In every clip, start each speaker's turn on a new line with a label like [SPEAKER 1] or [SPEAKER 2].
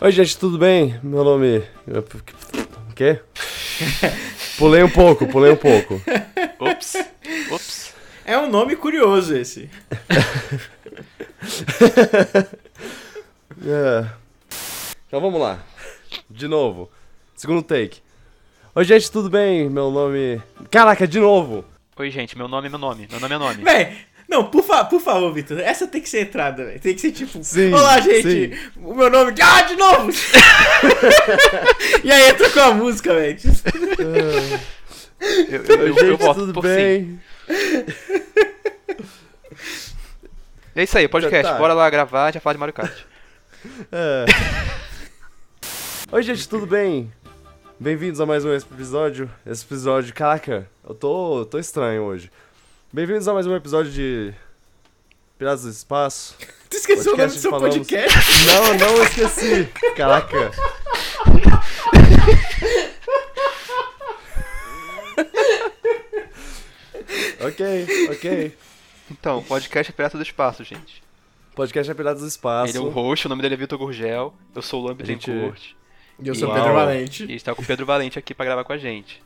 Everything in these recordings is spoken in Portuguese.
[SPEAKER 1] Oi, gente, tudo bem? Meu nome. é O quê? Pulei um pouco, pulei um pouco.
[SPEAKER 2] Ops, ops.
[SPEAKER 3] É um nome curioso esse.
[SPEAKER 1] É. Então vamos lá. De novo. Segundo take. Oi, gente, tudo bem? Meu nome. Caraca, de novo!
[SPEAKER 2] Oi, gente, meu nome é meu nome. Meu nome é nome.
[SPEAKER 3] Véi, não, por, fa por favor, Vitor, essa tem que ser entrada, velho. Tem que ser tipo,
[SPEAKER 1] Sim,
[SPEAKER 3] olá, gente, o meu nome... Ah, de novo! e aí entra com a música, velho.
[SPEAKER 2] Eu, eu,
[SPEAKER 1] Oi,
[SPEAKER 2] eu,
[SPEAKER 1] gente,
[SPEAKER 2] eu um voto
[SPEAKER 1] tudo
[SPEAKER 2] por sim.
[SPEAKER 1] bem?
[SPEAKER 2] É isso aí, podcast.
[SPEAKER 1] Tá, tá.
[SPEAKER 2] Bora lá gravar e já falar de Mario Kart.
[SPEAKER 1] É. Oi, gente, tudo bem? Bem-vindos a mais um episódio. Esse episódio, caraca, eu tô, tô estranho hoje. Bem-vindos a mais um episódio de Piratas do Espaço.
[SPEAKER 3] Tu esqueceu o nome do
[SPEAKER 1] Podcast
[SPEAKER 3] seu
[SPEAKER 1] falamos.
[SPEAKER 3] podcast?
[SPEAKER 1] Não, não esqueci. Caraca. ok, ok.
[SPEAKER 2] Então, o podcast é Pirata do Espaço, gente.
[SPEAKER 1] Podcast é Piratas do Espaço.
[SPEAKER 2] Ele é o host, o nome dele é Vitor Gurgel. Eu sou o Lamb
[SPEAKER 1] A gente- é.
[SPEAKER 2] Tencourt.
[SPEAKER 3] E eu sou
[SPEAKER 1] Uau.
[SPEAKER 3] Pedro
[SPEAKER 2] E
[SPEAKER 3] Valente.
[SPEAKER 2] está com o Pedro Valente aqui pra gravar com a gente.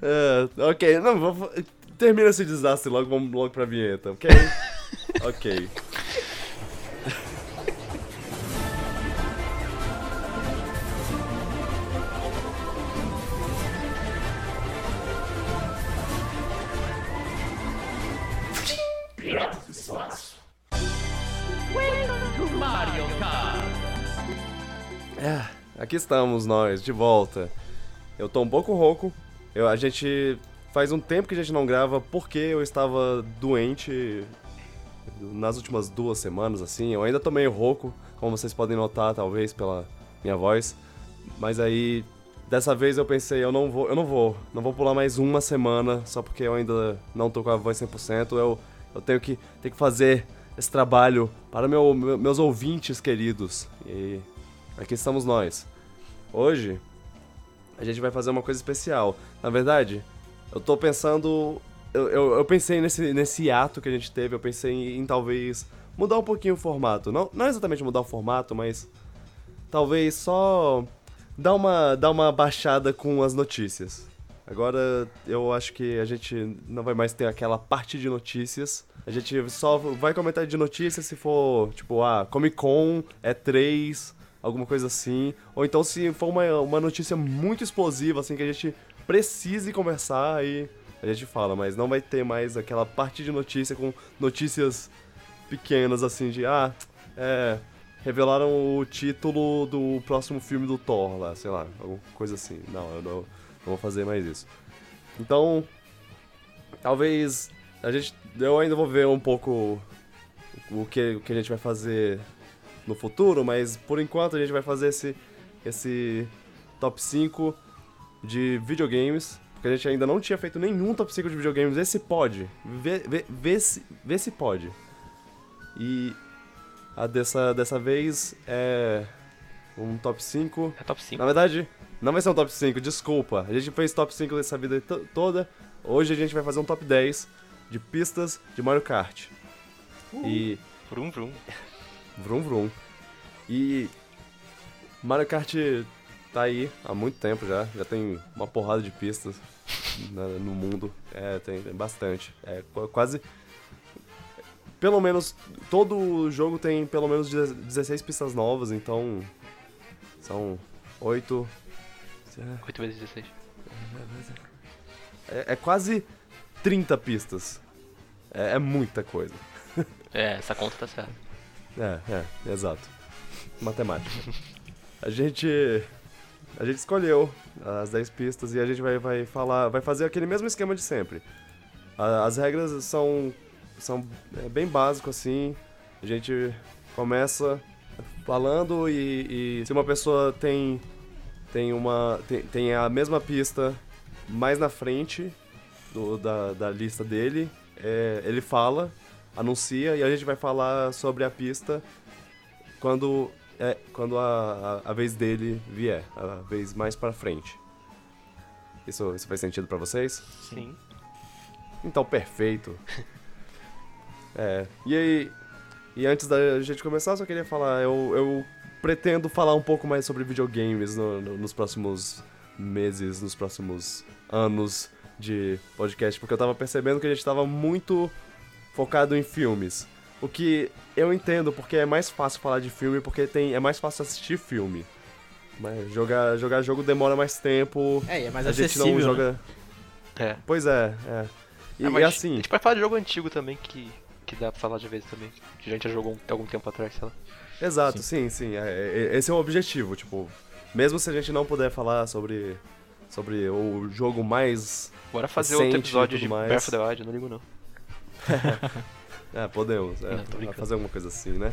[SPEAKER 1] É, ok, não, vou, termina esse desastre logo, vamos logo pra vinheta, ok? ok. Ah, Aqui estamos nós, de volta. Eu tô um pouco rouco. Eu, a gente. Faz um tempo que a gente não grava porque eu estava doente nas últimas duas semanas, assim. Eu ainda tô meio rouco, como vocês podem notar, talvez, pela minha voz. Mas aí. Dessa vez eu pensei, eu não vou, eu não vou, não vou pular mais uma semana, só porque eu ainda não tô com a voz 100%. Eu, eu tenho que, tenho que fazer esse trabalho para meu- meu- meus ouvintes queridos. E aqui estamos nós. Hoje, a gente vai fazer uma coisa especial. Na verdade, eu tô pensando. Eu, eu, eu pensei nesse, nesse ato que a gente teve, eu pensei em, em talvez mudar um pouquinho o formato. Não, não exatamente mudar o formato, mas talvez só dar uma, dar uma baixada com as notícias. Agora eu acho que a gente não vai mais ter aquela parte de notícias. A gente só vai comentar de notícias se for, tipo, ah, Comic Con, é E3, alguma coisa assim. Ou então se for uma, uma notícia muito explosiva, assim, que a gente precise conversar, aí a gente fala, mas não vai ter mais aquela parte de notícia com notícias pequenas, assim, de ah, é. Revelaram o título do próximo filme do Thor lá, sei lá, alguma coisa assim. Não, eu não, não vou fazer mais isso. Então, talvez a gente. Eu ainda vou ver um pouco o que, o que a gente vai fazer no futuro, mas por enquanto a gente vai fazer esse, esse top 5 de videogames. Porque a gente ainda não tinha feito nenhum top 5 de videogames. Vê se pode. Vê, vê, vê, se, vê se pode. E a dessa, dessa vez é um top 5
[SPEAKER 2] É top 5.
[SPEAKER 1] na verdade, não vai ser um top 5, desculpa. A gente fez top 5 dessa vida to- toda. Hoje a gente vai fazer um top 10 de pistas de Mario Kart. E.
[SPEAKER 2] Vrum, vrum.
[SPEAKER 1] Vrum vrum. E. Mario Kart tá aí há muito tempo já. Já tem uma porrada de pistas na- no mundo. É, tem, tem bastante. É qu- quase. Pelo menos. Todo jogo tem pelo menos 10 16 pistas novas, então. São 8.
[SPEAKER 2] 8 vezes 16.
[SPEAKER 1] É, é quase 30 pistas. É, é muita coisa.
[SPEAKER 2] É, essa conta tá certa.
[SPEAKER 1] É, é, exato. Matemática. A gente. A gente escolheu as 10 pistas e a gente vai, vai falar. Vai fazer aquele mesmo esquema de sempre. A- As regras são. são é, bem básico assim. A gente começa falando e, e se uma pessoa tem. tem uma. tem, tem a mesma pista mais na frente do- da, da lista dele, é, ele fala anuncia e a gente vai falar sobre a pista quando é quando a, a, a vez dele vier, a vez mais pra frente. Isso, isso faz sentido pra vocês?
[SPEAKER 2] Sim.
[SPEAKER 1] Então, perfeito. É, e aí, e antes da gente começar, eu só queria falar, eu, eu pretendo falar um pouco mais sobre videogames no- no- nos próximos meses, nos próximos anos de podcast, porque eu tava percebendo que a gente tava muito focado em filmes. O que eu entendo, porque é mais fácil falar de filme, porque tem, é mais fácil assistir filme. Mas jogar, jogar jogo demora mais tempo.
[SPEAKER 3] É, e é mais
[SPEAKER 1] a gente
[SPEAKER 3] acessível.
[SPEAKER 1] não
[SPEAKER 3] né?
[SPEAKER 1] joga.
[SPEAKER 2] É.
[SPEAKER 1] Pois é, é. E,
[SPEAKER 2] Ah,
[SPEAKER 1] e
[SPEAKER 2] mas A
[SPEAKER 1] assim,
[SPEAKER 2] gente pode falar de jogo antigo também, que, que dá pra falar de vez também. Que a gente já jogou um- algum tempo atrás, sei lá.
[SPEAKER 1] exato, sim, sim. é, é, esse é o objetivo, tipo. Mesmo se a gente não puder falar sobre. Sobre o jogo mais.
[SPEAKER 2] Bora fazer
[SPEAKER 1] Recente
[SPEAKER 2] outro
[SPEAKER 1] e
[SPEAKER 2] episódio
[SPEAKER 1] tudo
[SPEAKER 2] de
[SPEAKER 1] mais.
[SPEAKER 2] Breath of the Wild, não ligo não.
[SPEAKER 1] É, podemos. É,
[SPEAKER 2] Não, tô brincando.
[SPEAKER 1] fazer alguma coisa assim, né?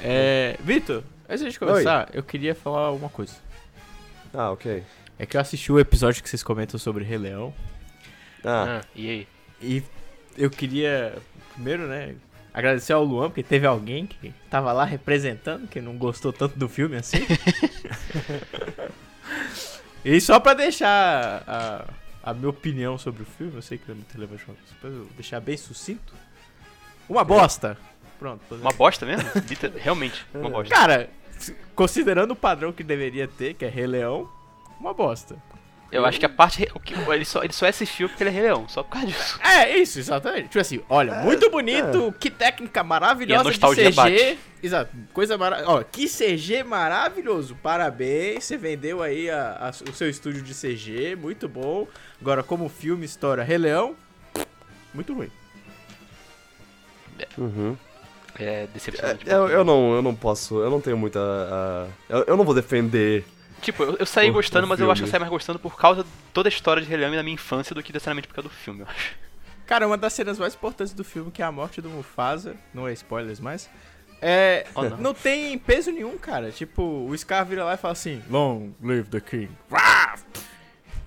[SPEAKER 4] É, Vitor, antes de a gente começar, eu queria falar uma coisa.
[SPEAKER 1] Ah, ok.
[SPEAKER 4] É que eu assisti o episódio que vocês comentam sobre Rei Leão
[SPEAKER 1] Ah,
[SPEAKER 2] e aí?
[SPEAKER 4] e eu queria, primeiro, né, agradecer ao Luan, porque teve alguém que tava lá representando, que não gostou tanto do filme assim. e só pra deixar a, a minha opinião sobre o filme, eu sei que não é muito relevante, mas depois eu vou deixar bem sucinto. Uma bosta! Pronto. tô
[SPEAKER 2] Uma bosta mesmo? Liter- Realmente,
[SPEAKER 1] É.
[SPEAKER 2] uma bosta.
[SPEAKER 4] Cara, se- considerando o padrão que deveria ter, que é Rei Leão, uma bosta.
[SPEAKER 2] Eu acho que a parte. o que- Ele só, ele só é esse filme porque ele é Rei Leão, só por causa disso.
[SPEAKER 4] É, isso, exatamente. Tipo assim, olha, muito bonito, que técnica
[SPEAKER 2] E a
[SPEAKER 4] maravilhosa de
[SPEAKER 2] nostalgia
[SPEAKER 4] CG.
[SPEAKER 2] bate.
[SPEAKER 4] Exato, coisa maravilhosa. Ó, que CG maravilhoso, parabéns, você vendeu aí a- a- o seu estúdio de CG, muito bom. Agora, como filme, história, Rei Leão, muito ruim.
[SPEAKER 1] uhum.
[SPEAKER 2] É decepcionante.
[SPEAKER 1] Eu, eu não, eu não posso, eu não tenho muita. a- eu, eu não vou defender.
[SPEAKER 2] Tipo, eu, eu saí
[SPEAKER 1] O-
[SPEAKER 2] gostando,
[SPEAKER 1] o
[SPEAKER 2] mas eu acho que eu
[SPEAKER 1] filme.
[SPEAKER 2] saí mais gostando por causa de toda a história de Rei Leão e da minha infância do que necessariamente por causa do filme, eu acho.
[SPEAKER 4] Cara, uma das cenas mais importantes do filme, que é a morte do Mufasa, não é spoilers mais, é,
[SPEAKER 2] Oh, não.
[SPEAKER 4] não. tem peso nenhum, cara. Tipo, o Scar vira lá e fala assim, Long live the king. Vá!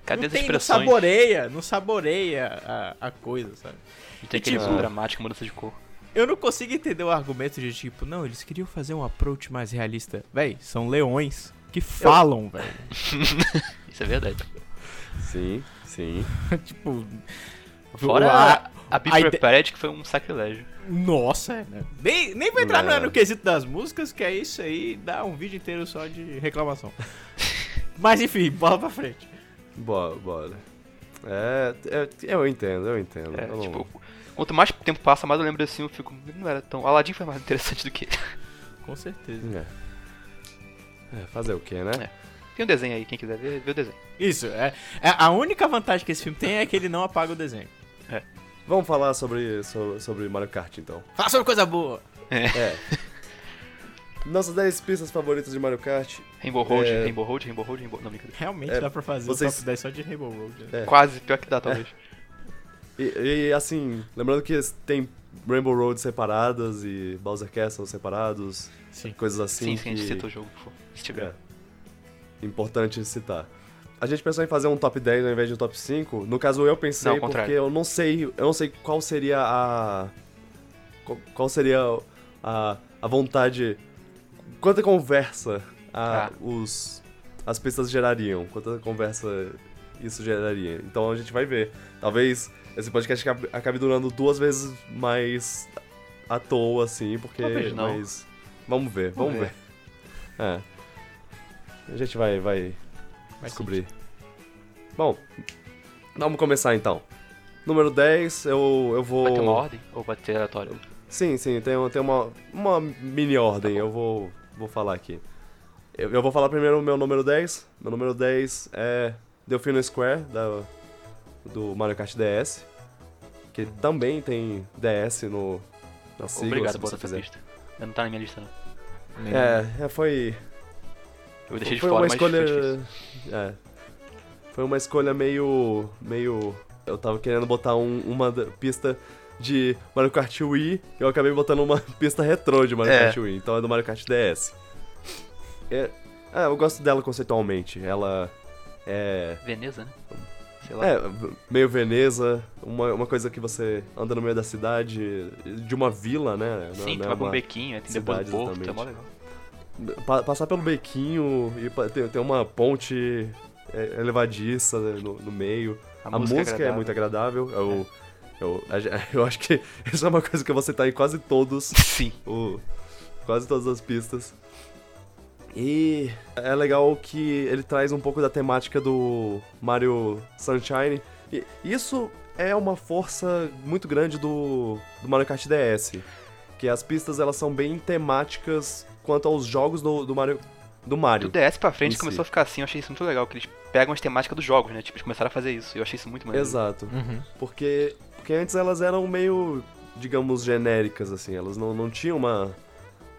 [SPEAKER 2] Cadê
[SPEAKER 4] não, tem, é não
[SPEAKER 2] as expressões?
[SPEAKER 4] saboreia, não saboreia a, a coisa, sabe?
[SPEAKER 2] Não tem aquele
[SPEAKER 1] tipo-
[SPEAKER 2] zoom dramático, mudança de cor.
[SPEAKER 4] Eu não consigo entender o argumento de tipo, não, eles queriam fazer um approach mais realista. Véi, são leões que falam, velho.
[SPEAKER 2] Isso é verdade.
[SPEAKER 1] Sim, sim.
[SPEAKER 4] tipo,
[SPEAKER 2] Fora
[SPEAKER 4] a-
[SPEAKER 2] a, a Be
[SPEAKER 4] a ide-
[SPEAKER 2] Prepared, que foi um sacrilégio.
[SPEAKER 4] Nossa, é, né? nem, nem vou entrar no,
[SPEAKER 1] É.
[SPEAKER 4] no quesito das músicas, que é isso aí, dá um vídeo inteiro só de reclamação. Mas enfim, bola pra frente.
[SPEAKER 1] Bora, bora. É, é, eu entendo, eu entendo.
[SPEAKER 2] É,
[SPEAKER 1] eu não-
[SPEAKER 2] tipo, quanto mais tempo passa, mais eu lembro assim, eu fico. Não era tão. Aladdin foi mais interessante do que.
[SPEAKER 4] Com certeza.
[SPEAKER 1] É. É, fazer o quê, né?
[SPEAKER 2] Tem um desenho aí, quem quiser ver, vê o desenho.
[SPEAKER 4] Isso, é, é- A única vantagem que esse filme tem é que ele não apaga o desenho.
[SPEAKER 1] Vamos falar sobre, sobre, sobre Mario Kart, então.
[SPEAKER 4] Fala sobre coisa boa!
[SPEAKER 1] É. Nossas 10 pistas favoritas de Mario Kart.
[SPEAKER 2] Rainbow Road,
[SPEAKER 1] É.
[SPEAKER 2] Rainbow Road, Rainbow Road, Rainbow. Não, brincadeira.
[SPEAKER 4] Realmente
[SPEAKER 1] É,
[SPEAKER 4] dá pra fazer
[SPEAKER 1] vocês-
[SPEAKER 4] o top 10 só de Rainbow Road. né?
[SPEAKER 1] É.
[SPEAKER 2] Quase, pior que dá, talvez.
[SPEAKER 1] E, e, assim, lembrando que tem Rainbow Road separadas e Bowser Castle separados,
[SPEAKER 4] Sim.
[SPEAKER 1] coisas assim.
[SPEAKER 2] sim, sim, a gente
[SPEAKER 1] que-
[SPEAKER 2] cita o jogo, por favor. Se tiver.
[SPEAKER 1] É. Importante citar. A gente pensou em fazer um top 10 ao invés de um top 5. No caso, eu pensei
[SPEAKER 2] Não, ao
[SPEAKER 1] porque
[SPEAKER 2] contrário.
[SPEAKER 1] eu não sei, eu não sei qual seria a qual- qual seria a, a vontade quanta conversa a-
[SPEAKER 2] Ah.
[SPEAKER 1] os as pistas gerariam, quanta conversa isso geraria. Então a gente vai ver. Talvez esse podcast acabe, acabe durando duas vezes mais à toa assim, porque
[SPEAKER 2] Talvez não.
[SPEAKER 1] mas vamos ver,
[SPEAKER 2] Vamos
[SPEAKER 1] vamos, ver. É. A gente vai vai
[SPEAKER 4] Mas sim.
[SPEAKER 1] descobrir. Bom, vamos começar então. Número 10, eu, eu vou.
[SPEAKER 2] Vai ter uma ordem ou vai ter aleatório?
[SPEAKER 1] Sim, sim, tem, tem uma, uma mini ordem, eu vou, vou falar aqui. Eu, eu vou falar primeiro o meu número 10. Meu número 10 é Delfino Square, da, do Mario Kart DS. Que também tem DS no, na sigla,
[SPEAKER 2] Obrigado
[SPEAKER 1] se
[SPEAKER 2] por
[SPEAKER 1] você
[SPEAKER 2] essa
[SPEAKER 1] fizer.
[SPEAKER 2] pista. Ainda Não tá na minha lista, não.
[SPEAKER 1] É, é, foi,
[SPEAKER 2] Eu deixei de
[SPEAKER 1] foi
[SPEAKER 2] fora,
[SPEAKER 1] uma
[SPEAKER 2] mas
[SPEAKER 1] escolha.
[SPEAKER 2] foi difícil.
[SPEAKER 1] é. Foi uma escolha meio. meio. Eu tava querendo botar um- uma da- pista de Mario Kart Wii e eu acabei botando uma pista retrô de Mario
[SPEAKER 2] É.
[SPEAKER 1] Kart Wii, então é do Mario Kart DS. É, ah, eu gosto dela conceitualmente. Ela é.
[SPEAKER 2] Veneza, né? Sei lá.
[SPEAKER 1] É, v- meio Veneza, uma, uma coisa que você anda no meio da cidade, de uma vila, né? Não-
[SPEAKER 2] Sim,
[SPEAKER 1] não
[SPEAKER 2] tu
[SPEAKER 1] é
[SPEAKER 2] vai pra um
[SPEAKER 1] uma-
[SPEAKER 2] bequinho, aí tem depois do
[SPEAKER 1] cidade,
[SPEAKER 2] porto, é
[SPEAKER 1] exatamente.
[SPEAKER 2] mó legal.
[SPEAKER 1] Pa- passar pelo bequinho e pa- tem, tem uma ponte é, elevadiça né, no, no meio. A, música, é,
[SPEAKER 2] agradável.
[SPEAKER 1] muito agradável. é Eu, eu, a gen- eu acho que tá isso é uma coisa que eu vou citar em quase todos.
[SPEAKER 2] Sim.
[SPEAKER 1] o- quase todas as pistas. E é legal que ele traz um pouco da temática do Mario Sunshine. E isso é uma força muito grande do, do Mario Kart DS. Que as pistas elas são bem temáticas quanto aos jogos do, do Mario. Do
[SPEAKER 2] Do
[SPEAKER 1] Mario.
[SPEAKER 2] DS pra frente
[SPEAKER 1] Em si.
[SPEAKER 2] começou a ficar assim, eu achei isso muito legal, que eles pegam as temáticas dos jogos, né? Tipo, eles começaram a fazer isso, e eu achei isso muito maneiro.
[SPEAKER 1] Exato.
[SPEAKER 4] Uhum.
[SPEAKER 1] Porque, porque antes elas eram meio, digamos, genéricas, assim. Elas não, não tinham uma,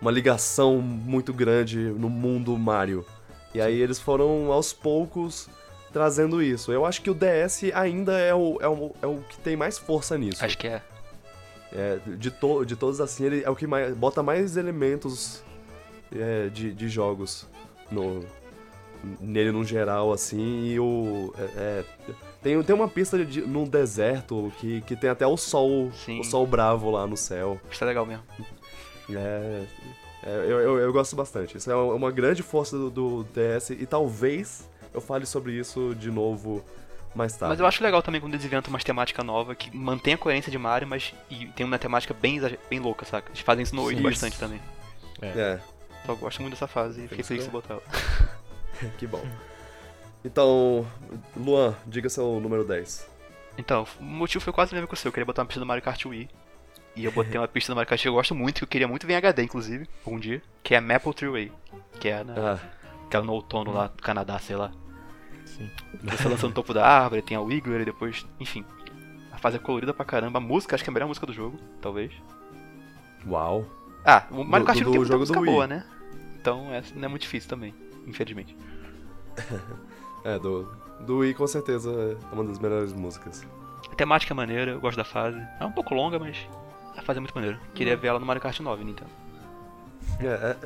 [SPEAKER 1] uma ligação muito grande no mundo Mario. E aí eles foram, aos poucos, trazendo isso. Eu acho que o DS ainda é o, é o, é o que tem mais força nisso.
[SPEAKER 2] Acho que é.
[SPEAKER 1] É, de, to, de todos, assim, ele é o que mais, bota mais elementos é, de, de jogos no, nele no geral, assim, e o... é- é, tem, tem uma pista de, num deserto que, que tem até o sol,
[SPEAKER 2] Sim.
[SPEAKER 1] o sol bravo lá no céu.
[SPEAKER 2] Isso é legal mesmo.
[SPEAKER 1] É, é, eu, eu, eu gosto bastante. Isso é uma grande força do, do DS e talvez eu fale sobre isso de novo mais tarde.
[SPEAKER 2] Mas eu acho legal também quando eles inventam umas temática nova que mantém a coerência de Mario, mas e tem uma temática bem, exager- bem louca, saca? Eles fazem isso no 8
[SPEAKER 1] Sim.
[SPEAKER 2] bastante também.
[SPEAKER 1] É.
[SPEAKER 2] Então eu gosto muito dessa fase e fiquei feliz de botar ela.
[SPEAKER 1] Que bom. Então, Luan, diga seu número 10.
[SPEAKER 2] Então, o motivo foi quase o mesmo que o seu. Eu queria botar uma pista do Mario Kart Wii. E eu botei uma pista do Mario Kart que eu gosto muito, que eu queria muito ver em HD, inclusive, um dia, que é a Maple Tree Way. Que é, na,
[SPEAKER 1] Ah,
[SPEAKER 2] que é no outono lá do Canadá, sei lá.
[SPEAKER 4] Sim.
[SPEAKER 2] Você lança no topo da árvore, tem a Wiggler e depois. Enfim. A fase é colorida pra caramba. A música, acho que é a melhor música do jogo, talvez.
[SPEAKER 1] uau.
[SPEAKER 2] Ah, o Mario
[SPEAKER 1] Do-
[SPEAKER 2] Kart não
[SPEAKER 1] do
[SPEAKER 2] tem muita
[SPEAKER 1] jogo
[SPEAKER 2] música
[SPEAKER 1] do Wii.
[SPEAKER 2] boa, né? Então essa não é muito difícil também, infelizmente.
[SPEAKER 1] É, do, do Wii com certeza é uma das melhores músicas.
[SPEAKER 2] A temática é maneira, eu gosto da fase. É um pouco longa, mas a fase é muito maneira. Queria
[SPEAKER 1] Uhum.
[SPEAKER 2] ver ela no Mario Kart 9, Nintendo.
[SPEAKER 1] É, é-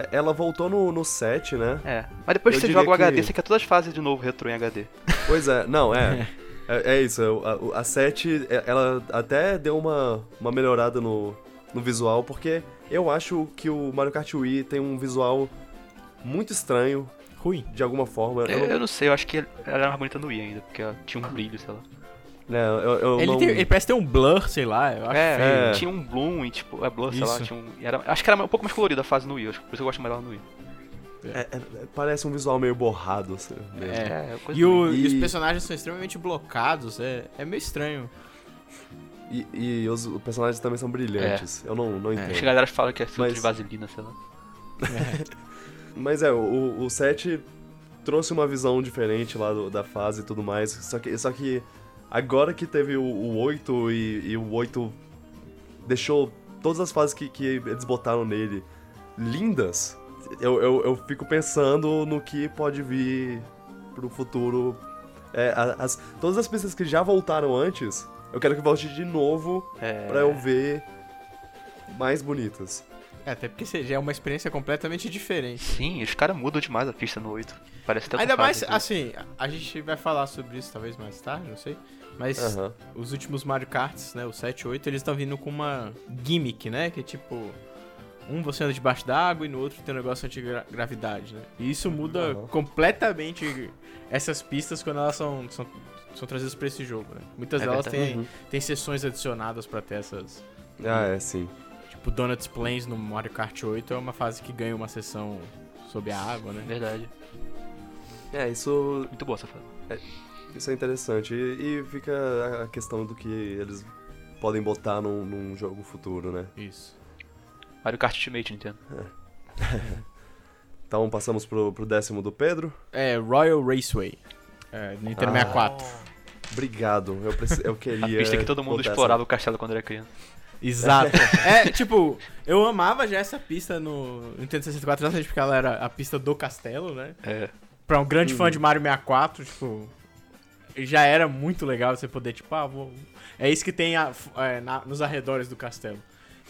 [SPEAKER 1] é- ela voltou no, no 7, né?
[SPEAKER 2] É, mas depois
[SPEAKER 1] Eu
[SPEAKER 2] que você
[SPEAKER 1] diria
[SPEAKER 2] joga o
[SPEAKER 1] que-
[SPEAKER 2] HD, você quer todas as fases de novo retrô em HD.
[SPEAKER 1] Pois é, não, é. É, é isso, a, a 7, é- ela até deu uma, uma melhorada no, no visual, porque eu acho que o Mario Kart Wii tem um visual muito estranho,
[SPEAKER 4] Ruim.
[SPEAKER 1] de alguma forma.
[SPEAKER 2] Eu,
[SPEAKER 1] Eu,
[SPEAKER 2] eu não sei, eu acho que ela era mais bonita no Wii ainda, porque ela tinha um brilho, sei lá.
[SPEAKER 1] não, né, eu- eu
[SPEAKER 4] Ele,
[SPEAKER 1] não-
[SPEAKER 4] tem- ele parece ter um blur, sei lá. Eu acho feio.
[SPEAKER 2] É,
[SPEAKER 1] é.
[SPEAKER 2] tinha um bloom e tipo, é blur, sei lá,
[SPEAKER 4] Isso.
[SPEAKER 2] tinha um. e era- acho que era um pouco mais colorida a fase no Wii, acho que por isso eu gosto mais dela no Wii.
[SPEAKER 1] é- é- parece um visual meio borrado, assim, mesmo.
[SPEAKER 4] É.
[SPEAKER 2] É, coisa
[SPEAKER 4] E, o-
[SPEAKER 1] E-
[SPEAKER 4] e os personagens são extremamente blocados. É, é meio estranho.
[SPEAKER 1] E, e os personagens também são
[SPEAKER 4] É.
[SPEAKER 1] brilhantes. Eu não, não entendo.
[SPEAKER 2] Acho que a galera fala que é filtro
[SPEAKER 1] Mas-
[SPEAKER 2] de vaselina, sei lá.
[SPEAKER 1] Mas é, o, o 7 trouxe uma visão diferente lá do- da fase e tudo mais. Só que, só que agora que teve o, o 8 e, e o 8 deixou todas as fases que, que eles botaram nele lindas, eu, eu, eu fico pensando no que pode vir pro futuro. É, a- as, todas as pistas que já voltaram antes, eu quero que volte de novo
[SPEAKER 2] É.
[SPEAKER 1] pra eu ver mais bonitas.
[SPEAKER 4] É, até porque seja é uma experiência completamente diferente.
[SPEAKER 2] Sim, os caras mudam demais a pista no 8. Parece até outra
[SPEAKER 4] Ainda mais,
[SPEAKER 2] fase, né?
[SPEAKER 4] assim, a gente vai falar sobre isso talvez mais tarde, não sei. Mas
[SPEAKER 1] Aham.
[SPEAKER 4] os últimos Mario Karts, né, o 7 e 8, eles estão vindo com uma gimmick, né? Que é tipo, um você anda debaixo d'água e no outro tem um negócio anti-gravidade, né? E isso muda
[SPEAKER 1] Aham.
[SPEAKER 4] completamente essas pistas quando elas são, são, são trazidas pra esse jogo, né? Muitas
[SPEAKER 2] É
[SPEAKER 4] delas
[SPEAKER 2] verdade.
[SPEAKER 4] têm, têm sessões adicionadas pra ter essas...
[SPEAKER 1] Uhum. Ah, é, sim.
[SPEAKER 4] Tipo, Donuts Plains no Mario Kart 8 é uma fase que ganha uma sessão sob a água, né?
[SPEAKER 2] É Verdade.
[SPEAKER 1] É, isso
[SPEAKER 2] Muito boa essa fase.
[SPEAKER 1] Isso é interessante. E, e fica a questão do que eles podem botar num, num jogo futuro, né?
[SPEAKER 4] Isso.
[SPEAKER 2] Mario Kart Ultimate, Nintendo.
[SPEAKER 1] Então passamos pro, pro décimo do Pedro.
[SPEAKER 4] É, Royal Raceway. É, Nintendo
[SPEAKER 1] Ah.
[SPEAKER 4] 64.
[SPEAKER 1] Obrigado. Eu, preci- eu queria.
[SPEAKER 2] A
[SPEAKER 4] é,
[SPEAKER 2] pista que todo mundo
[SPEAKER 1] botar
[SPEAKER 4] né?
[SPEAKER 2] explorava o castelo quando era criança.
[SPEAKER 4] Exato. é, tipo, eu amava já essa pista no Nintendo 64, exatamente porque ela era a pista do castelo, né?
[SPEAKER 2] É.
[SPEAKER 4] Pra um grande fã de Mario 64, tipo, já era muito legal você poder, tipo, ah, vou... É isso que tem a- é, na- nos arredores do castelo.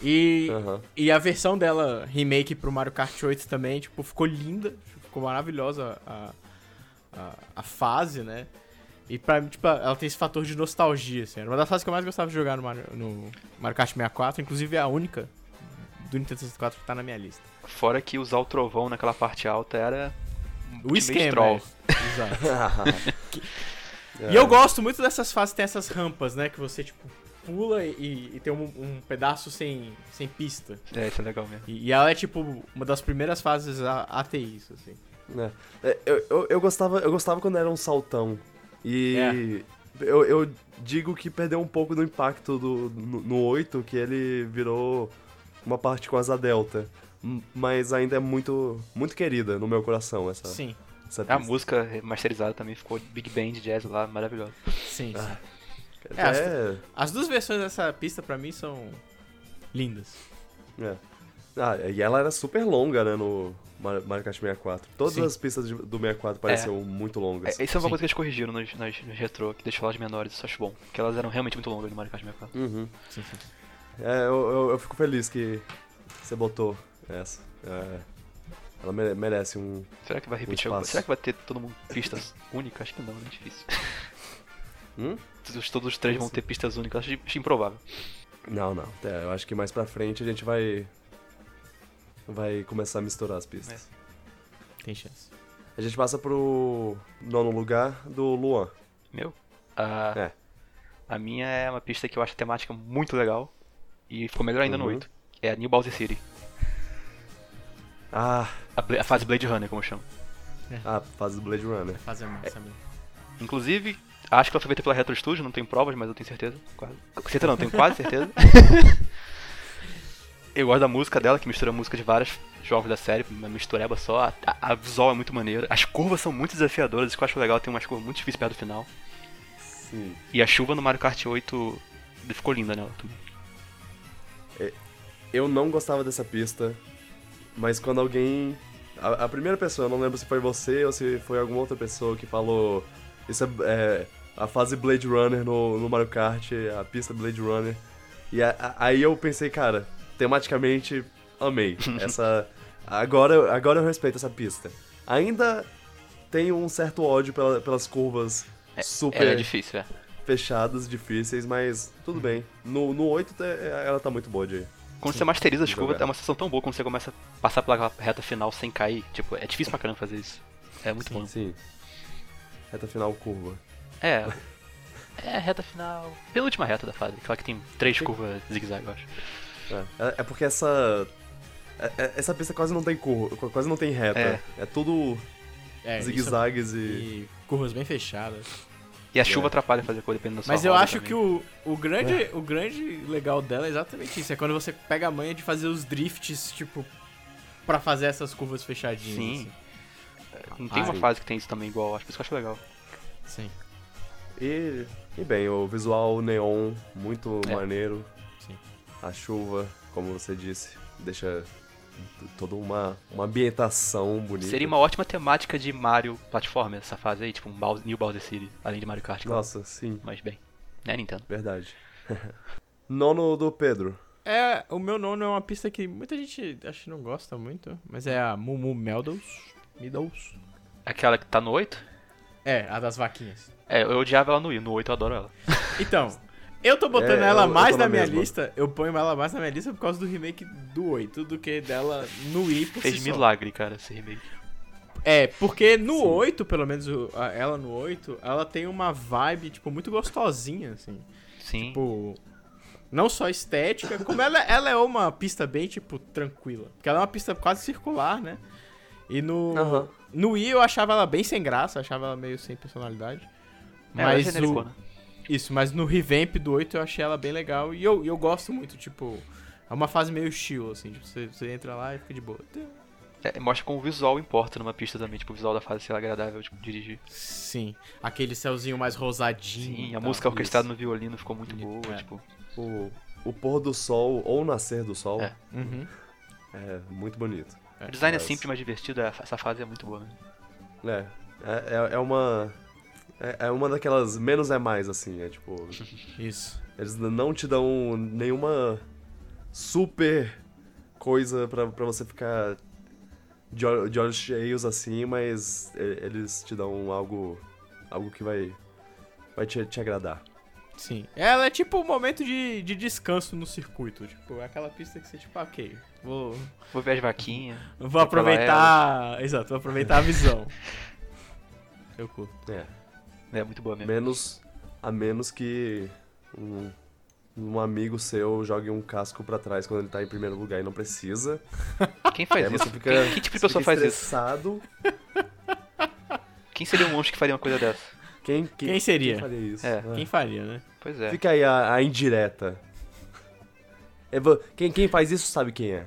[SPEAKER 4] E,
[SPEAKER 1] Essa... Aham.
[SPEAKER 4] e a versão dela, remake pro Mario Kart 8 também, tipo, ficou linda, ficou maravilhosa a, a, a fase, né? E pra mim, tipo, ela tem esse fator de nostalgia, assim. Era uma das fases que eu mais gostava de jogar no Mario, no Mario Kart 64, inclusive é a única do Nintendo 64 que tá na minha lista.
[SPEAKER 2] Fora que usar o trovão naquela parte alta era.
[SPEAKER 4] O esquema.
[SPEAKER 2] troll.
[SPEAKER 4] é. Exato.
[SPEAKER 1] É.
[SPEAKER 4] E eu gosto muito dessas fases, tem essas rampas, né? Que você, tipo, pula e, e tem um, um pedaço sem, sem pista.
[SPEAKER 2] É, isso é legal mesmo.
[SPEAKER 4] E, e ela é tipo uma das primeiras fases a, a ter isso, assim.
[SPEAKER 1] né? É, eu, eu, eu gostava, eu gostava quando era um saltão. E
[SPEAKER 2] É.
[SPEAKER 1] eu, eu digo que perdeu um pouco do impacto do, no, no 8, que ele virou uma parte com asa delta. M- Mas ainda é muito, muito querida no meu coração essa,
[SPEAKER 4] Sim,
[SPEAKER 1] essa
[SPEAKER 2] É A
[SPEAKER 1] pista.
[SPEAKER 2] música masterizada também ficou Big Band Jazz lá, maravilhosa.
[SPEAKER 4] sim, sim.
[SPEAKER 1] Ah.
[SPEAKER 4] É, as- As duas versões dessa pista pra mim são lindas.
[SPEAKER 1] É, é. Ah, e ela era super longa, né, no Mar- Mario Kart 64. Todas
[SPEAKER 4] Sim.
[SPEAKER 1] as pistas de- do 64 pareciam muito longas.
[SPEAKER 2] É, isso é uma
[SPEAKER 4] Sim.
[SPEAKER 2] coisa que eles corrigiram nos, nas, nos retrô, que deixou elas menores, isso eu acho bom. Porque elas eram realmente muito longas no Mario Kart 64.
[SPEAKER 1] Uhum.
[SPEAKER 4] Sim, sim.
[SPEAKER 1] É, eu, eu, eu fico feliz que você botou essa. É, ela mere- merece um.
[SPEAKER 2] Será que vai repetir
[SPEAKER 1] espaço.
[SPEAKER 2] alguma Será que vai ter todo mundo pistas únicas? Acho que não, né? Difícil.
[SPEAKER 1] Hum?
[SPEAKER 2] Todos, todos os três vão ter pistas únicas, acho, acho improvável.
[SPEAKER 1] Não, não. É, eu acho que mais pra frente a gente vai. Vai começar a misturar as pistas.
[SPEAKER 4] Tem chance.
[SPEAKER 1] É. A gente passa pro nono lugar do Luan.
[SPEAKER 2] Meu? A,
[SPEAKER 1] É.
[SPEAKER 2] a minha é uma pista que eu acho a temática muito legal. E ficou melhor ainda no
[SPEAKER 1] Uhum.
[SPEAKER 2] 8. É a New Bowser City.
[SPEAKER 1] Ah,
[SPEAKER 2] A, Bla- a fase Blade Runner, como eu chamo.
[SPEAKER 1] a fase do Blade Runner.
[SPEAKER 4] Fazer massa mesmo.
[SPEAKER 2] Inclusive, acho que ela foi feita pela Retro Studio, não tenho provas, mas eu tenho certeza. Quase. Certeza não, tenho quase certeza. eu gosto da música dela, que mistura música de vários jogos da série, uma mistureba só. A, a visual é muito maneira. As curvas são muito desafiadoras, isso que eu acho legal, tem umas curvas muito difíceis perto do final.
[SPEAKER 1] Sim.
[SPEAKER 2] E a chuva no Mario Kart 8 ficou linda nela também.
[SPEAKER 1] Eu não gostava dessa pista, mas quando alguém. A, a primeira pessoa, eu não lembro se foi você ou se foi alguma outra pessoa que falou. Isso é, é, a fase Blade Runner no, no Mario Kart, a pista Blade Runner. E a- a- aí eu pensei, cara, tematicamente, amei. Essa. Agora, agora eu respeito essa pista. Ainda tenho um certo ódio pela- pelas curvas super
[SPEAKER 2] Ela é difícil, é.
[SPEAKER 1] fechadas, difíceis, mas tudo bem. No, no 8 tá- ela tá muito boa de.
[SPEAKER 2] Quando você masteriza as
[SPEAKER 1] Jogar.
[SPEAKER 2] curvas, é uma sensação tão boa quando você começa a passar pela reta final sem cair. Tipo, é difícil pra caramba fazer isso. É muito bom.
[SPEAKER 1] Sim. Reta final curva.
[SPEAKER 2] É. É, reta final. Penúltima reta da fase, aquela que tem três curvas zigue-zague, eu acho.
[SPEAKER 1] É, é- é porque essa. é- é- Essa pista quase não tem curva, qu- quase não tem reta.
[SPEAKER 2] É.
[SPEAKER 1] É, tudo
[SPEAKER 4] É, isso
[SPEAKER 1] zigue-zagues
[SPEAKER 4] é-
[SPEAKER 1] e.
[SPEAKER 4] E curvas bem fechadas.
[SPEAKER 2] E a
[SPEAKER 1] É.
[SPEAKER 2] chuva atrapalha fazer cor dependendo da sua
[SPEAKER 4] Mas eu
[SPEAKER 2] roda
[SPEAKER 4] acho
[SPEAKER 2] também.
[SPEAKER 4] que o, o, grande, o grande legal dela é exatamente isso. É quando você pega a manha de fazer os drifts, tipo, pra fazer essas curvas fechadinhas.
[SPEAKER 2] Sim. Não tem uma
[SPEAKER 1] Ai.
[SPEAKER 2] fase que tem isso também igual, eu acho. Por isso que eu acho legal.
[SPEAKER 4] Assim. Sim.
[SPEAKER 1] E, e bem, o visual neon, muito
[SPEAKER 2] É.
[SPEAKER 1] maneiro.
[SPEAKER 4] Sim.
[SPEAKER 1] A chuva, como você disse, deixa t- toda uma, uma ambientação bonita.
[SPEAKER 2] Seria uma ótima temática de Mario platformer essa fase aí, tipo um Bowser, New Bowser City, além de Mario Kart. claro.
[SPEAKER 1] Nossa, sim,
[SPEAKER 2] Mas bem, né, Nintendo?
[SPEAKER 1] verdade. Nono do Pedro.
[SPEAKER 4] É, o meu nono é uma pista que muita gente acho que não gosta muito, mas é a Mumu Meadows. Meadows.
[SPEAKER 2] Aquela que tá no 8?
[SPEAKER 4] É, a das vaquinhas.
[SPEAKER 2] É, eu odiava ela no Wii, no 8 eu adoro ela.
[SPEAKER 4] Então, eu tô botando
[SPEAKER 1] É,
[SPEAKER 4] ela
[SPEAKER 1] eu- eu
[SPEAKER 4] mais
[SPEAKER 1] tô
[SPEAKER 4] na
[SPEAKER 1] na
[SPEAKER 4] minha
[SPEAKER 1] mesma.
[SPEAKER 4] lista, eu ponho ela mais na minha lista por causa do remake do 8 do que dela no Wii por
[SPEAKER 2] Fez
[SPEAKER 4] si só.
[SPEAKER 2] milagre, cara, esse remake.
[SPEAKER 4] É, porque no 8, pelo menos o- a- ela no 8, ela tem uma vibe, tipo, muito gostosinha, assim.
[SPEAKER 2] Sim.
[SPEAKER 4] Tipo, não só estética, como ela, ela é uma pista bem, tipo, tranquila. Porque ela é uma pista quase circular, né? E no,
[SPEAKER 1] Aham.
[SPEAKER 4] no Wii eu achava ela bem sem graça, achava ela meio sem personalidade.
[SPEAKER 2] É, ela é
[SPEAKER 4] Mas o,
[SPEAKER 2] genericona.
[SPEAKER 4] isso, mas no revamp do 8 eu achei ela bem legal e eu, eu gosto muito, tipo. É uma fase meio chill, assim, tipo, você, você entra lá e fica de boa.
[SPEAKER 2] É, mostra como o visual importa numa pista também, tipo, o visual da fase ser agradável de dirigir.
[SPEAKER 4] Sim. Aquele céuzinho mais rosadinho.
[SPEAKER 2] Sim,
[SPEAKER 4] e
[SPEAKER 2] a
[SPEAKER 4] tal.
[SPEAKER 2] música orquestrada no violino ficou muito
[SPEAKER 4] Bonito,
[SPEAKER 2] boa,
[SPEAKER 4] tá, é.
[SPEAKER 2] tipo.
[SPEAKER 1] O, o pôr do sol ou o nascer do sol
[SPEAKER 2] É.
[SPEAKER 1] é,
[SPEAKER 4] Uhum.
[SPEAKER 1] muito bonito.
[SPEAKER 2] O design é
[SPEAKER 1] Mas-
[SPEAKER 2] simples, mas divertido, é- essa fase é muito boa mesmo.
[SPEAKER 1] É, é, é- é uma. É, é uma daquelas menos é mais, assim. É tipo.
[SPEAKER 4] Isso.
[SPEAKER 1] Eles n- não te dão nenhuma super coisa pra, pra você ficar de, ol- de olhos cheios assim, mas e- eles te dão algo. algo que vai. vai te, te agradar.
[SPEAKER 4] Sim. Ela é tipo um momento de, de descanso no circuito. Tipo, é aquela pista que você, tipo, ah, ok, vou,
[SPEAKER 2] Vou ver as vaquinhas.
[SPEAKER 4] vou aproveitar. Exato, vou aproveitar a visão. Eu curto.
[SPEAKER 1] É.
[SPEAKER 2] Uhum. É muito boa mesmo.
[SPEAKER 1] Menos. A menos que um um amigo seu jogue um casco pra trás quando ele tá em primeiro lugar e não precisa.
[SPEAKER 2] Quem
[SPEAKER 1] Aí
[SPEAKER 2] faz
[SPEAKER 1] você
[SPEAKER 2] isso?
[SPEAKER 1] fica.
[SPEAKER 2] Quem- que tipo de
[SPEAKER 1] você
[SPEAKER 2] pessoa
[SPEAKER 1] fica
[SPEAKER 2] faz isso?
[SPEAKER 1] estressado.
[SPEAKER 2] Quem seria um monstro que faria uma coisa dessa?
[SPEAKER 1] Quem, quem,
[SPEAKER 3] Quem seria?
[SPEAKER 1] quem faria isso?
[SPEAKER 2] É.
[SPEAKER 1] né?
[SPEAKER 3] Quem faria, né?
[SPEAKER 2] Pois é.
[SPEAKER 1] Fica aí a, a indireta. É, vo- quem, quem faz isso sabe quem é.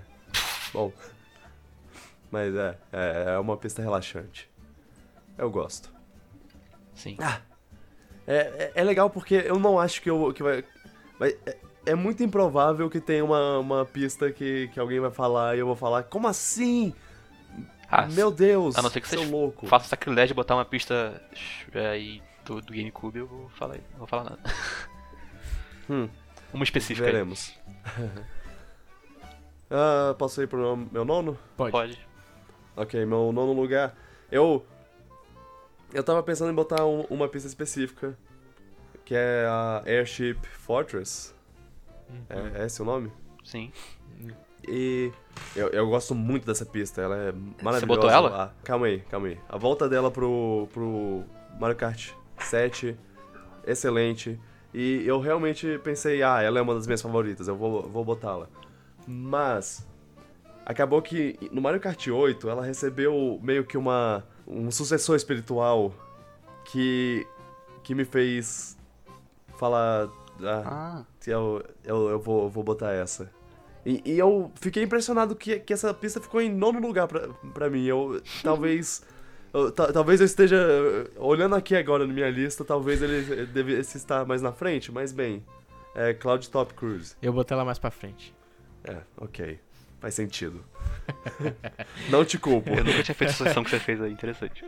[SPEAKER 1] Bom. Mas é, é, é uma pista relaxante. Eu gosto.
[SPEAKER 2] Sim.
[SPEAKER 1] É, é, é legal porque eu não acho que, eu, que vai. vai- é, é muito improvável que tenha uma, uma pista que, que alguém vai falar e eu vou falar, como assim?
[SPEAKER 2] Ah,
[SPEAKER 1] Meu Deus!
[SPEAKER 2] a não ser que
[SPEAKER 1] seu
[SPEAKER 2] vocês
[SPEAKER 1] louco.
[SPEAKER 2] faço sacrilégio de botar uma pista é, aí do, do GameCube, eu vou falar, não vou falar nada.
[SPEAKER 1] Hum.
[SPEAKER 2] Uma específica. aí.
[SPEAKER 1] Veremos. Ah, posso ir pro meu, meu nono?
[SPEAKER 3] Pode.
[SPEAKER 2] Pode.
[SPEAKER 1] Ok, meu nono lugar. Eu. Eu tava pensando em botar um- uma pista específica. Que é a Airship Fortress. É, é esse o nome?
[SPEAKER 2] Sim.
[SPEAKER 1] E. Eu, eu gosto muito dessa pista, ela é maravilhosa.
[SPEAKER 2] botou ela?
[SPEAKER 1] Ah, calma aí, calma aí. A volta dela pro, pro Mario Kart 7, excelente. E eu realmente pensei, ah, ela é uma das minhas favoritas, eu vou, vou botá-la. Mas. Acabou que no Mario Kart 8 ela recebeu meio que uma. um sucessor espiritual que. que me fez falar. ah,
[SPEAKER 2] Ah.
[SPEAKER 1] se Eu, é eu, eu vou, vou botar essa. E, e eu fiquei impressionado que, que essa pista ficou em nono lugar pra, pra mim. Eu talvez. eu- ta- talvez eu esteja eh, olhando aqui agora na minha lista, talvez ele eh, devesse estar mais na frente, mas bem. É Cloud Top Cruise.
[SPEAKER 3] Eu botei ela mais pra frente.
[SPEAKER 1] É, ok. Faz sentido. Não te culpo.
[SPEAKER 2] Eu nunca tinha feito essa sessão que você fez aí, interessante.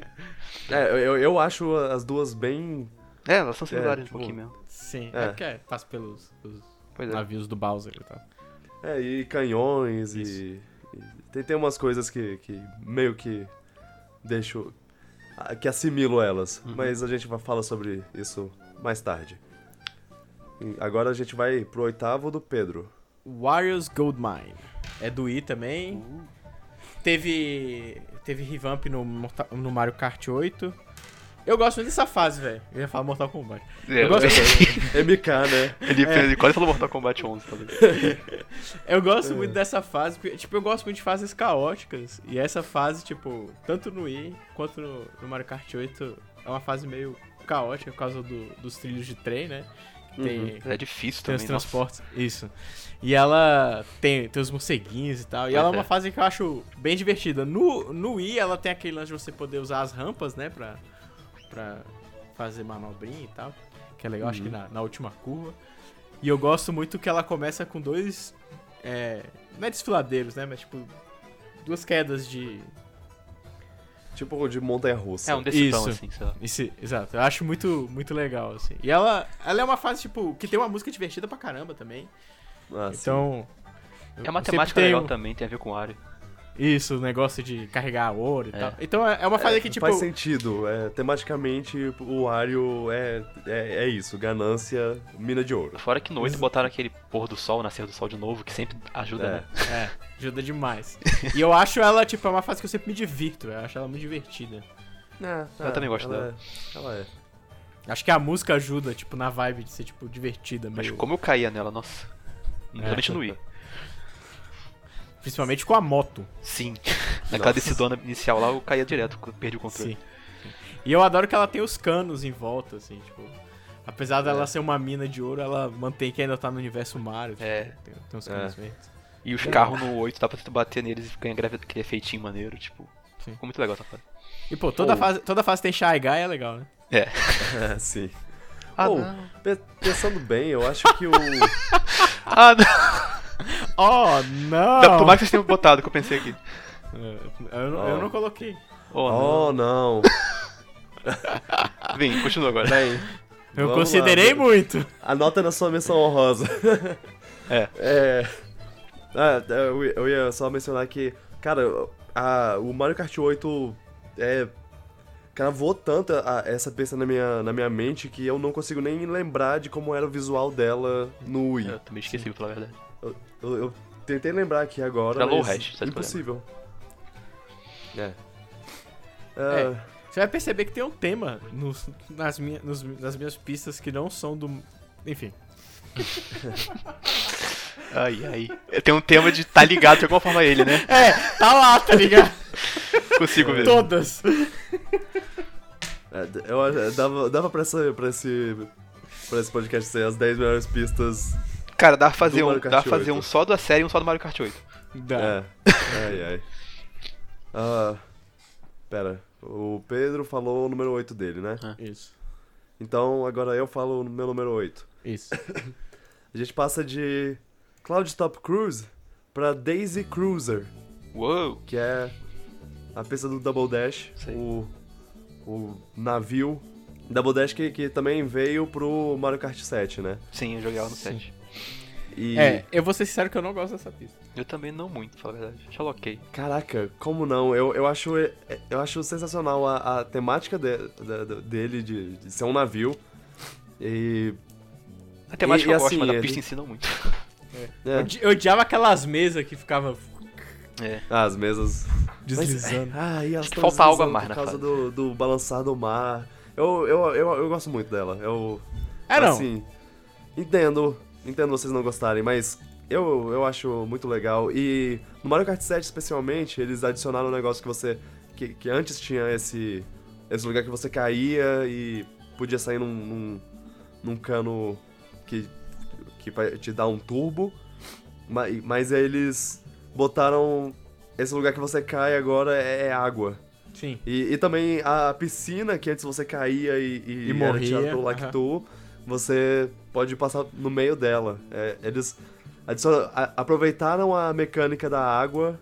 [SPEAKER 1] É, eu, eu acho as duas bem.
[SPEAKER 2] É, elas são similares
[SPEAKER 1] tipo-
[SPEAKER 2] um pouquinho mesmo.
[SPEAKER 3] Sim.
[SPEAKER 1] É.
[SPEAKER 3] É, porque é, passa pelos os
[SPEAKER 2] Pois
[SPEAKER 4] Ah,
[SPEAKER 2] é.
[SPEAKER 3] navios do Bowser e tal.
[SPEAKER 1] É, e canhões e, e tem, tem umas coisas que, que meio que deixo. ah, que assimilo elas.
[SPEAKER 2] Uhum.
[SPEAKER 1] Mas a gente vai falar sobre isso mais tarde. E agora a gente vai pro oitavo do Pedro.
[SPEAKER 3] Warriors Goldmine.
[SPEAKER 4] É do I também.
[SPEAKER 2] Uh,
[SPEAKER 4] Teve. Teve revamp no, Morta- no Mario Kart 8. Eu gosto muito dessa fase, velho. Eu ia falar Mortal Kombat.
[SPEAKER 2] é,
[SPEAKER 4] gosto
[SPEAKER 1] MK, né?
[SPEAKER 2] ele, ele quase falou Mortal Kombat 11 também.
[SPEAKER 4] Eu gosto
[SPEAKER 2] É.
[SPEAKER 4] muito dessa fase, porque, tipo, eu gosto muito de fases caóticas. E essa fase, tipo, tanto no Wii quanto no, no Mario Kart 8, é uma fase meio caótica por causa do- dos trilhos de trem, né? Que Tem,
[SPEAKER 1] Uhum.
[SPEAKER 4] tem
[SPEAKER 2] É difícil
[SPEAKER 4] os
[SPEAKER 2] também. nossa.
[SPEAKER 4] transportes. Isso. E ela tem, tem os morceguinhos e tal. E ela é
[SPEAKER 2] Pois é.
[SPEAKER 4] uma fase que eu acho bem divertida. No, no Wii, ela tem aquele lance de você poder usar as rampas, né? Pra, pra fazer manobrinha e tal. Que é legal, acho que na, na última curva. E eu gosto muito que ela começa com dois. É, não é desfiladeiros, né? Mas tipo. Duas quedas de.
[SPEAKER 1] Tipo de montanha russa.
[SPEAKER 2] É um decidão,
[SPEAKER 4] Isso.
[SPEAKER 2] assim, sei lá.
[SPEAKER 4] Esse, exato, eu acho muito, muito legal, assim. E ela, ela é uma fase, tipo, que tem uma música divertida pra caramba também.
[SPEAKER 1] Ah, sim.
[SPEAKER 4] Então. eu-
[SPEAKER 2] É
[SPEAKER 4] eu
[SPEAKER 2] a matemática
[SPEAKER 4] sempre tenho-
[SPEAKER 2] legal também, tem a ver com área.
[SPEAKER 4] Isso, o negócio de carregar ouro e
[SPEAKER 2] É.
[SPEAKER 4] tal. Então é é uma fase que, tipo.
[SPEAKER 1] Faz sentido. é, tematicamente, o Ario é, é, é isso: ganância, mina de ouro.
[SPEAKER 2] Fora que no 8 botaram aquele pôr do sol, nascer do sol de novo, que sempre ajuda,
[SPEAKER 1] É.
[SPEAKER 2] né?
[SPEAKER 4] É, ajuda demais. e eu acho ela, tipo, é uma fase que eu sempre me divirto. Eu acho ela muito divertida.
[SPEAKER 2] né? Eu também gosto
[SPEAKER 1] ela
[SPEAKER 2] dela.
[SPEAKER 1] É, ela é.
[SPEAKER 4] Acho que a música ajuda, tipo, na vibe de ser, tipo, divertida
[SPEAKER 2] Mas
[SPEAKER 4] meio.
[SPEAKER 2] como eu caía nela, nossa. Principalmente no I.
[SPEAKER 4] Principalmente com a moto.
[SPEAKER 2] Sim. Naquela decidona inicial lá, eu caía direto, perdi o controle.
[SPEAKER 4] Sim. E eu adoro que ela tem os canos em volta, assim, tipo. Apesar dela
[SPEAKER 2] É.
[SPEAKER 4] ser uma mina de ouro, ela mantém que ainda tá no universo Mario. tipo,
[SPEAKER 2] É.
[SPEAKER 4] Tem, tem uns canos verdes.
[SPEAKER 2] E os carros no 8 dá pra tu bater neles e ganhar gravidade, aquele efeitinho maneiro, tipo.
[SPEAKER 4] Sim.
[SPEAKER 2] Ficou muito legal essa fase.
[SPEAKER 4] E, pô, toda,
[SPEAKER 1] Pô.
[SPEAKER 4] fase, toda fase tem Shy Guy, é legal, né?
[SPEAKER 2] É.
[SPEAKER 1] É, sim.
[SPEAKER 2] Ah,
[SPEAKER 1] Ou,
[SPEAKER 2] não.
[SPEAKER 1] pe- pensando bem, eu acho que o.
[SPEAKER 2] Ah, não.
[SPEAKER 4] Oh, não!
[SPEAKER 2] Ah, não! Tomara que vocês tenham botado, que eu pensei aqui.
[SPEAKER 4] Eu, eu não- eu não coloquei.
[SPEAKER 2] Oh,
[SPEAKER 1] Oh, não.
[SPEAKER 2] não. Vem, continua agora.
[SPEAKER 1] Bem,
[SPEAKER 4] Eu
[SPEAKER 1] vamos lá.
[SPEAKER 4] considerei muito.
[SPEAKER 1] Anota na sua menção honrosa.
[SPEAKER 2] É.
[SPEAKER 1] É. Ah, eu ia- eu ia só mencionar que, cara, a- o Mario Kart 8 é. Cravou tanto a- essa peça na minha, na minha mente que eu não consigo nem lembrar de como era o visual dela no Wii.
[SPEAKER 2] Eu também esqueci, pela verdade.
[SPEAKER 1] Eu, eu- eu tentei lembrar aqui agora.
[SPEAKER 2] Travou o
[SPEAKER 1] mas
[SPEAKER 2] resto, tá
[SPEAKER 1] Impossível. É.
[SPEAKER 4] É.
[SPEAKER 1] Ah,
[SPEAKER 4] Você vai perceber que tem um tema nos, nas, minha, nos- nas minhas pistas que não são do. Enfim.
[SPEAKER 2] Ai, ai. Tem um tema de tá ligado de alguma forma a ele, né?
[SPEAKER 4] É, tá lá, tá ligado?
[SPEAKER 2] Consigo ver.
[SPEAKER 4] Todas.
[SPEAKER 1] É, d- Eu acho- é, dava, dava pra, essa, pra, esse, pra esse podcast ser as 10 melhores pistas.
[SPEAKER 2] Cara, dá pra fazer,
[SPEAKER 1] Do
[SPEAKER 2] um,
[SPEAKER 1] Mario
[SPEAKER 2] dá
[SPEAKER 1] Kart
[SPEAKER 2] pra fazer
[SPEAKER 1] 8.
[SPEAKER 2] um só da série e um só do Mario Kart 8.
[SPEAKER 4] Dá.
[SPEAKER 1] É. Ai, ai. Ah, pera. O Pedro falou o número 8 dele, né?
[SPEAKER 4] Isso.
[SPEAKER 1] Então agora eu falo o meu número 8.
[SPEAKER 4] Isso.
[SPEAKER 1] A gente passa de Cloud Top Cruise pra Daisy Cruiser,
[SPEAKER 2] Uou!
[SPEAKER 1] que é a pista do Double Dash,
[SPEAKER 2] Sei.
[SPEAKER 1] o, o navio. Double Dash que, que também veio pro Mario Kart 7, né?
[SPEAKER 2] Sim, eu joguei ela no
[SPEAKER 4] Sim.
[SPEAKER 2] 7.
[SPEAKER 1] E,
[SPEAKER 4] É, eu vou ser sincero que eu não gosto dessa pista.
[SPEAKER 2] Eu também não muito, fala a verdade. Já loquei.
[SPEAKER 1] caraca, como não? Eu, eu, acho, é, eu acho sensacional a, a temática de- da- da- dele de, de ser um navio. E.
[SPEAKER 2] A temática
[SPEAKER 1] E- e
[SPEAKER 2] eu gosto,
[SPEAKER 1] assim,
[SPEAKER 2] mas a
[SPEAKER 1] ele-
[SPEAKER 2] pista ensina muito.
[SPEAKER 1] né?
[SPEAKER 4] Eu di- Eu odiava aquelas mesas que ficavam
[SPEAKER 2] É.
[SPEAKER 1] Ah, as mesas.
[SPEAKER 4] deslizando.
[SPEAKER 1] Ah, e elas
[SPEAKER 2] Acho que
[SPEAKER 1] tão
[SPEAKER 2] falta algo a
[SPEAKER 1] deslizando
[SPEAKER 2] mais
[SPEAKER 1] por
[SPEAKER 2] na
[SPEAKER 1] causa
[SPEAKER 2] fase.
[SPEAKER 1] do, do balançar do mar. Eu, eu, eu, eu gosto muito dela. Eu,
[SPEAKER 4] É, não.
[SPEAKER 1] Assim, entendo, entendo vocês não gostarem, mas eu, eu acho muito legal. E no Mario Kart 7, especialmente, eles adicionaram um negócio que você. que, que antes tinha esse. esse lugar que você caía e podia sair num. num, num cano que, que vai te dar um turbo. ma- Mas, eles botaram. Esse lugar que você cai agora é é água.
[SPEAKER 4] Sim.
[SPEAKER 1] E, e também a piscina, que antes você caía e,
[SPEAKER 4] E
[SPEAKER 1] era
[SPEAKER 4] morria,
[SPEAKER 1] atirado pelo
[SPEAKER 4] aham.
[SPEAKER 1] Lactu, você pode passar no meio dela. É, eles adiciona- a- aproveitaram a mecânica da água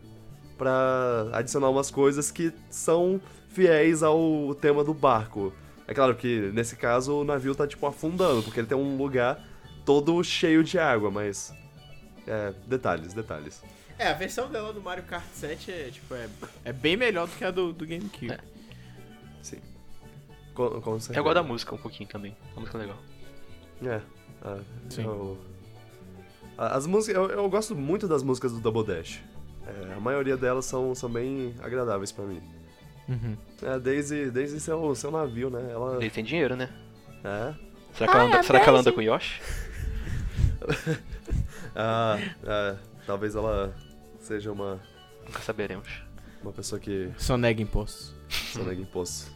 [SPEAKER 1] pra adicionar umas coisas que são fiéis ao tema do barco. É claro que nesse caso o navio tá tipo afundando, porque ele tem um lugar todo cheio de água, mas. É, detalhes, detalhes.
[SPEAKER 4] É, a versão dela do Mario Kart 7 é, tipo, é, é bem melhor do que a do, do GameCube.
[SPEAKER 2] É.
[SPEAKER 1] Sim. Com, com
[SPEAKER 2] Eu
[SPEAKER 1] certeza.
[SPEAKER 2] gosto da música um pouquinho também. A música é legal.
[SPEAKER 1] É. ah,
[SPEAKER 4] Sim.
[SPEAKER 1] eu- a- As músicas. Eu, eu gosto muito das músicas do Double Dash. É, a maioria delas são, são bem agradáveis pra mim.
[SPEAKER 4] Uhum.
[SPEAKER 1] É, a Daisy, Daisy seu, seu navio, né? Ela.
[SPEAKER 2] Ele tem dinheiro, né?
[SPEAKER 1] É.
[SPEAKER 2] Será que ela anda, será que ela anda com o Yoshi?
[SPEAKER 1] Ah, é, talvez ela seja uma,
[SPEAKER 2] Nunca saberemos.
[SPEAKER 1] uma pessoa que
[SPEAKER 4] Só nega impostos.
[SPEAKER 1] sonega em poço.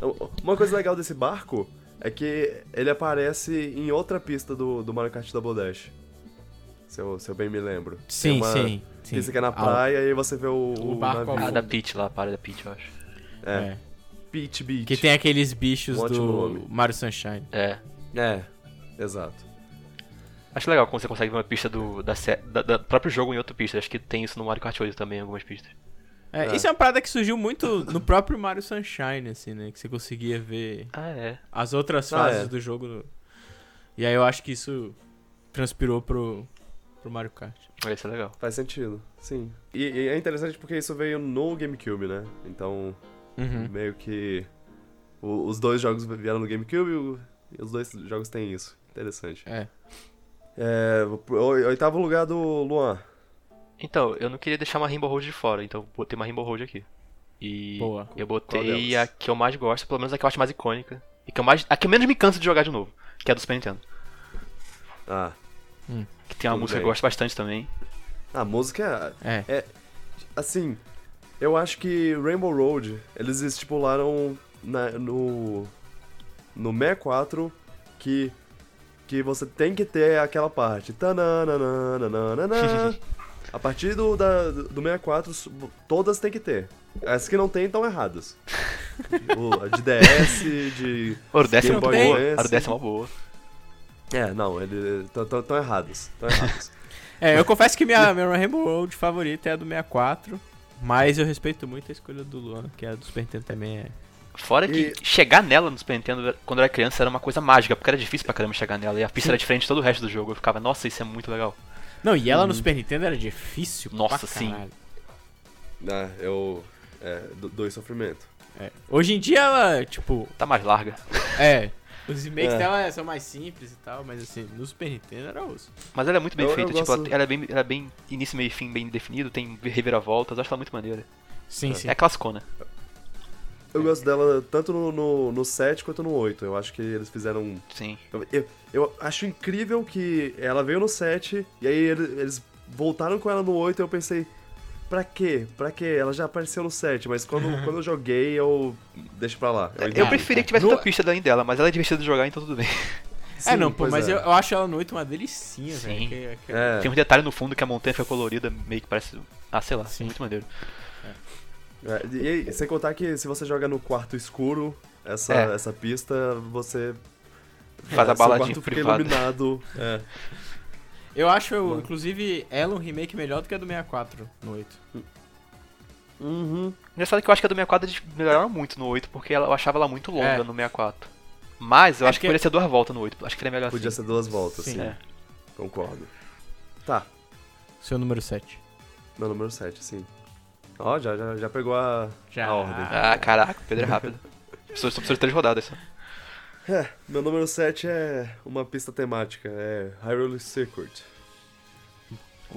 [SPEAKER 1] Uma coisa legal desse barco é que ele aparece em outra pista do, do Mario Kart Double Dash. Se eu, se eu bem me lembro. Tem
[SPEAKER 4] Sim,
[SPEAKER 1] uma-
[SPEAKER 4] sim, sim. Ah,
[SPEAKER 1] Pista que é na praia e aí você vê o,
[SPEAKER 4] O barco
[SPEAKER 1] navio.
[SPEAKER 2] Ah,
[SPEAKER 4] Sim.
[SPEAKER 2] da Peach lá, para da Peach, eu acho.
[SPEAKER 1] É,
[SPEAKER 4] É.
[SPEAKER 1] Peach Beach.
[SPEAKER 4] Que tem aqueles bichos
[SPEAKER 1] Um ótimo nome.
[SPEAKER 4] do Mario Sunshine.
[SPEAKER 2] É.
[SPEAKER 1] É, exato.
[SPEAKER 2] Acho legal quando você consegue ver uma pista do da, sé- da- da próprio jogo em outra pista. Acho que tem isso no Mario Kart 8 também, em algumas pistas.
[SPEAKER 4] É,
[SPEAKER 1] É.
[SPEAKER 4] Isso é uma parada que surgiu muito no próprio Mario Sunshine, assim, né? Que você conseguia ver
[SPEAKER 2] Ah, é.
[SPEAKER 4] as outras
[SPEAKER 1] Ah,
[SPEAKER 4] fases
[SPEAKER 1] é.
[SPEAKER 4] do jogo. no- E aí eu acho que isso transpirou pro, pro Mario Kart.
[SPEAKER 2] Olha, Isso é legal.
[SPEAKER 1] Faz sentido, sim. E, e é interessante porque isso veio no GameCube, né? Então,
[SPEAKER 4] Uhum.
[SPEAKER 1] meio que. o- os dois jogos vieram no GameCube e o- e os dois jogos têm isso. Interessante.
[SPEAKER 4] É.
[SPEAKER 1] É, o- o- oitavo lugar do Luan.
[SPEAKER 2] Então, eu não queria deixar uma Rainbow Road de fora, então botei uma Rainbow Road aqui. E
[SPEAKER 4] Boa.
[SPEAKER 2] eu
[SPEAKER 1] Qual
[SPEAKER 2] botei a
[SPEAKER 1] delas?
[SPEAKER 2] que eu mais gosto, pelo menos a que eu acho mais icônica. E que eu mais. A que eu menos me canso de jogar de novo, que é a do Super Nintendo.
[SPEAKER 1] Ah,
[SPEAKER 2] Que tem uma
[SPEAKER 1] Tudo
[SPEAKER 2] música que
[SPEAKER 1] bem.
[SPEAKER 2] eu gosto bastante também.
[SPEAKER 1] a música.
[SPEAKER 4] É.
[SPEAKER 1] Assim, eu acho que Rainbow Road, eles estipularam na- no. No ME 4 que. Que você tem que ter aquela parte. Tananananananana. A partir do, da, do 64, su- todas tem que ter. As que não tem estão erradas. O- a de DS, de.
[SPEAKER 2] Pô, o décimo
[SPEAKER 1] Game
[SPEAKER 2] é uma
[SPEAKER 1] Boy
[SPEAKER 2] boa.
[SPEAKER 1] Advance.
[SPEAKER 2] A do décimo é uma boa.
[SPEAKER 1] É, não, ele. Estão erradas. Estão erradas.
[SPEAKER 4] É, eu confesso que minha, minha Rainbow Road favorita é a do 64, mas eu respeito muito a escolha do Luan, que a do Super Nintendo também é.
[SPEAKER 2] Fora que
[SPEAKER 1] E-
[SPEAKER 2] chegar nela no Super Nintendo quando eu era criança era uma coisa mágica, porque era difícil pra caramba chegar nela. E a pista era diferente de todo o resto do jogo. Eu ficava, nossa, isso é muito legal.
[SPEAKER 4] Não, e ela no Super Nintendo era difícil
[SPEAKER 2] Nossa,
[SPEAKER 4] pra
[SPEAKER 2] sim.
[SPEAKER 4] caralho.
[SPEAKER 1] Ah, eu. É, do- dois sofrimento.
[SPEAKER 4] É. Hoje em dia ela, tipo,
[SPEAKER 2] Tá mais larga.
[SPEAKER 4] é. Os remakes
[SPEAKER 1] É.
[SPEAKER 4] dela são mais simples e tal, mas assim, no Super Nintendo era osso.
[SPEAKER 2] Mas ela é muito bem
[SPEAKER 1] Eu- eu
[SPEAKER 2] feita, tipo,
[SPEAKER 1] gosto-
[SPEAKER 2] ela- ela é bem, ela é bem início, meio e É. fim bem definido, tem reviravoltas, eu acho ela muito maneira.
[SPEAKER 4] Sim, sim.
[SPEAKER 2] É a classicona.
[SPEAKER 1] Eu gosto dela tanto no, no, no 7 quanto no 8. Eu acho que eles fizeram.
[SPEAKER 2] Sim.
[SPEAKER 1] Eu, eu, eu acho incrível que ela veio no 7 e aí ele- eles voltaram com ela no 8 e eu pensei. Pra quê? Pra quê? Ela já apareceu no 7, mas quando, quando eu joguei, eu. Deixa pra lá.
[SPEAKER 2] Eu
[SPEAKER 1] entendi.
[SPEAKER 2] preferia que tivesse
[SPEAKER 3] é. No-
[SPEAKER 2] outra pista além dela, mas ela é divertida de jogar, então tudo bem.
[SPEAKER 3] é,
[SPEAKER 1] Sim,
[SPEAKER 3] não, pô,
[SPEAKER 1] pois
[SPEAKER 3] mas
[SPEAKER 1] é.
[SPEAKER 3] Eu, eu acho ela no 8 uma delicinha,
[SPEAKER 2] Sim.
[SPEAKER 3] velho. que- que-
[SPEAKER 1] É.
[SPEAKER 2] Tem um detalhe no fundo que a montanha fica colorida, meio que parece. Ah, sei lá,
[SPEAKER 3] Sim.
[SPEAKER 2] muito maneiro.
[SPEAKER 1] É, e aí, sem contar que se você joga no quarto escuro, essa,
[SPEAKER 2] É.
[SPEAKER 1] essa pista, você.
[SPEAKER 2] Faz a
[SPEAKER 1] É, seu
[SPEAKER 2] baladinha
[SPEAKER 1] quarto fica
[SPEAKER 2] privada.
[SPEAKER 1] iluminado. É.
[SPEAKER 3] Eu acho,
[SPEAKER 1] Bom.
[SPEAKER 3] inclusive, ela um remake melhor do que a do 64 no 8.
[SPEAKER 1] Uhum.
[SPEAKER 2] Engraçado que eu acho que a do 64 eles melhoraram muito no 8, porque ela- eu achava ela muito longa
[SPEAKER 3] É.
[SPEAKER 2] no 64. Mas eu
[SPEAKER 3] É
[SPEAKER 2] acho que
[SPEAKER 3] porque-
[SPEAKER 2] poderia ser duas voltas no 8, acho que seria melhor
[SPEAKER 1] Podia
[SPEAKER 2] assim.
[SPEAKER 1] ser duas voltas,
[SPEAKER 3] Sim.
[SPEAKER 1] sim.
[SPEAKER 2] É.
[SPEAKER 1] Concordo. Tá,
[SPEAKER 3] Seu número 7.
[SPEAKER 1] meu número 7, sim. Ó, já, já, já pegou a,
[SPEAKER 3] Já.
[SPEAKER 1] a ordem.
[SPEAKER 2] Ah, caraca, o Pedro é rápido. Só só precisa de três rodadas só.
[SPEAKER 1] É, meu número 7 é uma pista temática, é Hyrule Secret.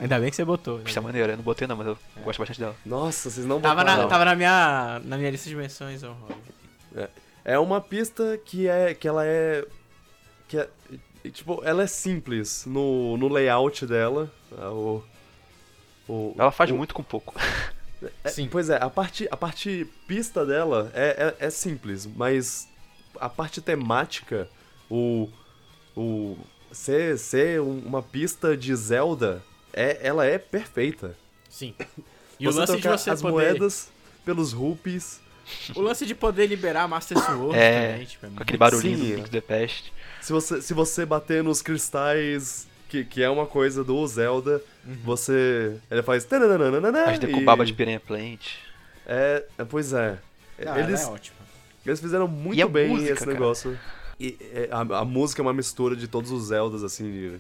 [SPEAKER 3] Ainda bem que você botou. né?
[SPEAKER 2] Pista maneira, eu não botei não, mas eu
[SPEAKER 3] É.
[SPEAKER 2] gosto bastante dela.
[SPEAKER 1] Nossa, vocês não
[SPEAKER 3] Tava, na,
[SPEAKER 1] botaram.
[SPEAKER 3] tava na, minha, na minha lista de menções, ó.
[SPEAKER 1] É uma pista que é. que ela é. que é. e, Tipo, ela é simples no, no layout dela. tá? O, o,
[SPEAKER 2] Ela faz
[SPEAKER 1] o-
[SPEAKER 2] muito com pouco.
[SPEAKER 1] É,
[SPEAKER 3] Sim.
[SPEAKER 1] Pois é, a parte, a parte pista dela é, é, é simples, mas a parte temática, o. o ser, ser um- uma pista de Zelda, é, ela é perfeita.
[SPEAKER 3] Sim. E o lance de
[SPEAKER 1] trocar
[SPEAKER 3] você
[SPEAKER 1] as
[SPEAKER 3] poder...
[SPEAKER 1] moedas pelos rupees.
[SPEAKER 3] O lance de poder liberar Master Sword
[SPEAKER 2] É,
[SPEAKER 3] também, tipo, é
[SPEAKER 2] Com
[SPEAKER 3] muito-
[SPEAKER 2] aquele barulhinho
[SPEAKER 1] Sim.
[SPEAKER 2] do Link the Past.
[SPEAKER 1] Se você, se você bater nos cristais, que, que é uma coisa do Zelda,
[SPEAKER 3] Uhum.
[SPEAKER 1] você. Ele faz. tananana
[SPEAKER 2] As
[SPEAKER 1] Ah, e-
[SPEAKER 2] decubabas de Piranha Plant.
[SPEAKER 1] É, é, pois é.
[SPEAKER 3] Não, ela
[SPEAKER 1] Eles
[SPEAKER 3] é ótima.
[SPEAKER 1] Eles fizeram muito
[SPEAKER 2] E a
[SPEAKER 1] bem
[SPEAKER 2] música,
[SPEAKER 1] esse
[SPEAKER 2] cara?
[SPEAKER 1] negócio. E é, a, a música é uma mistura de todos os Zeldas, assim, de,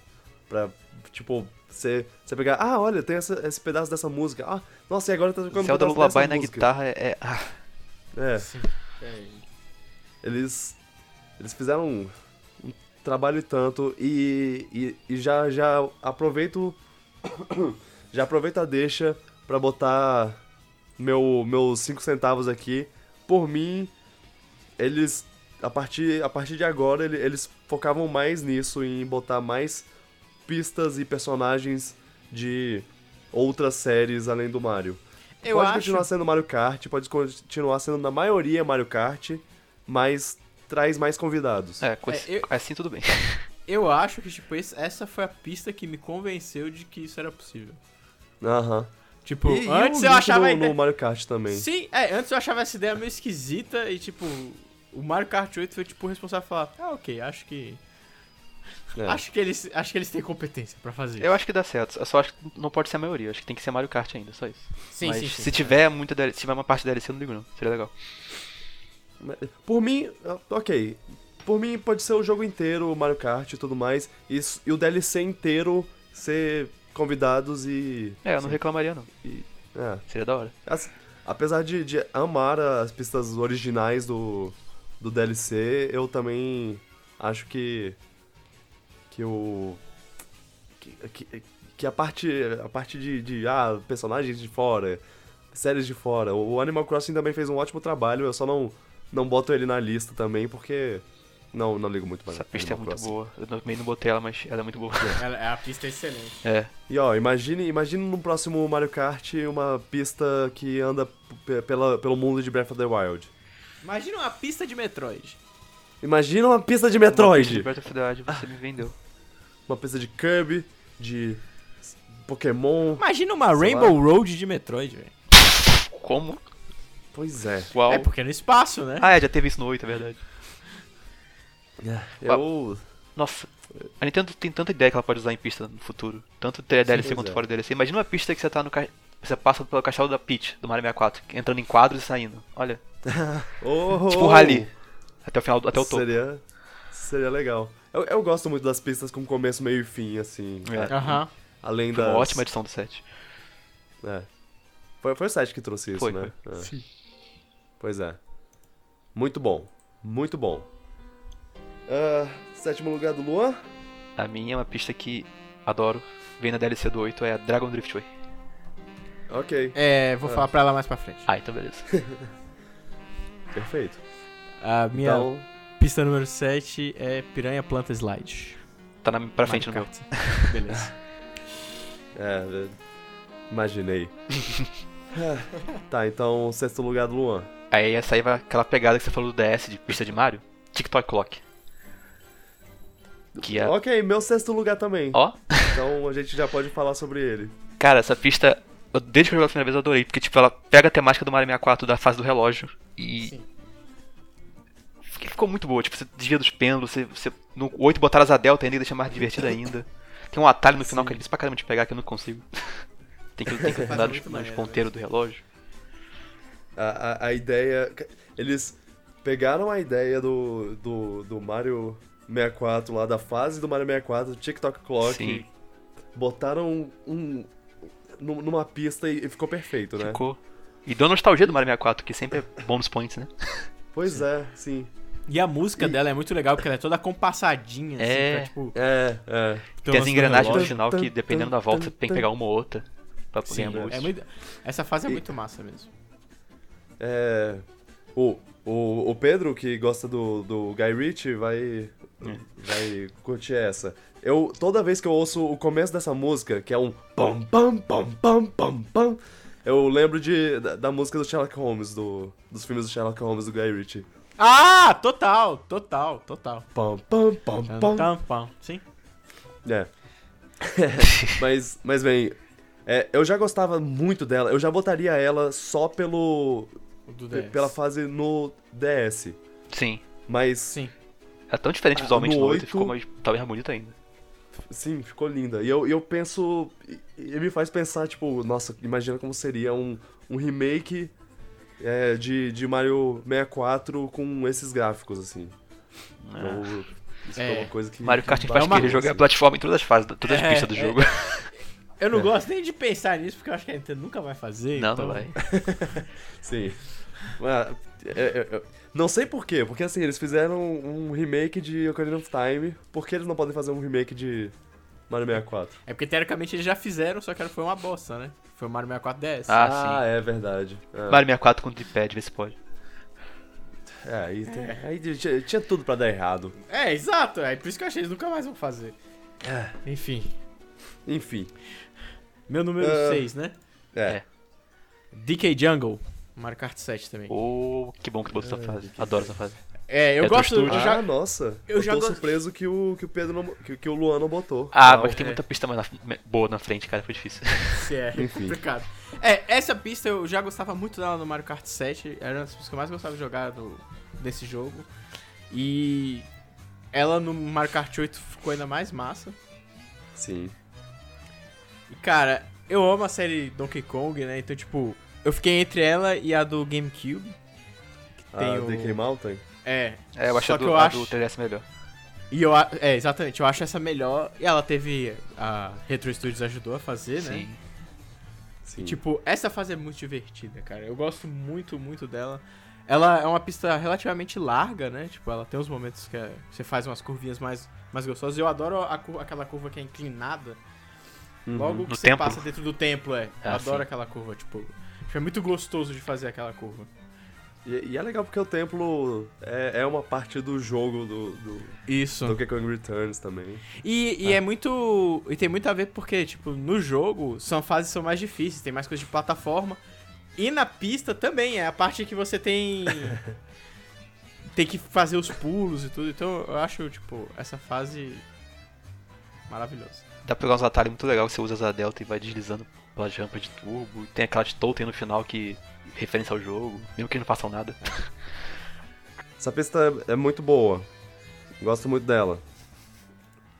[SPEAKER 1] pra, tipo, você você pegar, ah, olha, tem essa- esse pedaço dessa música. Ah, nossa, e agora tá tocando um
[SPEAKER 2] Zelda
[SPEAKER 1] pedaço
[SPEAKER 2] Lullaby
[SPEAKER 1] dessa
[SPEAKER 2] na
[SPEAKER 1] música.
[SPEAKER 2] guitarra é... é- ah,
[SPEAKER 1] É,
[SPEAKER 3] Sim.
[SPEAKER 1] eles, eles fizeram um, um trabalho e tanto e, e, e já, já aproveito, já aproveito a deixa pra botar meu, meus 5 centavos aqui. Por mim, eles a partir, a partir de agora ele- eles focavam mais nisso em botar mais pistas e personagens de outras séries além do Mario.
[SPEAKER 3] Eu
[SPEAKER 1] pode
[SPEAKER 3] acho-
[SPEAKER 1] continuar sendo Mario Kart, pode continuar sendo na maioria Mario Kart, mas traz mais convidados.
[SPEAKER 2] é, com
[SPEAKER 3] É,
[SPEAKER 2] esse-
[SPEAKER 3] eu-
[SPEAKER 2] assim tudo bem.
[SPEAKER 3] Eu acho que, tipo, esse- essa foi a pista que me convenceu de que isso era possível.
[SPEAKER 1] Aham.
[SPEAKER 3] Tipo,
[SPEAKER 1] E- e
[SPEAKER 3] antes
[SPEAKER 1] o
[SPEAKER 3] eu
[SPEAKER 1] Link
[SPEAKER 3] achava a
[SPEAKER 1] no,
[SPEAKER 3] ideia...
[SPEAKER 1] no Mario Kart também.
[SPEAKER 3] Sim, é, antes eu achava essa ideia meio esquisita e, tipo, o Mario Kart 8 foi, tipo, o responsável por falar, ah, ok, acho que...
[SPEAKER 1] É.
[SPEAKER 3] Acho, que eles, acho que eles têm competência pra fazer.
[SPEAKER 2] Eu acho que dá certo, eu só acho que não pode ser a maioria, acho que tem que ser Mario Kart ainda, só isso.
[SPEAKER 3] Sim,
[SPEAKER 2] mas
[SPEAKER 3] sim, sim.
[SPEAKER 2] se tiver muita DLC, se tiver uma parte da DLC, eu não ligo não, seria legal.
[SPEAKER 1] Por mim, ah, ok. Por mim pode ser o jogo inteiro, o Mario Kart e tudo mais, e, s- e o DLC inteiro ser convidados e.
[SPEAKER 2] É, eu não reclamaria não,
[SPEAKER 1] É.
[SPEAKER 2] seria da hora.
[SPEAKER 1] As- apesar de, de amar as pistas originais do, do DLC, eu também acho que. que o. que, que, que a parte. a parte de, de. ah, personagens de fora, séries de fora. O Animal Crossing também fez um ótimo trabalho, eu só não, não boto ele na lista também porque. Não, não ligo muito para
[SPEAKER 2] Essa pista é muito boa, eu também não botei ela, mas ela é muito boa.
[SPEAKER 3] Ela- é a pista é excelente.
[SPEAKER 2] É,
[SPEAKER 1] E ó, imagine, imagine no próximo Mario Kart uma pista que anda p- pela, pelo mundo de Breath of the Wild.
[SPEAKER 3] Imagina uma pista de Metroid.
[SPEAKER 1] Imagina uma pista de
[SPEAKER 2] Uma pista de
[SPEAKER 1] Metroid.
[SPEAKER 2] Breath of the Wild, você me vendeu.
[SPEAKER 1] Uma pista de Kirby, de Pokémon.
[SPEAKER 3] Imagina uma
[SPEAKER 1] Sei
[SPEAKER 3] Rainbow Road de Metroid, velho.
[SPEAKER 2] Como?
[SPEAKER 1] Pois é.
[SPEAKER 2] Qual?
[SPEAKER 3] É porque é no espaço, né?
[SPEAKER 2] Ah, é, já teve isso no 8, é verdade. É.
[SPEAKER 1] É, Eu.
[SPEAKER 2] Nossa, a Nintendo tem tanta ideia que ela pode usar em pista no futuro. Tanto DLC
[SPEAKER 1] pois
[SPEAKER 2] quanto
[SPEAKER 1] é.
[SPEAKER 2] fora DLC. Imagina uma pista que você tá no ca... Você passa pelo castelo da Peach, do Mario 64, entrando em quadros e saindo. Olha,
[SPEAKER 1] Oh,
[SPEAKER 2] tipo um rally. Até o final, até o topo.
[SPEAKER 1] Seria, seria legal. Eu, eu gosto muito das pistas com começo, meio e fim, assim.
[SPEAKER 2] É.
[SPEAKER 3] Aham.
[SPEAKER 1] Além
[SPEAKER 2] Foi
[SPEAKER 1] das.
[SPEAKER 2] uma ótima edição do set.
[SPEAKER 1] É. Foi, foi o site que trouxe isso,
[SPEAKER 2] Foi,
[SPEAKER 1] né? É. Pois é. Muito bom. Muito bom. Ah, sétimo lugar do Luan.
[SPEAKER 2] A minha é uma pista que adoro. Vem na DLC do 8, é a Dragon Driftway.
[SPEAKER 1] Ok. É.
[SPEAKER 3] É, vou falar pra ela mais pra frente.
[SPEAKER 2] Ah, então beleza.
[SPEAKER 1] Perfeito.
[SPEAKER 4] A minha
[SPEAKER 1] Então,
[SPEAKER 4] pista número 7 é Piranha Planta Slide.
[SPEAKER 2] Tá na, pra frente no meu.
[SPEAKER 4] Mario Kart. Beleza.
[SPEAKER 1] é, é, imaginei. tá, então, sexto lugar do Luan.
[SPEAKER 2] Aí essa aí vai aquela pegada que você falou do DS, de pista de Mario. TikTok Clock. Que é...
[SPEAKER 1] Ok, meu sexto lugar também.
[SPEAKER 2] Ó,
[SPEAKER 1] Então a gente já pode falar sobre ele.
[SPEAKER 2] cara, essa pista, eu- desde que eu joguei a primeira vez eu adorei, porque tipo, ela pega a temática do Mario 64 da fase do relógio e...
[SPEAKER 3] Sim.
[SPEAKER 2] Fica- Ficou muito boa, tipo, você desvia dos pêndulos, você, você no 8 botaram as a Delta ainda e deixa mais divertida ainda. Tem um atalho no final que é difícil pra caramba de pegar que eu não consigo. tem que, tem que
[SPEAKER 3] Faz
[SPEAKER 2] andar nos,
[SPEAKER 3] é muito né?
[SPEAKER 2] nos
[SPEAKER 3] maneiro,
[SPEAKER 2] ponteiros do relógio.
[SPEAKER 1] A, a, a ideia. Eles pegaram a ideia do, do, do Mario 64, lá da fase do Mario 64, do TikTok Clock,
[SPEAKER 2] Sim,
[SPEAKER 1] botaram um. num- numa pista e, e ficou perfeito, né?
[SPEAKER 2] ficou. E deu nostalgia do Mario 64, que sempre é bônus points, né?
[SPEAKER 1] Pois é, sim.
[SPEAKER 4] E a música
[SPEAKER 1] E-
[SPEAKER 4] dela é muito legal, porque ela é toda compassadinha, assim,
[SPEAKER 2] É.
[SPEAKER 4] pra, tipo...
[SPEAKER 1] É, é.
[SPEAKER 4] ter um
[SPEAKER 2] Tem as
[SPEAKER 4] lance do
[SPEAKER 2] engrenagens no
[SPEAKER 4] relógio.
[SPEAKER 2] final que, dependendo da volta, você tem que pegar uma ou outra pra poder
[SPEAKER 4] Sim,
[SPEAKER 2] ganhar boost.
[SPEAKER 4] é muito... Essa fase é
[SPEAKER 1] E-
[SPEAKER 4] muito massa mesmo.
[SPEAKER 1] É. O, o, o Pedro, que gosta do, do Guy Ritchie, vai. Vai curtir essa. Eu, toda vez que eu ouço o começo dessa música, que é um pam pam pam pam pam pam, eu lembro de, da, da música do Sherlock Holmes, do, dos filmes do Sherlock Holmes do Guy Ritchie.
[SPEAKER 4] Ah, total, total, total.
[SPEAKER 1] Pam pam pam
[SPEAKER 4] Tam,
[SPEAKER 1] pam.
[SPEAKER 4] tam, pam. Sim.
[SPEAKER 1] É. mas, mas bem, é, eu já gostava muito dela. Eu já botaria ela só pelo
[SPEAKER 4] O do
[SPEAKER 1] pe-
[SPEAKER 4] DS.
[SPEAKER 1] pela fase no DS.
[SPEAKER 2] Sim.
[SPEAKER 1] Mas
[SPEAKER 4] Sim.
[SPEAKER 2] É tão diferente visualmente
[SPEAKER 1] Ah, no
[SPEAKER 2] do 8
[SPEAKER 1] oito-
[SPEAKER 2] ficou mais, talvez mais bonito ainda.
[SPEAKER 1] Sim, ficou linda. E eu, eu penso. E, e me faz pensar, tipo, nossa, imagina como seria um, um remake é, de, de Mario 64 com esses gráficos, assim.
[SPEAKER 2] É.
[SPEAKER 1] Eu- isso
[SPEAKER 4] É.
[SPEAKER 1] é uma coisa que.
[SPEAKER 2] Mario
[SPEAKER 1] que
[SPEAKER 2] Kart
[SPEAKER 1] bate
[SPEAKER 2] faz
[SPEAKER 4] uma
[SPEAKER 2] querer
[SPEAKER 1] assim.
[SPEAKER 2] jogar plataforma em todas as fases, todas as
[SPEAKER 4] É,
[SPEAKER 2] pistas do
[SPEAKER 4] é.
[SPEAKER 2] jogo.
[SPEAKER 4] Eu não
[SPEAKER 1] É.
[SPEAKER 4] gosto nem de pensar nisso, porque eu acho que a Nintendo nunca vai fazer.
[SPEAKER 2] Não,
[SPEAKER 4] então...
[SPEAKER 2] não vai.
[SPEAKER 1] É. Sim. Mas, é, é, é, não sei por quê, porque assim, eles fizeram um remake de Ocarina of Time, por que eles não podem fazer um remake de Mario 64?
[SPEAKER 4] É porque, teoricamente, eles já fizeram, só que foi uma bosta, né? Foi o Mario 64 DS.
[SPEAKER 2] Ah, sim.
[SPEAKER 1] é verdade. É,
[SPEAKER 2] Mario 64 com tripad, vê se pode.
[SPEAKER 1] é, aí, tem- aí tinha, tinha tudo pra dar errado.
[SPEAKER 4] É, exato. É por isso que eu achei, eles nunca mais vão fazer.
[SPEAKER 1] É.
[SPEAKER 4] Enfim.
[SPEAKER 1] Enfim,
[SPEAKER 4] Meu número
[SPEAKER 1] Ah.
[SPEAKER 4] 6, né?
[SPEAKER 1] é.
[SPEAKER 2] É.
[SPEAKER 4] DK Jungle. Mario Kart 7
[SPEAKER 1] É.
[SPEAKER 4] também.
[SPEAKER 2] Oh, que bom que botou essa fase. Adoro essa fase.
[SPEAKER 4] É, eu
[SPEAKER 2] É do
[SPEAKER 4] gosto.
[SPEAKER 2] estúdio.
[SPEAKER 1] ah,
[SPEAKER 4] Eu já...
[SPEAKER 1] nossa.
[SPEAKER 4] eu
[SPEAKER 1] Eu,
[SPEAKER 4] já
[SPEAKER 1] tô
[SPEAKER 4] gosto-
[SPEAKER 1] surpreso que o, que o Pedro não, que, que o Luan não botou.
[SPEAKER 2] Ah,
[SPEAKER 1] Não.
[SPEAKER 2] mas tem muita pista mais na- me- boa na frente, cara. Foi difícil.
[SPEAKER 4] Isso é
[SPEAKER 1] Enfim.
[SPEAKER 4] complicado. É, essa pista eu já gostava muito dela no Mario Kart 7. Era uma das pistas que eu mais gostava de jogar do, desse jogo. E ela no Mario Kart 8 ficou ainda mais massa.
[SPEAKER 1] Sim.
[SPEAKER 4] E cara, eu amo a série Donkey Kong, né? Então, tipo, eu fiquei entre ela e a do GameCube.
[SPEAKER 1] A
[SPEAKER 4] Tem o-
[SPEAKER 1] DK Mountain?
[SPEAKER 4] É.
[SPEAKER 2] É, eu acho
[SPEAKER 4] Só
[SPEAKER 2] a do,
[SPEAKER 4] que eu
[SPEAKER 2] a
[SPEAKER 4] acho-
[SPEAKER 2] do 3DS melhor.
[SPEAKER 4] E eu a- é, exatamente, eu acho essa melhor. E ela teve. A Retro Studios ajudou a fazer, né?
[SPEAKER 2] Sim.
[SPEAKER 1] Sim.
[SPEAKER 4] Tipo, essa fase é muito divertida, cara. Eu gosto muito, muito dela. Ela é uma pista relativamente larga, né? Tipo, ela tem uns momentos que é- você faz umas curvinhas mais, mais gostosas. Eu adoro a cur- aquela curva que é inclinada.
[SPEAKER 1] Uhum.
[SPEAKER 4] Logo que
[SPEAKER 2] No
[SPEAKER 4] você
[SPEAKER 2] templo?
[SPEAKER 4] passa dentro do templo, é. Eu
[SPEAKER 2] Ah,
[SPEAKER 4] adoro
[SPEAKER 2] sim.
[SPEAKER 4] aquela curva, tipo. tipo, É muito gostoso de fazer aquela curva.
[SPEAKER 1] E, e é legal porque o templo é, é uma parte do jogo do, do
[SPEAKER 4] Isso.
[SPEAKER 1] Donkey Kong Returns também.
[SPEAKER 4] E, e é muito. E tem muito a ver porque, tipo, no jogo, são fases são mais difíceis, tem mais coisa de plataforma. E na pista também, é a parte que você tem. tem que fazer os pulos e tudo. Então eu acho, tipo, essa fase. maravilhosa.
[SPEAKER 2] Dá pra pegar uns atalhos muito legal que você usa as a Delta e vai deslizando pelas rampas de turbo. Tem aquela de Tolkien no final que referência ao jogo, mesmo que eles não façam nada.
[SPEAKER 1] Essa pista é muito boa. Gosto muito dela.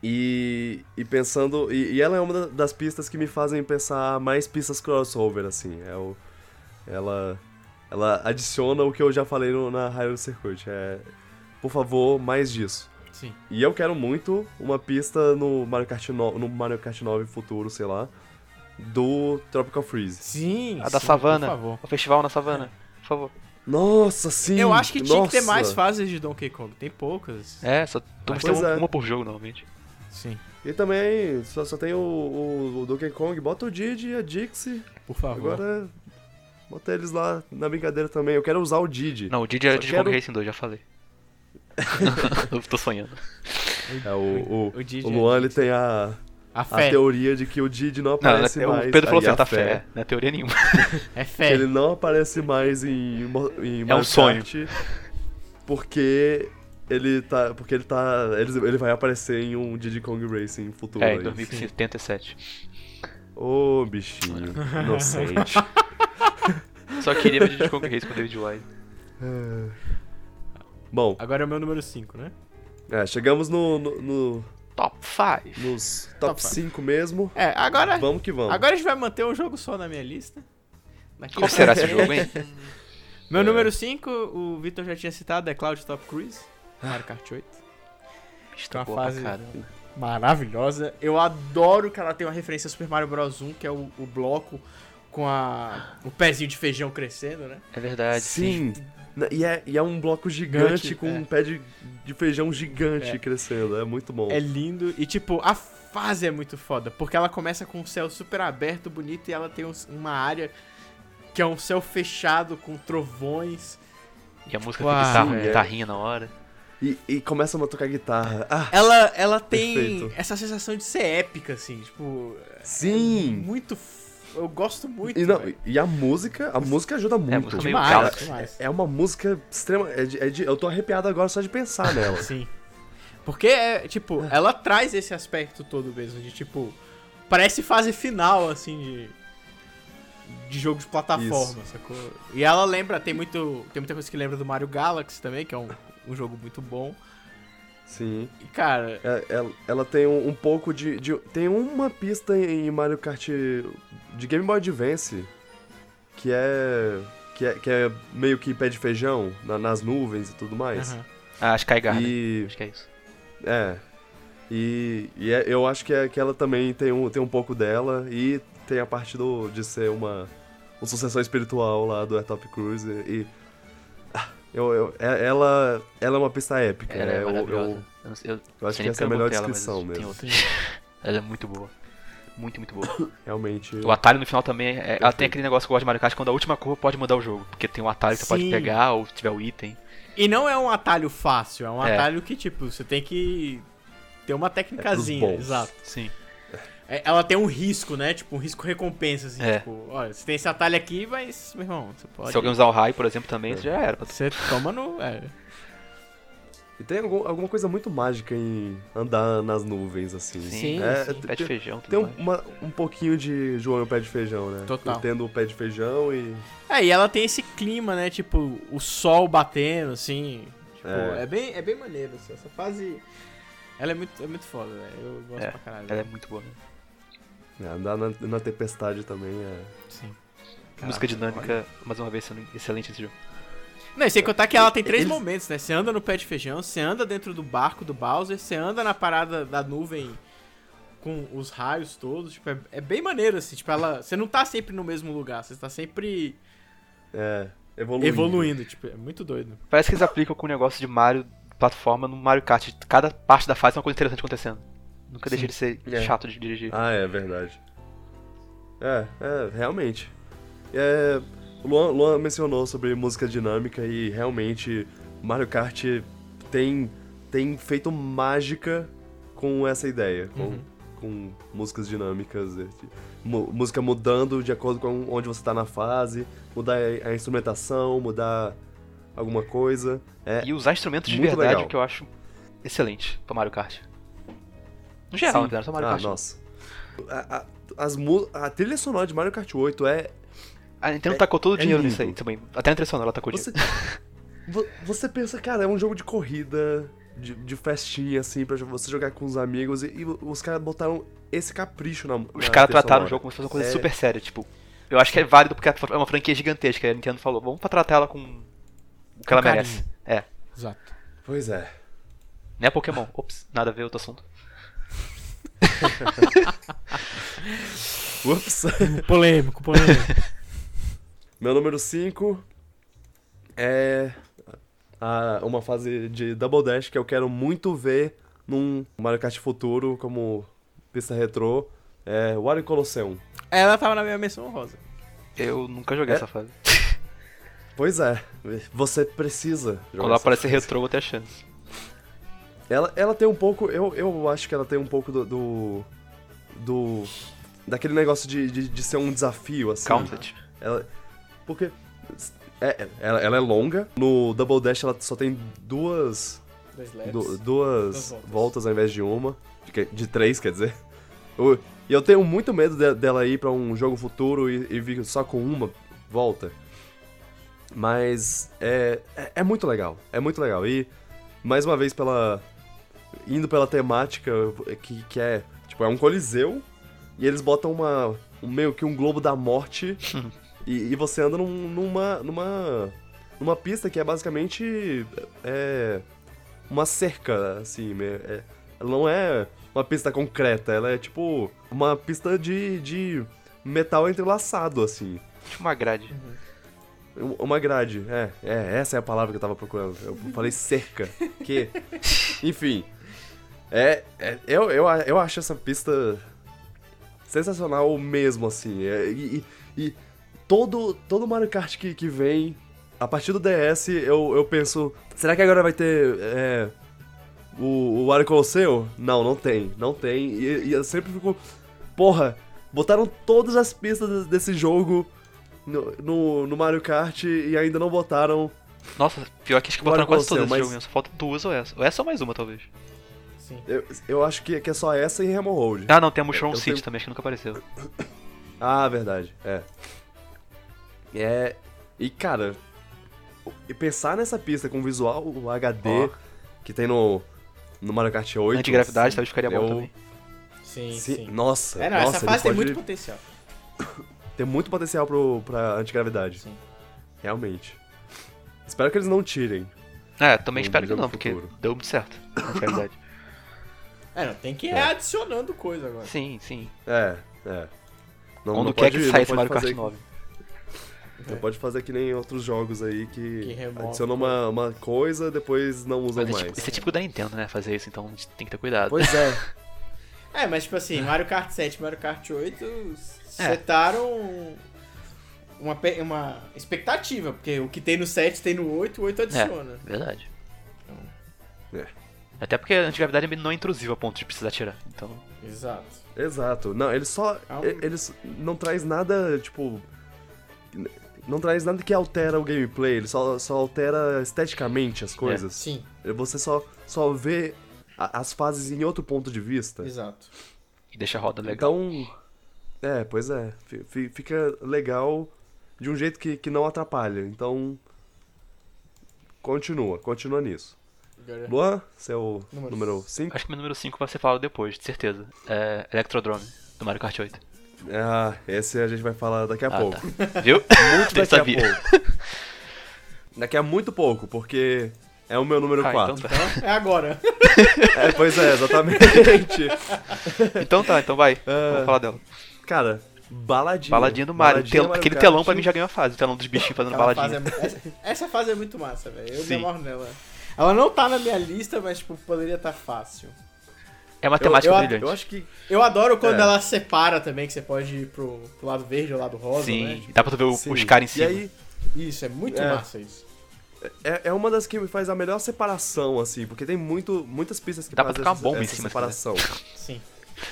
[SPEAKER 1] E, e pensando. E, e ela é uma da- das pistas que me fazem pensar mais pistas crossover, assim. É o, ela, ela adiciona o que eu já falei no, na Hyrule Circuit. É, por favor, mais disso.
[SPEAKER 4] Sim.
[SPEAKER 1] E eu quero muito uma pista no Mario Kart, no, no Mario Kart 9 futuro, sei lá, do Tropical Freeze.
[SPEAKER 4] Sim.
[SPEAKER 2] A da
[SPEAKER 4] sim,
[SPEAKER 2] savana.
[SPEAKER 4] Por favor.
[SPEAKER 2] O festival na savana, por favor.
[SPEAKER 1] Nossa, sim!
[SPEAKER 4] Eu acho que tinha que ter
[SPEAKER 1] nossa.
[SPEAKER 4] mais fases de Donkey Kong. Tem poucas.
[SPEAKER 2] É, só temos
[SPEAKER 1] Pois
[SPEAKER 2] uma,
[SPEAKER 1] é.
[SPEAKER 2] uma por jogo normalmente.
[SPEAKER 4] Sim.
[SPEAKER 1] E também, só, só tem o, o, o Donkey Kong, bota o Didi e a Dixie.
[SPEAKER 4] Por favor.
[SPEAKER 1] Agora Bota eles lá na brincadeira também. Eu quero usar o Didi.
[SPEAKER 2] Não, o Didi era
[SPEAKER 1] Só
[SPEAKER 2] de
[SPEAKER 1] quero-
[SPEAKER 2] Kong Racing 2, já falei. Eu tô sonhando.
[SPEAKER 1] É, o, o,
[SPEAKER 4] O Didi
[SPEAKER 1] o
[SPEAKER 4] é
[SPEAKER 1] Luan ele tem a,
[SPEAKER 4] A
[SPEAKER 1] a
[SPEAKER 4] fé.
[SPEAKER 1] teoria de que o Didi não
[SPEAKER 2] Não, né,
[SPEAKER 1] aparece mais.
[SPEAKER 2] o Pedro falou
[SPEAKER 1] Aí, a
[SPEAKER 2] certo, a fé. Não é teoria nenhuma.
[SPEAKER 4] É
[SPEAKER 1] que
[SPEAKER 4] fé.
[SPEAKER 1] ele não aparece mais em, Mo- em
[SPEAKER 2] É um
[SPEAKER 1] Mario
[SPEAKER 2] sonho.
[SPEAKER 1] Kart porque ele tá porque ele tá ele, ele vai aparecer em um Diddy Kong Racing futuro
[SPEAKER 2] É,
[SPEAKER 1] aí.
[SPEAKER 2] em 2077.
[SPEAKER 1] Ô, bichinho, inocente.
[SPEAKER 2] Só queria ver de Kong Racing com o David Wise.
[SPEAKER 1] Bom,
[SPEAKER 4] Agora é o meu número 5, né?
[SPEAKER 1] é, chegamos no, no- no-
[SPEAKER 2] Top 5.
[SPEAKER 1] nos top
[SPEAKER 4] Top
[SPEAKER 1] 5 mesmo.
[SPEAKER 4] É, Então tá. agora,
[SPEAKER 1] Vamos que vamos.
[SPEAKER 4] agora a gente vai manter um jogo só na minha lista. Daqui
[SPEAKER 2] Qual
[SPEAKER 4] pra
[SPEAKER 2] será esse
[SPEAKER 4] frente.
[SPEAKER 2] jogo, hein?
[SPEAKER 4] Meu
[SPEAKER 1] É.
[SPEAKER 4] número 5, o Vitor já tinha citado, é Cloud Top Cruise, Mario Kart 8.
[SPEAKER 2] Estou
[SPEAKER 4] Uma
[SPEAKER 2] boa pra
[SPEAKER 4] fase-
[SPEAKER 2] caramba.
[SPEAKER 4] maravilhosa. Eu adoro que ela tem uma referência a Super Mario Bros 1, que é o, o bloco com a, o pezinho de feijão crescendo, né?
[SPEAKER 2] É verdade.
[SPEAKER 1] Sim. Na- E é, e é um bloco gigante
[SPEAKER 4] Gigante,
[SPEAKER 1] com
[SPEAKER 4] é.
[SPEAKER 1] um pé de, de feijão gigante crescendo. É muito bom.
[SPEAKER 4] É lindo. E, tipo, a fase é muito foda, porque ela começa com um céu super aberto, bonito, e ela tem uns- uma área que é um céu fechado com trovões.
[SPEAKER 2] E a música
[SPEAKER 4] Uau,
[SPEAKER 2] tem guitarra,
[SPEAKER 1] velho.
[SPEAKER 2] guitarrinha na hora.
[SPEAKER 1] E, e começa a tocar guitarra. Ah,
[SPEAKER 4] Ela, ela tem
[SPEAKER 1] Perfeito.
[SPEAKER 4] essa sensação de ser épica, assim, tipo,
[SPEAKER 1] sim!
[SPEAKER 4] muito... f- Eu gosto muito,
[SPEAKER 1] E, não,
[SPEAKER 4] velho.
[SPEAKER 1] e a música, a música ajuda muito.
[SPEAKER 2] É, música meio
[SPEAKER 4] Demais,
[SPEAKER 2] Galaxy.
[SPEAKER 4] demais.
[SPEAKER 1] É uma música extrema. é de- é de- eu tô arrepiado agora só de pensar nela.
[SPEAKER 4] Sim. Porque, é, tipo,
[SPEAKER 1] Ah.
[SPEAKER 4] ela traz esse aspecto todo mesmo, de tipo. Parece fase final, assim, de. De jogo de plataforma, sacou? E ela lembra, tem muito. Tem muita coisa que lembra do Mario Galaxy também, que é um, um jogo muito bom.
[SPEAKER 1] Sim.
[SPEAKER 4] E, cara,
[SPEAKER 1] É- Ela, ela tem um, um pouco de, de- Tem uma pista em Mario Kart de Game Boy Advance que é. que é, que é meio que pé de feijão na- nas nuvens e tudo mais.
[SPEAKER 4] aham.
[SPEAKER 2] Ah, Sky Garden.
[SPEAKER 1] E.
[SPEAKER 2] Acho que é isso.
[SPEAKER 1] É. E, e é- eu acho que, é, que ela também tem um, tem um pouco dela e tem a parte do, de ser uma, uma sucessão espiritual lá do Airtop Cruise e... ah, eu, eu- é- ela, ela é uma pista épica,
[SPEAKER 2] Ela
[SPEAKER 1] né?
[SPEAKER 2] é
[SPEAKER 1] Eu,
[SPEAKER 2] maravilhosa.
[SPEAKER 1] eu,
[SPEAKER 2] Eu não sei- eu
[SPEAKER 1] eu acho
[SPEAKER 2] sei
[SPEAKER 1] que
[SPEAKER 2] nem
[SPEAKER 1] essa é a
[SPEAKER 2] porque eu
[SPEAKER 1] melhor
[SPEAKER 2] botei ela, mas
[SPEAKER 1] descrição
[SPEAKER 2] tem
[SPEAKER 1] mesmo.
[SPEAKER 2] outras. Ela é muito boa. Muito, muito boa.
[SPEAKER 1] Realmente...
[SPEAKER 2] O atalho no final também, é- ela
[SPEAKER 1] Perfeito.
[SPEAKER 2] tem aquele negócio que eu gosto de Mario Kart, quando a última curva pode mudar o jogo. Porque tem um atalho que você pode
[SPEAKER 4] Sim.
[SPEAKER 2] pegar, ou se tiver o item.
[SPEAKER 4] E não é um atalho fácil, é um
[SPEAKER 2] É.
[SPEAKER 4] atalho que, tipo, você tem que. Ter uma técnicazinha,
[SPEAKER 1] É bons.
[SPEAKER 4] exato.
[SPEAKER 2] Sim.
[SPEAKER 4] É, Ela tem um risco, né? Tipo, um risco-recompensa, assim.
[SPEAKER 2] É.
[SPEAKER 4] Tipo, olha, você tem esse atalho aqui, mas, meu irmão, você pode.
[SPEAKER 2] Se alguém usar o raio, por exemplo,
[SPEAKER 1] É.
[SPEAKER 2] também, você já era.
[SPEAKER 4] Você toma no. é.
[SPEAKER 1] E tem algum- alguma coisa muito mágica em andar nas nuvens, assim.
[SPEAKER 2] Sim,
[SPEAKER 1] É,
[SPEAKER 2] sim. Pé de
[SPEAKER 1] tem,
[SPEAKER 2] feijão, tudo
[SPEAKER 1] tem um,
[SPEAKER 2] mais.
[SPEAKER 1] uma- um pouquinho de João e o pé de feijão, né?
[SPEAKER 4] Total.
[SPEAKER 1] Tendo o pé de feijão e...
[SPEAKER 4] É, e ela tem esse clima, né? Tipo, o sol batendo, assim. Tipo,
[SPEAKER 1] É.
[SPEAKER 4] é, bem, é bem maneiro, assim. Essa fase. Ela é muito, é muito foda, velho. Eu gosto pra caralho.
[SPEAKER 2] Ela é muito boa. né?
[SPEAKER 1] É, Andar na, na tempestade também é.
[SPEAKER 4] Sim.
[SPEAKER 2] Música dinâmica, mais uma vez, sendo excelente esse jogo.
[SPEAKER 4] Não, e sem contar que ela tem três
[SPEAKER 1] Eles-
[SPEAKER 4] momentos, né? Você anda no pé de feijão, você anda dentro do barco do Bowser, você anda na parada da nuvem com os raios todos. Tipo, é, é bem maneiro, assim. Tipo, ela. Você não tá sempre no mesmo lugar, você tá sempre
[SPEAKER 1] É. Evoluindo.
[SPEAKER 4] evoluindo. Tipo, é muito doido.
[SPEAKER 2] Parece que eles aplicam com o negócio de Mario, plataforma, no Mario Kart. Cada parte da fase é uma coisa interessante acontecendo. Nunca deixa de ser
[SPEAKER 1] É.
[SPEAKER 2] chato de dirigir.
[SPEAKER 1] Ah, é verdade. É, é, realmente. É, o Luan, Luan mencionou sobre música dinâmica e realmente Mario Kart tem, tem feito mágica com essa ideia, com,
[SPEAKER 2] Uhum.
[SPEAKER 1] com músicas dinâmicas, e- mu- música mudando de acordo com onde você tá na fase, mudar a instrumentação, mudar alguma coisa. É,
[SPEAKER 2] E usar instrumentos de
[SPEAKER 1] Muito
[SPEAKER 2] verdade,
[SPEAKER 1] legal.
[SPEAKER 2] que eu acho excelente pra Mario Kart. No geral,
[SPEAKER 1] Sim.
[SPEAKER 2] na verdade, só Mario
[SPEAKER 1] ah,
[SPEAKER 2] Kart.
[SPEAKER 1] nossa. A, a- as mu- a trilha sonora de Mario Kart 8 é.
[SPEAKER 2] A Nintendo tacou todo o
[SPEAKER 1] é
[SPEAKER 2] dinheiro nisso
[SPEAKER 1] lindo.
[SPEAKER 2] aí também. Até na trilha sonora ela tacou
[SPEAKER 1] Você,
[SPEAKER 2] dinheiro.
[SPEAKER 1] vo- você pensa, cara, é um jogo de corrida, de, de festinha, assim, pra você jogar com os amigos. E, e os caras botaram esse capricho na.
[SPEAKER 2] Os
[SPEAKER 1] na
[SPEAKER 2] caras
[SPEAKER 1] trilha
[SPEAKER 2] trataram
[SPEAKER 1] sonora.
[SPEAKER 2] o jogo como se fosse uma coisa
[SPEAKER 1] É,
[SPEAKER 2] super séria, tipo. Eu acho que é válido porque é uma franquia gigantesca. e A Nintendo falou, vamos pra tratar ela com o que ela
[SPEAKER 4] carinho.
[SPEAKER 2] merece. É.
[SPEAKER 4] Exato.
[SPEAKER 1] Pois é.
[SPEAKER 2] Não é Pokémon. Ops, nada a ver, outro assunto.
[SPEAKER 1] Ups.
[SPEAKER 4] Polêmico, polêmico.
[SPEAKER 1] Meu número 5 é. a- uma fase de Double Dash que eu quero muito ver num Mario Kart futuro, como pista retrô. É Wario Colosseum.
[SPEAKER 4] Ela tava na minha menção rosa.
[SPEAKER 2] Eu nunca joguei
[SPEAKER 1] É.
[SPEAKER 2] essa fase.
[SPEAKER 1] Pois é, você precisa jogar
[SPEAKER 2] Quando ela
[SPEAKER 1] essa
[SPEAKER 2] aparece retrô, eu tenho a chance.
[SPEAKER 1] Ela, ela tem um pouco. Eu, eu acho que ela tem um pouco do. do. do- daquele negócio de, de, de ser um desafio, assim.
[SPEAKER 2] Counted.
[SPEAKER 1] Ela, porque. É, é- ela, ela é longa. No Double Dash ela só tem duas.
[SPEAKER 4] Dois
[SPEAKER 1] du-
[SPEAKER 4] laps.
[SPEAKER 1] duas
[SPEAKER 4] Duas voltas.
[SPEAKER 1] voltas ao invés de uma. De, que- de três, quer dizer. O- E eu tenho muito medo de- dela ir pra um jogo futuro e, e vir só com uma volta. Mas é, é, é muito legal. É muito legal. E mais uma vez pela. Indo pela temática que, que é. Tipo, é um coliseu. E eles botam uma. um- meio que um globo da morte. e, e você anda num- numa. numa. numa pista que é basicamente. É. Uma cerca, assim. me- é- ela não é uma pista concreta, ela é tipo. Uma pista de. de metal entrelaçado, assim.
[SPEAKER 2] Tipo uma grade.
[SPEAKER 1] Um- Uma grade, é, é, essa é a palavra que eu tava procurando. Eu falei cerca. Que. Enfim. É, é- eu, eu, a- eu acho essa pista sensacional mesmo, assim. É, e, e- e todo, todo Mario Kart que, que vem, a partir do DS, eu, eu penso. Será que agora vai ter. é, o, o Mario Colosseu? Não, não tem, não tem. E, e eu sempre fico. Porra, botaram todas as pistas desse jogo no, no, no Mario Kart e ainda não botaram.
[SPEAKER 2] Nossa, pior que acho que
[SPEAKER 1] Agora
[SPEAKER 2] botaram quase
[SPEAKER 1] você,
[SPEAKER 2] todas esse
[SPEAKER 1] mas-
[SPEAKER 2] jogo, né? só falta duas ou essa. Ou essa ou mais uma, talvez.
[SPEAKER 4] Sim.
[SPEAKER 1] Eu, eu acho que, que é só essa e Remo Road.
[SPEAKER 2] Ah, não, tem a Mushroom
[SPEAKER 1] Eu
[SPEAKER 2] City
[SPEAKER 1] tenho-
[SPEAKER 2] também, acho que nunca apareceu.
[SPEAKER 1] Ah, verdade, é. É. E cara, e pensar nessa pista com visual HD
[SPEAKER 2] Ó.
[SPEAKER 1] que tem no, no Mario Kart 8.
[SPEAKER 2] Antigravidade talvez ficaria bom
[SPEAKER 1] eu-
[SPEAKER 2] também.
[SPEAKER 4] Sim,
[SPEAKER 1] Sim,
[SPEAKER 4] sim.
[SPEAKER 1] Nossa,
[SPEAKER 4] É, não,
[SPEAKER 1] nossa,
[SPEAKER 4] essa
[SPEAKER 1] ele
[SPEAKER 4] fase tem
[SPEAKER 1] pode-
[SPEAKER 4] muito potencial.
[SPEAKER 1] tem muito potencial pro, pra antigravidade.
[SPEAKER 4] Sim.
[SPEAKER 1] Realmente. Espero que eles não tirem.
[SPEAKER 2] É, também
[SPEAKER 1] Um
[SPEAKER 2] espero que
[SPEAKER 1] jogo
[SPEAKER 2] não, porque
[SPEAKER 1] futuro.
[SPEAKER 2] deu muito certo. Na realidade.
[SPEAKER 4] É, não, tem que ir
[SPEAKER 1] É.
[SPEAKER 4] adicionando coisa agora.
[SPEAKER 2] Sim, sim.
[SPEAKER 1] É, é. Não,
[SPEAKER 2] Quando
[SPEAKER 1] não
[SPEAKER 2] quer
[SPEAKER 1] pode-
[SPEAKER 2] que
[SPEAKER 1] não
[SPEAKER 2] saia esse
[SPEAKER 1] pode
[SPEAKER 2] Mario Kart
[SPEAKER 1] fazer-
[SPEAKER 2] 9.
[SPEAKER 1] Não Então pode fazer que nem outros jogos aí que,
[SPEAKER 4] Que remove um
[SPEAKER 1] adicionam uma, uma coisa, depois não usam
[SPEAKER 2] Mas é
[SPEAKER 1] mais.
[SPEAKER 2] tipo- Isso é típico da Nintendo, né? Fazer isso, então a gente tem que ter cuidado.
[SPEAKER 1] Pois é.
[SPEAKER 4] É, mas tipo assim, Mario Kart 7 e Mario Kart 8
[SPEAKER 2] É.
[SPEAKER 4] setaram uma, pe- uma expectativa, porque o que tem no 7 tem no 8 o 8 adiciona.
[SPEAKER 2] Verdade.
[SPEAKER 1] É.
[SPEAKER 2] Até porque a antigravidade é não é intrusiva a ponto de precisar tirar. Então,
[SPEAKER 4] Exato.
[SPEAKER 1] Exato. Não, ele só.
[SPEAKER 4] Calma.
[SPEAKER 1] e- Ele s- não traz nada, tipo. n- Não traz nada que altera o gameplay, ele só, só altera esteticamente
[SPEAKER 2] É.
[SPEAKER 1] as coisas.
[SPEAKER 4] Sim,
[SPEAKER 1] Você só, só vê a- as fases em outro ponto de
[SPEAKER 4] Tá.
[SPEAKER 1] vista.
[SPEAKER 4] exato.
[SPEAKER 2] e deixa a roda legal.
[SPEAKER 1] Então. É, pois é. Fi- fi- Fica legal de um jeito que, que não atrapalha. Então. Continua, continua nisso.
[SPEAKER 4] Agora,
[SPEAKER 1] Luan, seu número
[SPEAKER 4] É. Número
[SPEAKER 1] 5.
[SPEAKER 2] Acho que meu número 5 vai ser falado depois, de certeza. É Electrodrome, do Mario Kart 8.
[SPEAKER 1] Ah, esse a gente vai falar daqui a
[SPEAKER 2] Ah,
[SPEAKER 1] pouco.
[SPEAKER 2] tá. Viu? Muito
[SPEAKER 1] Daqui a pouco. daqui a muito pouco, porque é o meu número
[SPEAKER 2] Ah,
[SPEAKER 1] 4.
[SPEAKER 2] então, tá.
[SPEAKER 4] é agora.
[SPEAKER 1] É, pois é, exatamente.
[SPEAKER 2] então tá, então vai.
[SPEAKER 1] Ah.
[SPEAKER 2] Vamos falar dela.
[SPEAKER 1] Cara, baladinha.
[SPEAKER 2] Baladinha do Mario.
[SPEAKER 1] Baladinha,
[SPEAKER 2] Tel-
[SPEAKER 1] Mario
[SPEAKER 2] Aquele
[SPEAKER 1] Kart.
[SPEAKER 2] telão pra mim já ganhou a fase. O telão dos bichinhos fazendo
[SPEAKER 4] Aquela
[SPEAKER 2] baladinha.
[SPEAKER 4] fase é- essa, essa fase é muito massa, velho. Eu
[SPEAKER 2] Sim.
[SPEAKER 4] demoro nela. Ela não tá na minha lista, mas tipo, poderia estar fácil.
[SPEAKER 2] É matemática
[SPEAKER 4] eu- eu-
[SPEAKER 2] brilhante.
[SPEAKER 1] Eu acho que.
[SPEAKER 4] Eu adoro quando
[SPEAKER 1] É.
[SPEAKER 4] ela separa também, que você pode ir pro, pro lado verde ou lado rosa, né?
[SPEAKER 2] Sim,
[SPEAKER 4] Tipo,
[SPEAKER 2] dá pra tu ver o-
[SPEAKER 1] sim.
[SPEAKER 2] os caras em
[SPEAKER 1] E
[SPEAKER 2] cima.
[SPEAKER 1] aí,
[SPEAKER 4] Isso, é muito
[SPEAKER 1] É.
[SPEAKER 4] massa isso.
[SPEAKER 1] é, é uma das que me faz a melhor separação, assim, porque tem muito, muitas pistas que
[SPEAKER 2] Dá pra
[SPEAKER 1] fazem
[SPEAKER 2] tocar uma
[SPEAKER 1] essa,
[SPEAKER 2] bomba em
[SPEAKER 1] essa
[SPEAKER 2] cima,
[SPEAKER 1] separação. né?
[SPEAKER 4] Sim.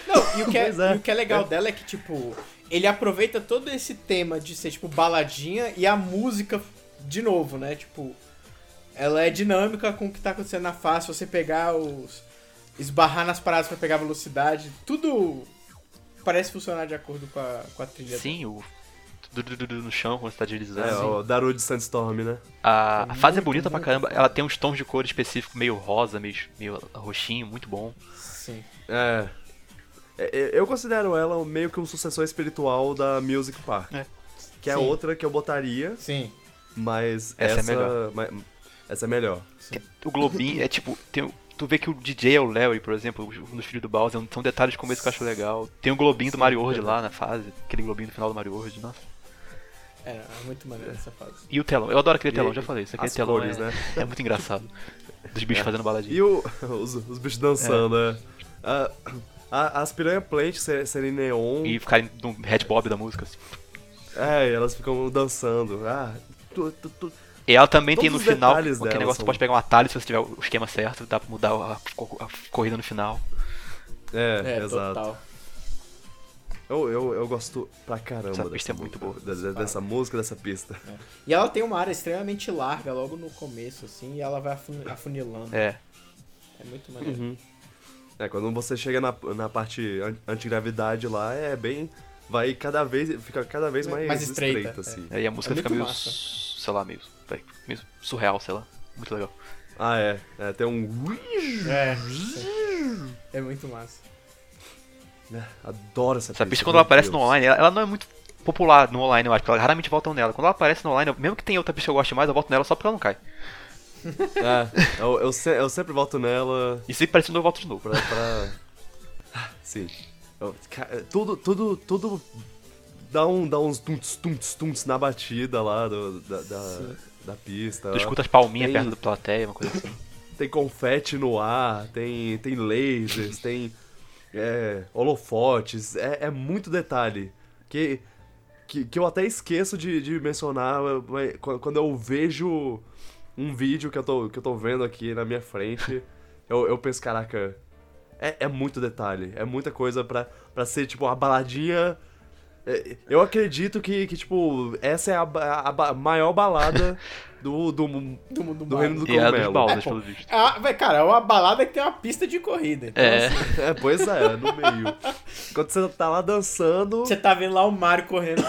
[SPEAKER 4] Não, e o que é,
[SPEAKER 1] Pois é.
[SPEAKER 4] e o que é legal dela é que, tipo, ele aproveita todo esse tema de ser, tipo, baladinha e a música de novo, né? Tipo, ela é dinâmica com o que tá acontecendo na face, você pegar os. esbarrar nas paradas pra pegar velocidade, tudo parece funcionar de acordo com a, com a trilha.
[SPEAKER 2] Sim, o. du- du- du- du- No chão, quando você tá deslizando.
[SPEAKER 1] É, o Daru de Sandstorm, né?
[SPEAKER 2] A, a fase é bonita pra
[SPEAKER 4] muito
[SPEAKER 2] caramba. Ela tem uns tons de cor específico, meio rosa, meio, meio roxinho, muito bom.
[SPEAKER 4] Sim.
[SPEAKER 1] É. É, é, Eu considero ela meio que um sucessor espiritual da Music Park.
[SPEAKER 2] É.
[SPEAKER 1] Que é
[SPEAKER 4] Sim.
[SPEAKER 1] outra que eu botaria,
[SPEAKER 4] Sim.
[SPEAKER 1] mas
[SPEAKER 2] Essa é
[SPEAKER 1] essa,
[SPEAKER 2] melhor.
[SPEAKER 1] ma- essa é melhor.
[SPEAKER 2] O Globinho é tipo. tem o- tu vê que o DJ é o Larry, por exemplo, um dos filhos do Bowser. São detalhes de começo que eu acho legal. Tem o Globinho do Mario
[SPEAKER 1] é.
[SPEAKER 2] World lá na fase. Aquele Globinho do final do Mario World. Nossa.
[SPEAKER 4] É, é muito maneiro essa fase.
[SPEAKER 2] E o telão. Eu adoro aquele
[SPEAKER 1] E
[SPEAKER 2] telão, já falei. Isso aquele
[SPEAKER 1] as
[SPEAKER 2] telão
[SPEAKER 1] cores,
[SPEAKER 2] é,
[SPEAKER 1] né? É.
[SPEAKER 2] é muito engraçado. Dos bichos fazendo baladinha.
[SPEAKER 1] E o- os, os bichos dançando,
[SPEAKER 2] É.
[SPEAKER 1] né? A- a- as piranha plant se- serem neon.
[SPEAKER 2] E ficarem no head bob da música. Assim.
[SPEAKER 1] É, e elas ficam dançando. Ah, tu, tu, tu-
[SPEAKER 2] E ela também tem no
[SPEAKER 1] Todos os
[SPEAKER 2] final aquele
[SPEAKER 1] detalhes dela
[SPEAKER 2] negócio que
[SPEAKER 1] são-
[SPEAKER 2] você pode pegar um atalho se você tiver o esquema certo, dá pra mudar a, co- a corrida no final.
[SPEAKER 1] É,
[SPEAKER 4] É,
[SPEAKER 1] exato.
[SPEAKER 4] total.
[SPEAKER 1] Eu, eu, eu gosto pra caramba
[SPEAKER 2] Essa
[SPEAKER 1] dessa
[SPEAKER 2] pista é muito
[SPEAKER 1] música,
[SPEAKER 2] boa.
[SPEAKER 1] de- de- dessa música, dessa pista.
[SPEAKER 4] E ela tem uma área extremamente larga logo no começo, assim, e ela vai afun- afunilando. É,
[SPEAKER 2] É.
[SPEAKER 4] muito maneiro.
[SPEAKER 1] É, quando você chega na, na parte an- antigravidade lá, é bem. Vai cada vez. Fica cada vez mais,
[SPEAKER 4] Mais estreita, é.
[SPEAKER 1] assim.
[SPEAKER 2] Aí a música
[SPEAKER 4] É
[SPEAKER 2] fica
[SPEAKER 4] muito
[SPEAKER 2] meio.
[SPEAKER 4] massa.
[SPEAKER 2] su- sei lá, meio, vai, meio surreal, sei lá. Muito legal.
[SPEAKER 1] Ah, é. é. Tem um.
[SPEAKER 4] É. É muito massa.
[SPEAKER 1] Adoro essa pista.
[SPEAKER 2] Essa pista, quando
[SPEAKER 1] meu
[SPEAKER 2] ela aparece
[SPEAKER 1] é Deus.
[SPEAKER 2] no online, ela, ela não é muito popular no online, eu acho, porque ela raramente voltam nela. Quando ela aparece no online, eu- mesmo que tenha outra pista que eu goste mais, eu volto nela só porque ela não cai.
[SPEAKER 1] É, eu, eu, se- eu sempre volto nela
[SPEAKER 2] E se parecendo, eu volto de novo.
[SPEAKER 1] pra. pra... Ah, Sim. Eu- ca- tudo, tudo, tudo. Dá, um, dá uns tunts, tunts, tunts na batida lá do, da, da, da pista.
[SPEAKER 2] Tu escuta as palminhas
[SPEAKER 1] Tem-
[SPEAKER 2] perto da plateia, uma coisa assim.
[SPEAKER 1] Tem confete no ar, tem, tem lasers, tem é, holofotes, é, é muito detalhe. Que, que, que eu até esqueço de, de mencionar mas qu- quando eu vejo um vídeo que eu tô, que eu tô vendo aqui na minha frente, eu, eu penso, caraca, é, é muito detalhe, é muita coisa pra, pra ser tipo uma baladinha. É, Eu acredito que, que, tipo, essa é a, ba- a ba- maior balada do, do,
[SPEAKER 4] Do mundo
[SPEAKER 1] do reino do
[SPEAKER 2] E é a dos
[SPEAKER 1] cogumelo.
[SPEAKER 2] baldas,
[SPEAKER 4] É, pô.
[SPEAKER 2] pelo visto.
[SPEAKER 4] Ah, vai, cara, é uma balada que tem uma pista de corrida. Então,
[SPEAKER 2] É.
[SPEAKER 4] assim,
[SPEAKER 1] É, pois é, no meio. Quando você tá lá dançando,
[SPEAKER 4] você tá vendo lá o Mario correndo.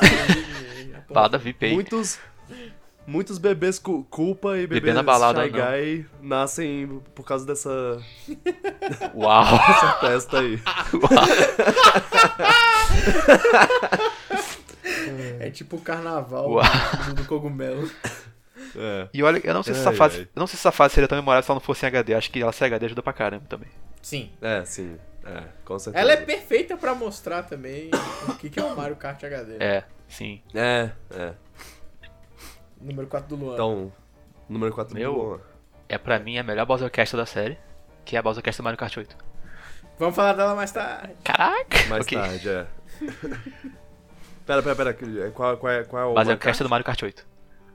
[SPEAKER 2] Balada VIP aí.
[SPEAKER 1] muitos muitos bebês cu- culpa e bebês
[SPEAKER 2] Bebê na balada,
[SPEAKER 1] Shy
[SPEAKER 2] não.
[SPEAKER 1] Guy nascem por causa dessa
[SPEAKER 2] Uau!
[SPEAKER 1] festa aí.
[SPEAKER 4] é tipo o carnaval
[SPEAKER 2] Uau.
[SPEAKER 4] do, do cogumelo.
[SPEAKER 1] É.
[SPEAKER 2] E olha, eu não sei se essa
[SPEAKER 1] Ai,
[SPEAKER 2] fase.
[SPEAKER 1] ai.
[SPEAKER 2] Eu não sei se essa fase seria tão memorável se ela não fosse em HD. Acho que ela sem HD ajuda pra caramba também.
[SPEAKER 4] Sim.
[SPEAKER 1] É, sim. É, com certeza.
[SPEAKER 4] Ela é perfeita pra mostrar também o que, que é o Mario Kart HD. né?
[SPEAKER 2] É, sim.
[SPEAKER 1] É, é.
[SPEAKER 4] Número 4 do Luan.
[SPEAKER 1] Então, número 4
[SPEAKER 2] Meu. É pra mim a melhor Bowser Orquestra da série, que é a Bowser Orquestra do Mario Kart 8.
[SPEAKER 4] Vamos falar dela mais tarde.
[SPEAKER 2] Caraca!
[SPEAKER 1] Mais
[SPEAKER 2] Ok.
[SPEAKER 1] tarde, é. Pera, pera, pera. que- é, Qual, qual, é, qual é o. Mario
[SPEAKER 2] Bowser
[SPEAKER 1] Kart?
[SPEAKER 2] Orquestra do Mario Kart 8.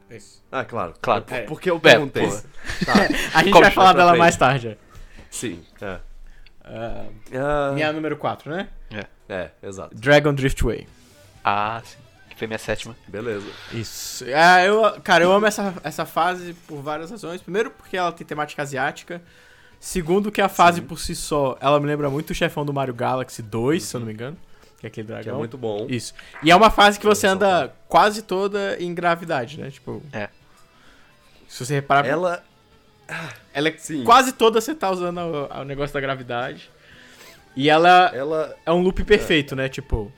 [SPEAKER 4] Isso.
[SPEAKER 1] Ah, claro.
[SPEAKER 2] Claro.
[SPEAKER 1] É, Porque eu
[SPEAKER 2] É,
[SPEAKER 1] perguntei.
[SPEAKER 2] porra.
[SPEAKER 1] tá,
[SPEAKER 4] A gente
[SPEAKER 2] Como
[SPEAKER 4] vai
[SPEAKER 2] que
[SPEAKER 4] falar
[SPEAKER 1] vai pra
[SPEAKER 4] dela
[SPEAKER 1] frente?
[SPEAKER 4] mais tarde.
[SPEAKER 1] sim. É.
[SPEAKER 4] Ah,
[SPEAKER 1] Ah,
[SPEAKER 4] minha número 4, né?
[SPEAKER 1] É, exato.
[SPEAKER 4] Dragon Driftway.
[SPEAKER 2] Ah, sim. Que foi minha sétima.
[SPEAKER 1] Beleza.
[SPEAKER 4] Isso. Ah, eu, cara, eu amo essa, essa fase por várias razões. Primeiro, porque ela tem temática asiática. Segundo, que a fase por si só, ela me lembra muito o chefão do Mario Galaxy 2, se eu não me engano. Que é aquele
[SPEAKER 1] Uhum. Que é
[SPEAKER 4] dragão.
[SPEAKER 1] muito bom.
[SPEAKER 4] Isso. E é uma fase que você
[SPEAKER 1] Eu sou
[SPEAKER 4] anda quase toda em gravidade, né? Tipo.
[SPEAKER 2] É.
[SPEAKER 4] Se você reparar,
[SPEAKER 1] Ela
[SPEAKER 4] ela é
[SPEAKER 1] Sim.
[SPEAKER 4] quase toda você tá usando o, o negócio da gravidade. E ela
[SPEAKER 1] Ela.
[SPEAKER 4] é um loop perfeito, né? Tipo,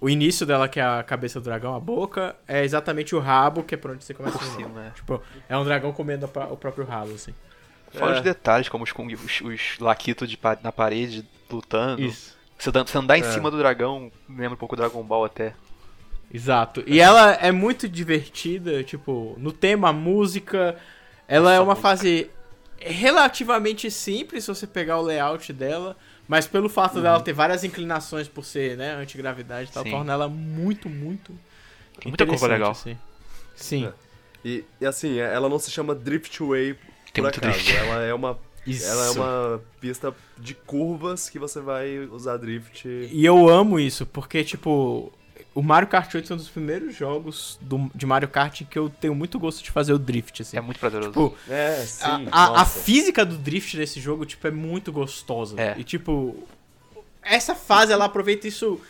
[SPEAKER 4] o início dela, que é a cabeça do dragão, a boca, é exatamente o rabo, que é por onde você começa
[SPEAKER 2] Por
[SPEAKER 4] a
[SPEAKER 2] cima, né?
[SPEAKER 4] Tipo, é um dragão comendo a pró- o próprio rabo, assim.
[SPEAKER 2] Fora
[SPEAKER 1] É.
[SPEAKER 2] os detalhes, como os, Kung- os, os Lakitos de pa- na parede lutando.
[SPEAKER 4] Isso.
[SPEAKER 2] Você, dan- você andar em
[SPEAKER 1] É.
[SPEAKER 2] cima do dragão, me lembra um pouco Dragon Ball até.
[SPEAKER 4] Exato. E ela é muito divertida, tipo, no tema, a música. Ela é
[SPEAKER 2] Nossa,
[SPEAKER 4] uma
[SPEAKER 2] música.
[SPEAKER 4] fase relativamente simples, se você pegar o layout dela. Mas pelo fato dela ter várias inclinações por ser, né, antigravidade e tal,
[SPEAKER 2] Sim.
[SPEAKER 4] torna ela muito, muito.
[SPEAKER 2] Muita curva
[SPEAKER 4] interessante,
[SPEAKER 2] legal.
[SPEAKER 4] assim. Sim,
[SPEAKER 1] É. E, e assim, ela não se chama Driftway por
[SPEAKER 2] Tem muito
[SPEAKER 1] acaso.
[SPEAKER 2] drift.
[SPEAKER 1] Ela é uma.
[SPEAKER 4] isso.
[SPEAKER 1] Ela é uma pista de curvas que você vai usar drift.
[SPEAKER 4] E eu amo isso, porque, tipo, o Mario Kart 8 é um dos primeiros jogos do- de Mario Kart que eu tenho muito gosto de fazer o drift, assim.
[SPEAKER 2] É muito prazeroso.
[SPEAKER 4] Tipo,
[SPEAKER 1] É, sim.
[SPEAKER 4] A- a, a
[SPEAKER 1] nossa.
[SPEAKER 4] física do drift nesse jogo, tipo, é muito gostosa.
[SPEAKER 2] É.
[SPEAKER 4] E, tipo, essa fase, ela aproveita isso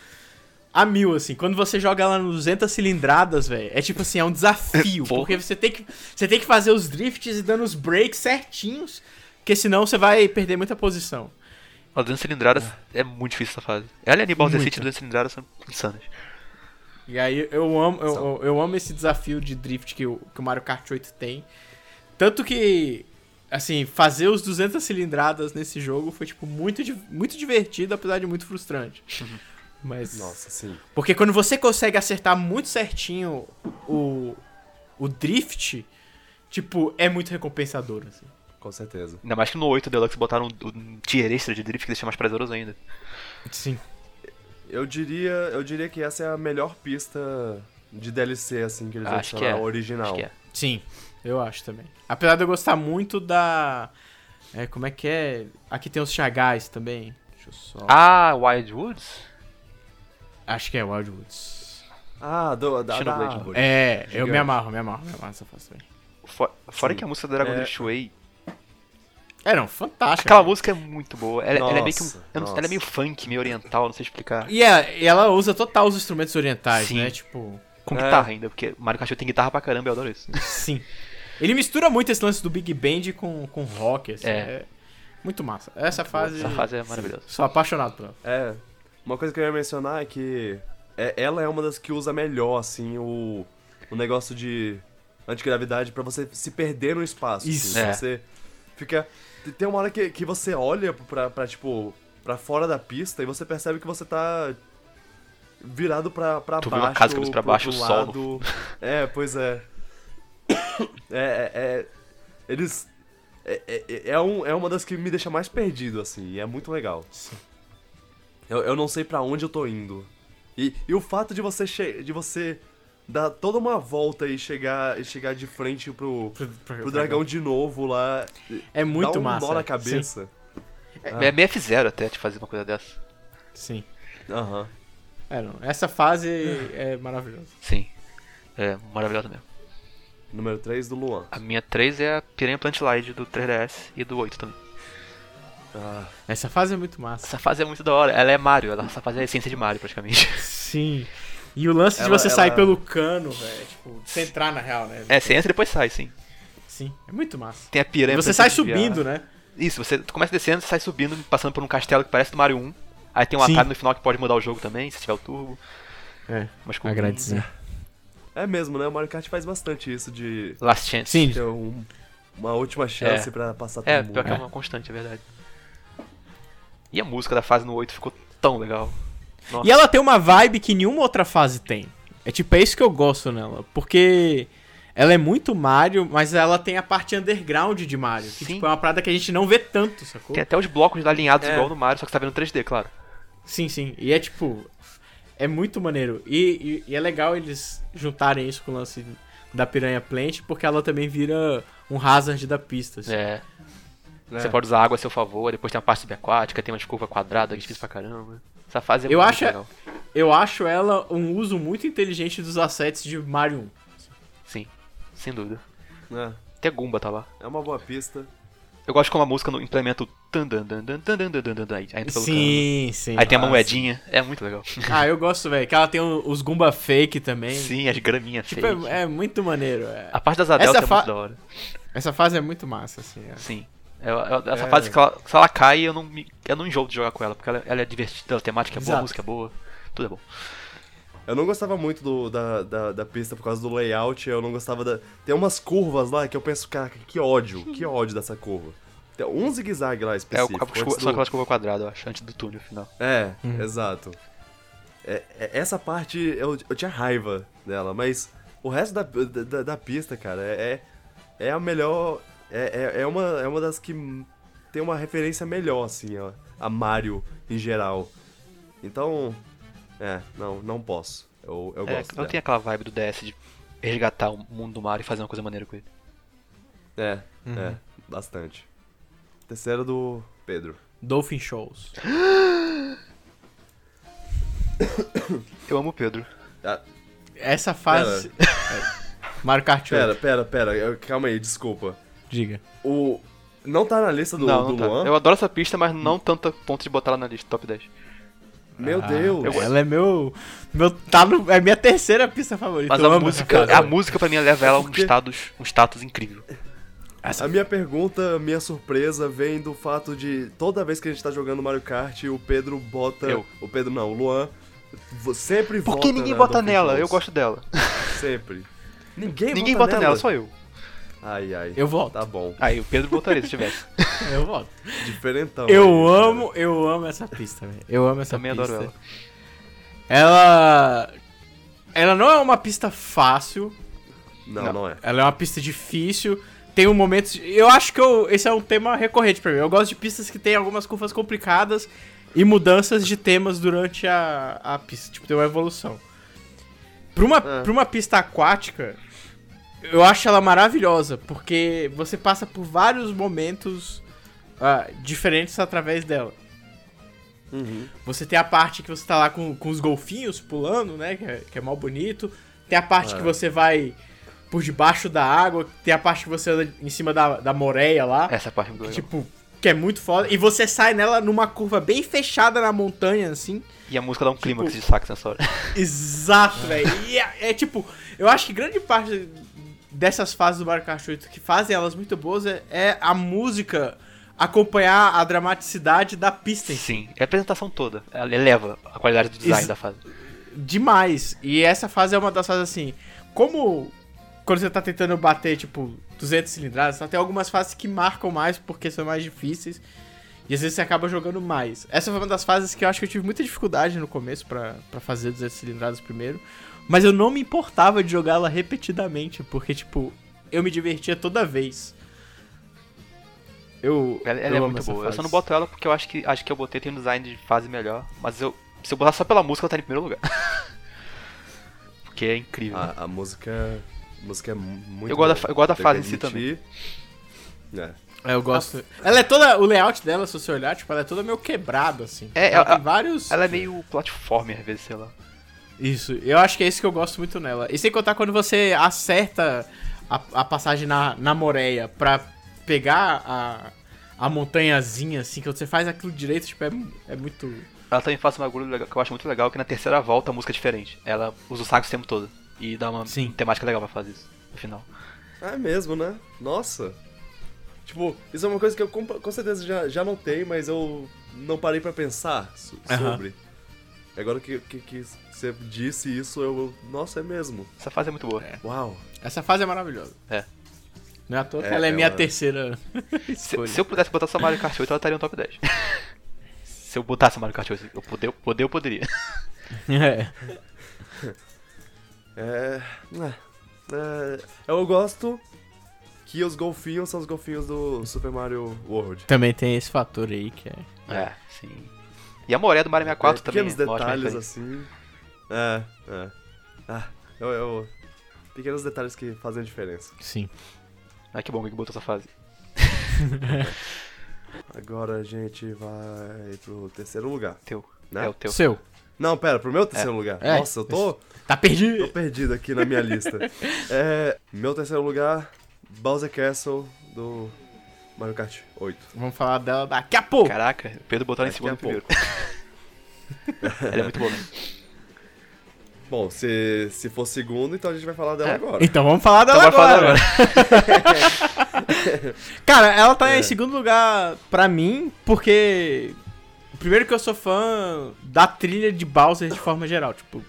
[SPEAKER 4] a mil, assim. Quando você joga ela no 200 cilindradas, velho, é tipo assim, é um desafio.
[SPEAKER 2] Porra.
[SPEAKER 4] porque você tem, que, você tem que fazer os drifts e dando os breaks certinhos, porque senão você vai perder muita posição.
[SPEAKER 2] A 200 cilindradas é muito difícil essa fase. Ela e Anibal
[SPEAKER 4] Muito.
[SPEAKER 2] City 200 cilindradas são insanas.
[SPEAKER 4] E aí eu amo, eu,
[SPEAKER 1] São.
[SPEAKER 4] eu- eu amo esse desafio de drift que o, que o Mario Kart 8 tem. Tanto que, assim, fazer os 200 cilindradas nesse jogo foi, tipo, muito, di- muito divertido, apesar de muito frustrante. Mas...
[SPEAKER 1] Uhum. Nossa, sim.
[SPEAKER 4] Porque quando você consegue acertar muito certinho o, o drift, tipo, é muito recompensador, assim.
[SPEAKER 1] Com certeza.
[SPEAKER 2] Ainda mais que no 8 Deluxe botaram um, um tier extra de drift que deixa mais prazeroso ainda.
[SPEAKER 4] Sim.
[SPEAKER 1] Eu diria, eu diria que essa é a melhor pista de DLC, assim, que eles
[SPEAKER 2] Acho que
[SPEAKER 1] adicionaram
[SPEAKER 2] é.
[SPEAKER 1] original.
[SPEAKER 2] Acho que é.
[SPEAKER 5] Sim.
[SPEAKER 4] Eu acho também. Apesar de eu gostar muito da. É, como é que é? Aqui tem os Chagais também. Deixa eu só.
[SPEAKER 2] Ah, Wild Woods?
[SPEAKER 4] Acho que é Wildwoods.
[SPEAKER 1] Ah, do, da,
[SPEAKER 2] Xenoblade
[SPEAKER 1] da...
[SPEAKER 2] Blade.
[SPEAKER 4] É, eu
[SPEAKER 1] Gigante.
[SPEAKER 4] me amarro, me amarro, me amarro nessa fase também.
[SPEAKER 2] Fo- Fora
[SPEAKER 1] Sim.
[SPEAKER 2] que a música do Dragon
[SPEAKER 1] É.
[SPEAKER 2] Age Shuei.
[SPEAKER 4] É, não, fantástico.
[SPEAKER 2] Aquela música é muito boa. Ela, ela é meio que um,
[SPEAKER 1] Nossa,
[SPEAKER 2] eu não- ela é
[SPEAKER 1] nossa.
[SPEAKER 2] meio funk, meio oriental, não sei explicar.
[SPEAKER 4] E ela, e ela usa total os instrumentos orientais,
[SPEAKER 2] Sim.
[SPEAKER 4] né? Tipo,
[SPEAKER 2] Com
[SPEAKER 1] É.
[SPEAKER 2] guitarra ainda, porque Mario Kart Show tem guitarra pra caramba, eu adoro isso.
[SPEAKER 4] sim. Ele mistura muito esse lance do Big Band com, com rock, assim.
[SPEAKER 2] É.
[SPEAKER 4] É. muito massa. Essa fase.
[SPEAKER 2] Essa fase é maravilhosa.
[SPEAKER 4] Sou apaixonado por ela.
[SPEAKER 1] É. Uma coisa que eu ia mencionar é que é- ela é uma das que usa melhor, assim, o, o negócio de antigravidade pra você se perder no espaço. assim.
[SPEAKER 4] Isso.
[SPEAKER 2] É.
[SPEAKER 1] Você fica. Tem uma hora que, que você olha pra, pra, tipo, pra fora da pista e você percebe que você tá virado pra, pra
[SPEAKER 2] Tu vê
[SPEAKER 1] baixo.
[SPEAKER 2] uma casa cabeça pra
[SPEAKER 1] pro
[SPEAKER 2] baixo,
[SPEAKER 1] outro
[SPEAKER 2] o sol
[SPEAKER 1] lado. É, pois é. É, é, é- eles. É, é, é, um, é uma das que me deixa mais perdido, assim, e é muito legal. Eu, eu não sei pra onde eu tô indo. E, e o fato de você che- de você dar toda uma volta e chegar e chegar de frente pro,
[SPEAKER 4] Pro,
[SPEAKER 1] pro dragão de novo lá.
[SPEAKER 4] É muito
[SPEAKER 1] dá um
[SPEAKER 4] massa.
[SPEAKER 1] nó na cabeça. Ah.
[SPEAKER 2] É meio F0 até de fazer uma coisa dessa.
[SPEAKER 4] Sim. sim.
[SPEAKER 1] Aham.
[SPEAKER 4] É, não. Essa fase é maravilhosa.
[SPEAKER 2] Sim. É maravilhosa mesmo.
[SPEAKER 1] Número 3 do Luan.
[SPEAKER 2] A minha 3 é a Piranha Plant Light do 3DS e do 8 também.
[SPEAKER 1] Ah,
[SPEAKER 4] Essa fase é muito massa.
[SPEAKER 2] Essa fase é muito da hora. Ela é Mario, ela- essa fase é a essência de Mario praticamente.
[SPEAKER 4] Sim. E o lance de
[SPEAKER 1] Ela-
[SPEAKER 4] você sair
[SPEAKER 1] ela-
[SPEAKER 4] pelo cano, velho. Tipo, de você entrar na real, né?
[SPEAKER 2] É, você entra e depois sai, sim.
[SPEAKER 4] Sim. É muito massa.
[SPEAKER 2] Tem a piranha.
[SPEAKER 4] Você
[SPEAKER 2] pra
[SPEAKER 4] sai
[SPEAKER 2] desviar.
[SPEAKER 4] subindo, né?
[SPEAKER 2] Isso, você começa descendo, sai subindo, passando por um castelo que parece do Mario 1. Aí tem um
[SPEAKER 4] Sim.
[SPEAKER 2] atalho no final que pode mudar o jogo também, se tiver o turbo.
[SPEAKER 4] É,
[SPEAKER 2] Mas com
[SPEAKER 4] Agradecer.
[SPEAKER 1] é mesmo, né? O Mario Kart faz bastante isso de
[SPEAKER 2] Last Chance.
[SPEAKER 4] Sim.
[SPEAKER 1] ter um- uma última chance pra passar todo
[SPEAKER 2] É,
[SPEAKER 1] mundo.
[SPEAKER 2] pior que é uma constante, é verdade. E a música da fase no 8 ficou tão legal. Nossa.
[SPEAKER 4] E ela tem uma vibe que nenhuma outra fase tem. É tipo, é isso que eu gosto nela. Porque ela é muito Mario, mas ela tem a parte underground de Mario. Que
[SPEAKER 2] Sim. é-
[SPEAKER 4] tipo, é uma parada que a gente não vê tanto, sacou?
[SPEAKER 2] Tem até os blocos alinhados
[SPEAKER 1] É.
[SPEAKER 2] igual no Mario, só que você tá vendo 3D, claro.
[SPEAKER 4] Sim, sim. E é tipo. É muito maneiro. E, e- e é legal eles juntarem isso com o lance da Piranha Plant, porque ela também vira um hazard da pista. assim.
[SPEAKER 2] É.
[SPEAKER 1] É.
[SPEAKER 2] Você pode usar água a seu favor, depois tem a parte subaquática, tem umas curvas quadradas, é difícil pra caramba. Essa fase é
[SPEAKER 4] Eu
[SPEAKER 2] muito
[SPEAKER 4] acho-
[SPEAKER 2] legal.
[SPEAKER 4] Eu acho ela um uso muito inteligente dos assets de Mario 1.
[SPEAKER 2] Sim, sem dúvida.
[SPEAKER 1] É.
[SPEAKER 2] Até Goomba tá lá.
[SPEAKER 1] É uma boa pista.
[SPEAKER 2] Eu gosto como a música no- implementa o tan dan dan dan dan dan dan dan dan dan, aí entra pelo cano.
[SPEAKER 4] sim.
[SPEAKER 2] Aí tem uma
[SPEAKER 1] Ah,
[SPEAKER 2] moedinha, é muito legal.
[SPEAKER 4] Ah, eu gosto, velho. Que ela tem o- os Goomba fake também.
[SPEAKER 2] Sim, as graminhas
[SPEAKER 4] Tipo,
[SPEAKER 2] feias.
[SPEAKER 4] é, é muito maneiro. é.
[SPEAKER 2] A parte das adelas é
[SPEAKER 4] Essa fa-
[SPEAKER 2] muito da hora.
[SPEAKER 4] Essa fase é muito massa, assim. é.
[SPEAKER 2] Sim. Eu- eu- essa
[SPEAKER 1] É.
[SPEAKER 2] fase que ela, se ela cai, eu não, me, eu não enjoo de jogar com ela, porque ela, ela é divertida, a temática é boa, a
[SPEAKER 4] Exato.
[SPEAKER 2] música é boa, tudo é bom.
[SPEAKER 1] Eu não gostava muito do- da, da, da pista por causa do layout, eu não gostava da. Tem umas curvas lá que eu penso, caraca, que ódio, que ódio dessa curva. Tem um zigue-zague lá
[SPEAKER 2] É, o,
[SPEAKER 1] específico.
[SPEAKER 2] a- as curvas-
[SPEAKER 1] antes
[SPEAKER 2] São
[SPEAKER 1] do-
[SPEAKER 2] aquelas curvas quadradas, eu acho, antes do túnel final.
[SPEAKER 1] É, exato. É- é- essa parte eu, eu tinha raiva dela, mas o resto da, da, da pista, cara, é, é a melhor. É, é, é uma, é uma das que tem uma referência melhor, assim, ó, a Mario em geral. Então. É, não, não posso. Eu, eu
[SPEAKER 2] É,
[SPEAKER 1] gosto.
[SPEAKER 2] não
[SPEAKER 1] dela.
[SPEAKER 2] tem aquela vibe do DS de resgatar o mundo do Mario e fazer uma coisa maneira com ele.
[SPEAKER 1] É,
[SPEAKER 2] Uhum.
[SPEAKER 1] é, bastante. Terceiro do Pedro.
[SPEAKER 4] Dolphin Shows.
[SPEAKER 2] Eu amo o Pedro.
[SPEAKER 1] Ah,
[SPEAKER 4] Essa fase. É. Mario Kart 8.
[SPEAKER 1] pera, pera, pera, eu- calma aí, desculpa.
[SPEAKER 4] Diga.
[SPEAKER 1] O. Não tá na lista do,
[SPEAKER 2] não,
[SPEAKER 1] do
[SPEAKER 2] não tá.
[SPEAKER 1] Luan?
[SPEAKER 2] Eu adoro essa pista, mas não tanto a ponto de botar ela na lista top 10.
[SPEAKER 1] Meu
[SPEAKER 4] Ah,
[SPEAKER 1] Deus!
[SPEAKER 4] Ela é meu. meu tá no, é minha terceira pista favorita.
[SPEAKER 2] Mas
[SPEAKER 4] eu
[SPEAKER 2] a
[SPEAKER 4] amo essa
[SPEAKER 2] música,
[SPEAKER 4] fase,
[SPEAKER 2] a
[SPEAKER 4] velho.
[SPEAKER 2] música pra mim leva ela a um
[SPEAKER 1] Porque-
[SPEAKER 2] status, um status incrível.
[SPEAKER 1] A minha pergunta, minha surpresa, vem do fato de toda vez que a gente tá jogando Mario Kart, o Pedro bota.
[SPEAKER 2] Eu.
[SPEAKER 1] O Pedro não, o Luan vo- sempre
[SPEAKER 2] Por
[SPEAKER 1] vota.
[SPEAKER 2] que ninguém
[SPEAKER 1] na
[SPEAKER 2] bota
[SPEAKER 1] Donkey
[SPEAKER 2] nela?
[SPEAKER 1] Kong.
[SPEAKER 2] Eu gosto dela.
[SPEAKER 1] Sempre. Ninguém,
[SPEAKER 2] Ninguém
[SPEAKER 1] vota,
[SPEAKER 2] bota nela, só eu.
[SPEAKER 1] Ai, ai.
[SPEAKER 4] Eu voto.
[SPEAKER 1] Tá bom.
[SPEAKER 2] Aí o Pedro botaria se tivesse.
[SPEAKER 4] Eu voto.
[SPEAKER 1] Diferentão.
[SPEAKER 4] Eu
[SPEAKER 1] aí,
[SPEAKER 4] amo, eu amo essa pista, velho. Eu amo essa
[SPEAKER 2] Também
[SPEAKER 4] pista.
[SPEAKER 2] adoro ela.
[SPEAKER 4] Ela. Ela não é uma pista fácil,
[SPEAKER 1] cara. Não,
[SPEAKER 2] Não.
[SPEAKER 1] não, é.
[SPEAKER 4] Ela é uma pista difícil. Tem um momento. Eu acho que eu- esse é um tema recorrente pra mim. Eu gosto de pistas que tem algumas curvas complicadas e mudanças de temas durante a, a pista. Tipo, tem uma evolução. Pra uma,
[SPEAKER 1] É.
[SPEAKER 4] pra uma pista aquática, eu acho ela maravilhosa, porque você passa por vários momentos ah, diferentes através dela.
[SPEAKER 1] Uhum.
[SPEAKER 4] Você tem a parte que você tá lá com, com os golfinhos pulando, né? Que é, que é mal bonito. Tem a parte
[SPEAKER 1] É.
[SPEAKER 4] que você vai por debaixo da água. Tem a parte que você anda em cima da, da moreia lá.
[SPEAKER 2] Essa parte é muito
[SPEAKER 4] que,
[SPEAKER 2] legal.
[SPEAKER 4] tipo, que é muito foda. E você sai nela numa curva bem fechada na montanha, assim.
[SPEAKER 2] E a música dá um clímax de sax nessa hora.
[SPEAKER 4] Exato, velho. E é, é tipo, eu acho que grande parte dessas fases do Mario Kart 8 que fazem elas muito boas é, é a música acompanhar a dramaticidade da pista em si.
[SPEAKER 2] Sim, é a apresentação toda. Ela eleva a qualidade do design
[SPEAKER 4] Isso.
[SPEAKER 2] da fase.
[SPEAKER 4] Demais. E essa fase é uma das fases assim, como quando você tá tentando bater, tipo, 200 cilindradas, tá? tem algumas fases que marcam mais porque são mais difíceis. E às vezes você acaba jogando mais. Essa foi uma das fases que eu acho que eu tive muita dificuldade no começo pra pra fazer 200 cilindradas primeiro. Mas eu não me importava de jogá-la repetidamente, porque, tipo, eu me divertia toda vez. Eu.
[SPEAKER 2] Ela, ela
[SPEAKER 4] eu
[SPEAKER 2] é
[SPEAKER 4] amo
[SPEAKER 2] muito
[SPEAKER 4] essa
[SPEAKER 2] boa. Eu
[SPEAKER 4] fase.
[SPEAKER 2] só não boto ela porque eu acho que acho que eu botei tem um design de fase melhor. Mas eu. Se eu botar só pela música, ela tá em primeiro lugar. porque é incrível.
[SPEAKER 4] Ah.
[SPEAKER 2] né?
[SPEAKER 1] A, a música. A música é mu- muito.
[SPEAKER 2] Eu gosto da
[SPEAKER 1] boa,
[SPEAKER 2] fa- eu gosto da
[SPEAKER 1] tem que
[SPEAKER 2] fase em si
[SPEAKER 1] admitir. É.
[SPEAKER 4] É, eu gosto. Ela é toda. O layout dela, se você olhar, tipo, ela é toda meio quebrada, assim.
[SPEAKER 2] É,
[SPEAKER 4] ela,
[SPEAKER 2] ela-
[SPEAKER 4] tem vários.
[SPEAKER 2] Ela é meio platformer, às vezes, sei lá.
[SPEAKER 4] Isso, eu acho que é isso que eu gosto muito nela. E sem contar quando você acerta a, a passagem na, na moreia pra pegar a, a montanhazinha, assim, que você faz aquilo direito, tipo, é, mu- é muito.
[SPEAKER 2] Ela também faz um bagulho legal- que eu acho muito legal, que na terceira volta a música é diferente. Ela usa o sax o tempo todo. E dá uma
[SPEAKER 4] Sim.
[SPEAKER 2] temática legal pra fazer isso no final.
[SPEAKER 1] É mesmo, né? Nossa. Tipo, isso é uma coisa que eu com, com certeza já, já notei, mas eu não parei pra pensar so-
[SPEAKER 4] Aham.
[SPEAKER 1] sobre. Agora que, que, que você disse isso, eu. Nossa, é mesmo.
[SPEAKER 2] Essa fase é muito boa.
[SPEAKER 1] Uau.
[SPEAKER 4] Essa fase é maravilhosa.
[SPEAKER 2] É.
[SPEAKER 4] Não é à toa que
[SPEAKER 1] É,
[SPEAKER 4] ela é
[SPEAKER 1] ela-
[SPEAKER 4] minha terceira
[SPEAKER 2] Se,
[SPEAKER 4] escolha.
[SPEAKER 2] se eu pudesse botar só Mario Kart 8, ela estaria no top 10. se eu botasse Mario Kart 8, eu, poder, eu poder, eu poderia.
[SPEAKER 4] É.
[SPEAKER 1] É. né, é, eu gosto que os golfinhos são os golfinhos do Super Mario World.
[SPEAKER 4] Também tem esse fator aí que é.
[SPEAKER 2] É, sim. E a Moré do Mario 64
[SPEAKER 1] É,
[SPEAKER 2] também.
[SPEAKER 1] Pequenos
[SPEAKER 2] é uma ótima
[SPEAKER 1] detalhes
[SPEAKER 2] referência.
[SPEAKER 1] assim. É, é. Ah, eu, eu- Pequenos detalhes que fazem a diferença. assim.
[SPEAKER 4] Sim.
[SPEAKER 2] Ah, que bom que botou essa fase.
[SPEAKER 1] Agora a gente vai pro terceiro lugar.
[SPEAKER 2] Teu.
[SPEAKER 1] Né?
[SPEAKER 2] É o teu.
[SPEAKER 4] Seu.
[SPEAKER 1] Não, pera, pro meu terceiro lugar.
[SPEAKER 4] É,
[SPEAKER 1] Nossa, eu tô,
[SPEAKER 4] Tá perdido.
[SPEAKER 1] tô perdido aqui na minha lista. É, meu terceiro lugar, Bowser Castle do Mario Kart 8.
[SPEAKER 4] Vamos falar dela daqui a pouco.
[SPEAKER 2] Caraca, o Pedro botou ela em
[SPEAKER 1] Daqui a
[SPEAKER 2] segundo primeiro. ela é muito boa, né?
[SPEAKER 1] Bom, se, se for segundo, então a gente vai falar dela
[SPEAKER 2] É.
[SPEAKER 1] agora.
[SPEAKER 4] Então vamos falar dela
[SPEAKER 2] Então bora falar
[SPEAKER 4] agora.
[SPEAKER 2] agora.
[SPEAKER 4] Cara, ela tá
[SPEAKER 1] É.
[SPEAKER 4] em segundo lugar pra mim, porque. Primeiro que eu sou fã da trilha de Bowser de forma geral, tipo,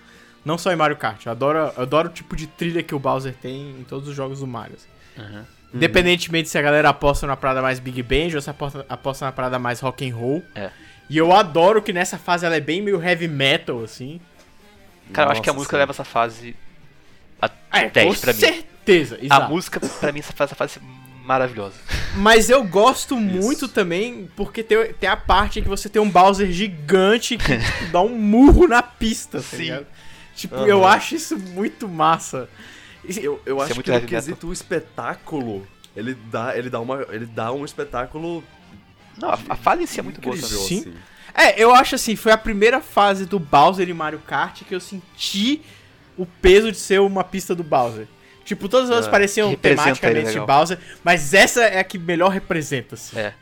[SPEAKER 4] não só em Mario Kart. Eu adoro, eu adoro o tipo de trilha que o Bowser tem em todos os jogos do Mario. assim.
[SPEAKER 2] Aham.
[SPEAKER 4] Independentemente se a galera aposta na parada mais Big Band ou se aposta, aposta na parada mais rock and roll.
[SPEAKER 2] É.
[SPEAKER 4] E eu adoro que nessa fase ela é bem meio heavy metal, assim.
[SPEAKER 2] Cara, eu acho que a
[SPEAKER 1] Nossa
[SPEAKER 2] música
[SPEAKER 1] senhora.
[SPEAKER 2] leva essa fase a
[SPEAKER 4] É,
[SPEAKER 2] 10
[SPEAKER 4] com
[SPEAKER 2] pra mim.
[SPEAKER 4] certeza.
[SPEAKER 2] A
[SPEAKER 4] exato.
[SPEAKER 2] música, pra mim, essa faz essa fase é maravilhosa.
[SPEAKER 4] Mas eu gosto muito também, porque tem, tem a parte que você tem um Bowser gigante que tipo, dá um murro na pista, tá
[SPEAKER 2] Sim.
[SPEAKER 4] ligado? Tipo,
[SPEAKER 1] Aham.
[SPEAKER 4] eu acho isso muito massa.
[SPEAKER 1] Eu, eu acho
[SPEAKER 2] muito né?
[SPEAKER 1] que no
[SPEAKER 2] heavy metal.
[SPEAKER 1] quesito espetáculo, ele dá, ele, dá uma, ele dá um espetáculo
[SPEAKER 2] Não, a, a fase em si é muito boa
[SPEAKER 1] incrível,
[SPEAKER 2] também.
[SPEAKER 1] assim.
[SPEAKER 4] É, eu acho assim, foi a primeira fase do Bowser e Mario Kart que eu senti o peso de ser uma pista do Bowser. Tipo, todas as outras
[SPEAKER 1] É,
[SPEAKER 4] pareciam
[SPEAKER 2] representa ele
[SPEAKER 4] tematicamente de
[SPEAKER 2] legal.
[SPEAKER 4] Bowser, mas essa é a que melhor representa, assim.
[SPEAKER 2] É.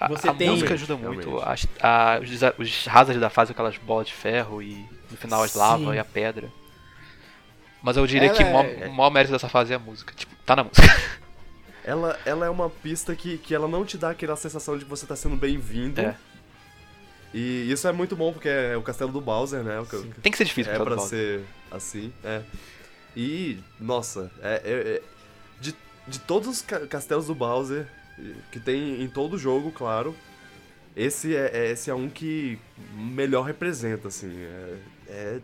[SPEAKER 2] A,
[SPEAKER 4] Você
[SPEAKER 2] a
[SPEAKER 4] tem- um-
[SPEAKER 2] música ajuda
[SPEAKER 1] Realmente.
[SPEAKER 2] muito. As- a- os, desa- os hazards da fase, aquelas bolas de ferro e no final as lava
[SPEAKER 4] Sim.
[SPEAKER 2] e a pedra. Mas eu diria
[SPEAKER 4] Ela
[SPEAKER 2] que o maior,
[SPEAKER 4] é-
[SPEAKER 2] o maior mérito dessa fase é a música. Tipo, tá na música.
[SPEAKER 1] Ela, ela é uma pista que, que ela não te dá aquela sensação de que você tá sendo bem-vindo.
[SPEAKER 2] É.
[SPEAKER 1] E isso é muito bom, porque é o castelo do Bowser, né? O, ca-
[SPEAKER 2] Tem que ser difícil
[SPEAKER 1] É
[SPEAKER 2] pra
[SPEAKER 1] pra
[SPEAKER 2] Bowser.
[SPEAKER 1] ser assim, é. E, nossa, é, é- é- de, de todos os ca- castelos do Bowser, eh, que tem em todo jogo, claro, esse é, é- esse é um que melhor representa, assim. É, é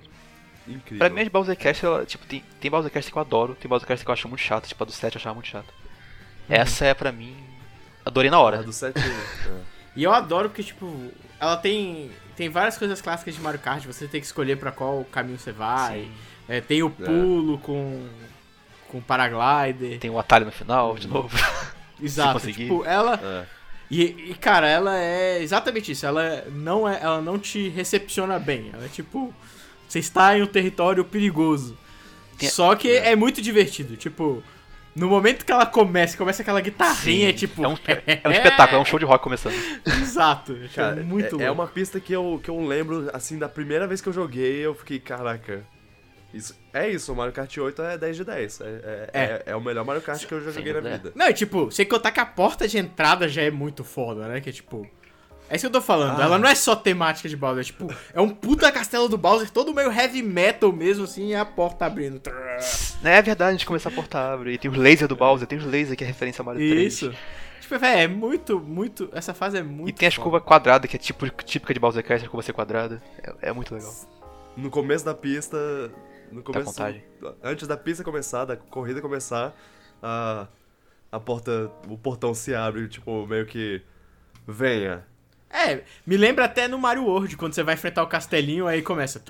[SPEAKER 1] incrível.
[SPEAKER 2] Pra mim, é as Bowser Cast, ela, tipo, tem, tem Bowser Cast que eu adoro, tem Bowser Cast que eu acho muito chato, tipo, a do 7 eu achava muito chata.
[SPEAKER 4] Uhum.
[SPEAKER 2] Essa é pra mim. Adorei na
[SPEAKER 1] A
[SPEAKER 2] hora.
[SPEAKER 1] do 7. é.
[SPEAKER 4] E eu adoro porque, tipo, ela tem, tem várias coisas clássicas de Mario Kart, você tem que escolher pra qual caminho você vai. É, tem o pulo com com paraglider.
[SPEAKER 2] Tem um atalho no final,
[SPEAKER 1] Uhum.
[SPEAKER 2] de novo.
[SPEAKER 4] Exato.
[SPEAKER 2] conseguir.
[SPEAKER 4] Tipo, ela
[SPEAKER 1] É.
[SPEAKER 4] e, e, cara, ela é exatamente isso. Ela não é, ela não te recepciona bem. Ela é tipo você está em um território perigoso.
[SPEAKER 2] Tem-
[SPEAKER 4] Só que é. muito divertido, tipo no momento que ela começa, começa aquela guitarrinha,
[SPEAKER 2] Sim,
[SPEAKER 4] tipo.
[SPEAKER 2] É um, é um espetáculo, é um show de rock começando.
[SPEAKER 4] Exato. eu achei
[SPEAKER 1] Cara,
[SPEAKER 4] muito
[SPEAKER 1] é, é
[SPEAKER 4] louco.
[SPEAKER 1] uma pista que eu, que eu lembro, assim, da primeira vez que eu joguei, eu fiquei, caraca. Isso, é isso, o Mario Kart 8 é 10 de 10. É, é,
[SPEAKER 4] É.
[SPEAKER 1] é- é o melhor Mario Kart que eu já
[SPEAKER 2] Sem
[SPEAKER 1] joguei na
[SPEAKER 2] dúvida.
[SPEAKER 1] vida.
[SPEAKER 4] Não, e tipo, sem contar que a porta de entrada já é muito foda, né? Que é tipo. É isso que eu tô falando.
[SPEAKER 1] Ah.
[SPEAKER 4] Ela não é só temática de Bowser, é tipo, é um puta castelo do Bowser, todo meio heavy metal mesmo, assim, e a porta abrindo.
[SPEAKER 2] É verdade, a gente começa a portar abre. E tem os lasers do Bowser, tem os lasers que é referência a Mario 3.
[SPEAKER 4] Isso. Tipo, véi, é muito, muito. Essa fase é muito.
[SPEAKER 2] E tem a
[SPEAKER 4] foda.
[SPEAKER 2] escova quadrada, que é tipo, típica de Bowser Cast, a escova ser quadrada. É, é muito legal.
[SPEAKER 1] No começo da pista. No começo.
[SPEAKER 2] contagem.
[SPEAKER 1] antes da pista começar, da corrida começar, a, a porta. O portão se abre, tipo, meio que. Venha.
[SPEAKER 4] É, me lembra até no Mario World, quando você vai enfrentar o castelinho, aí começa.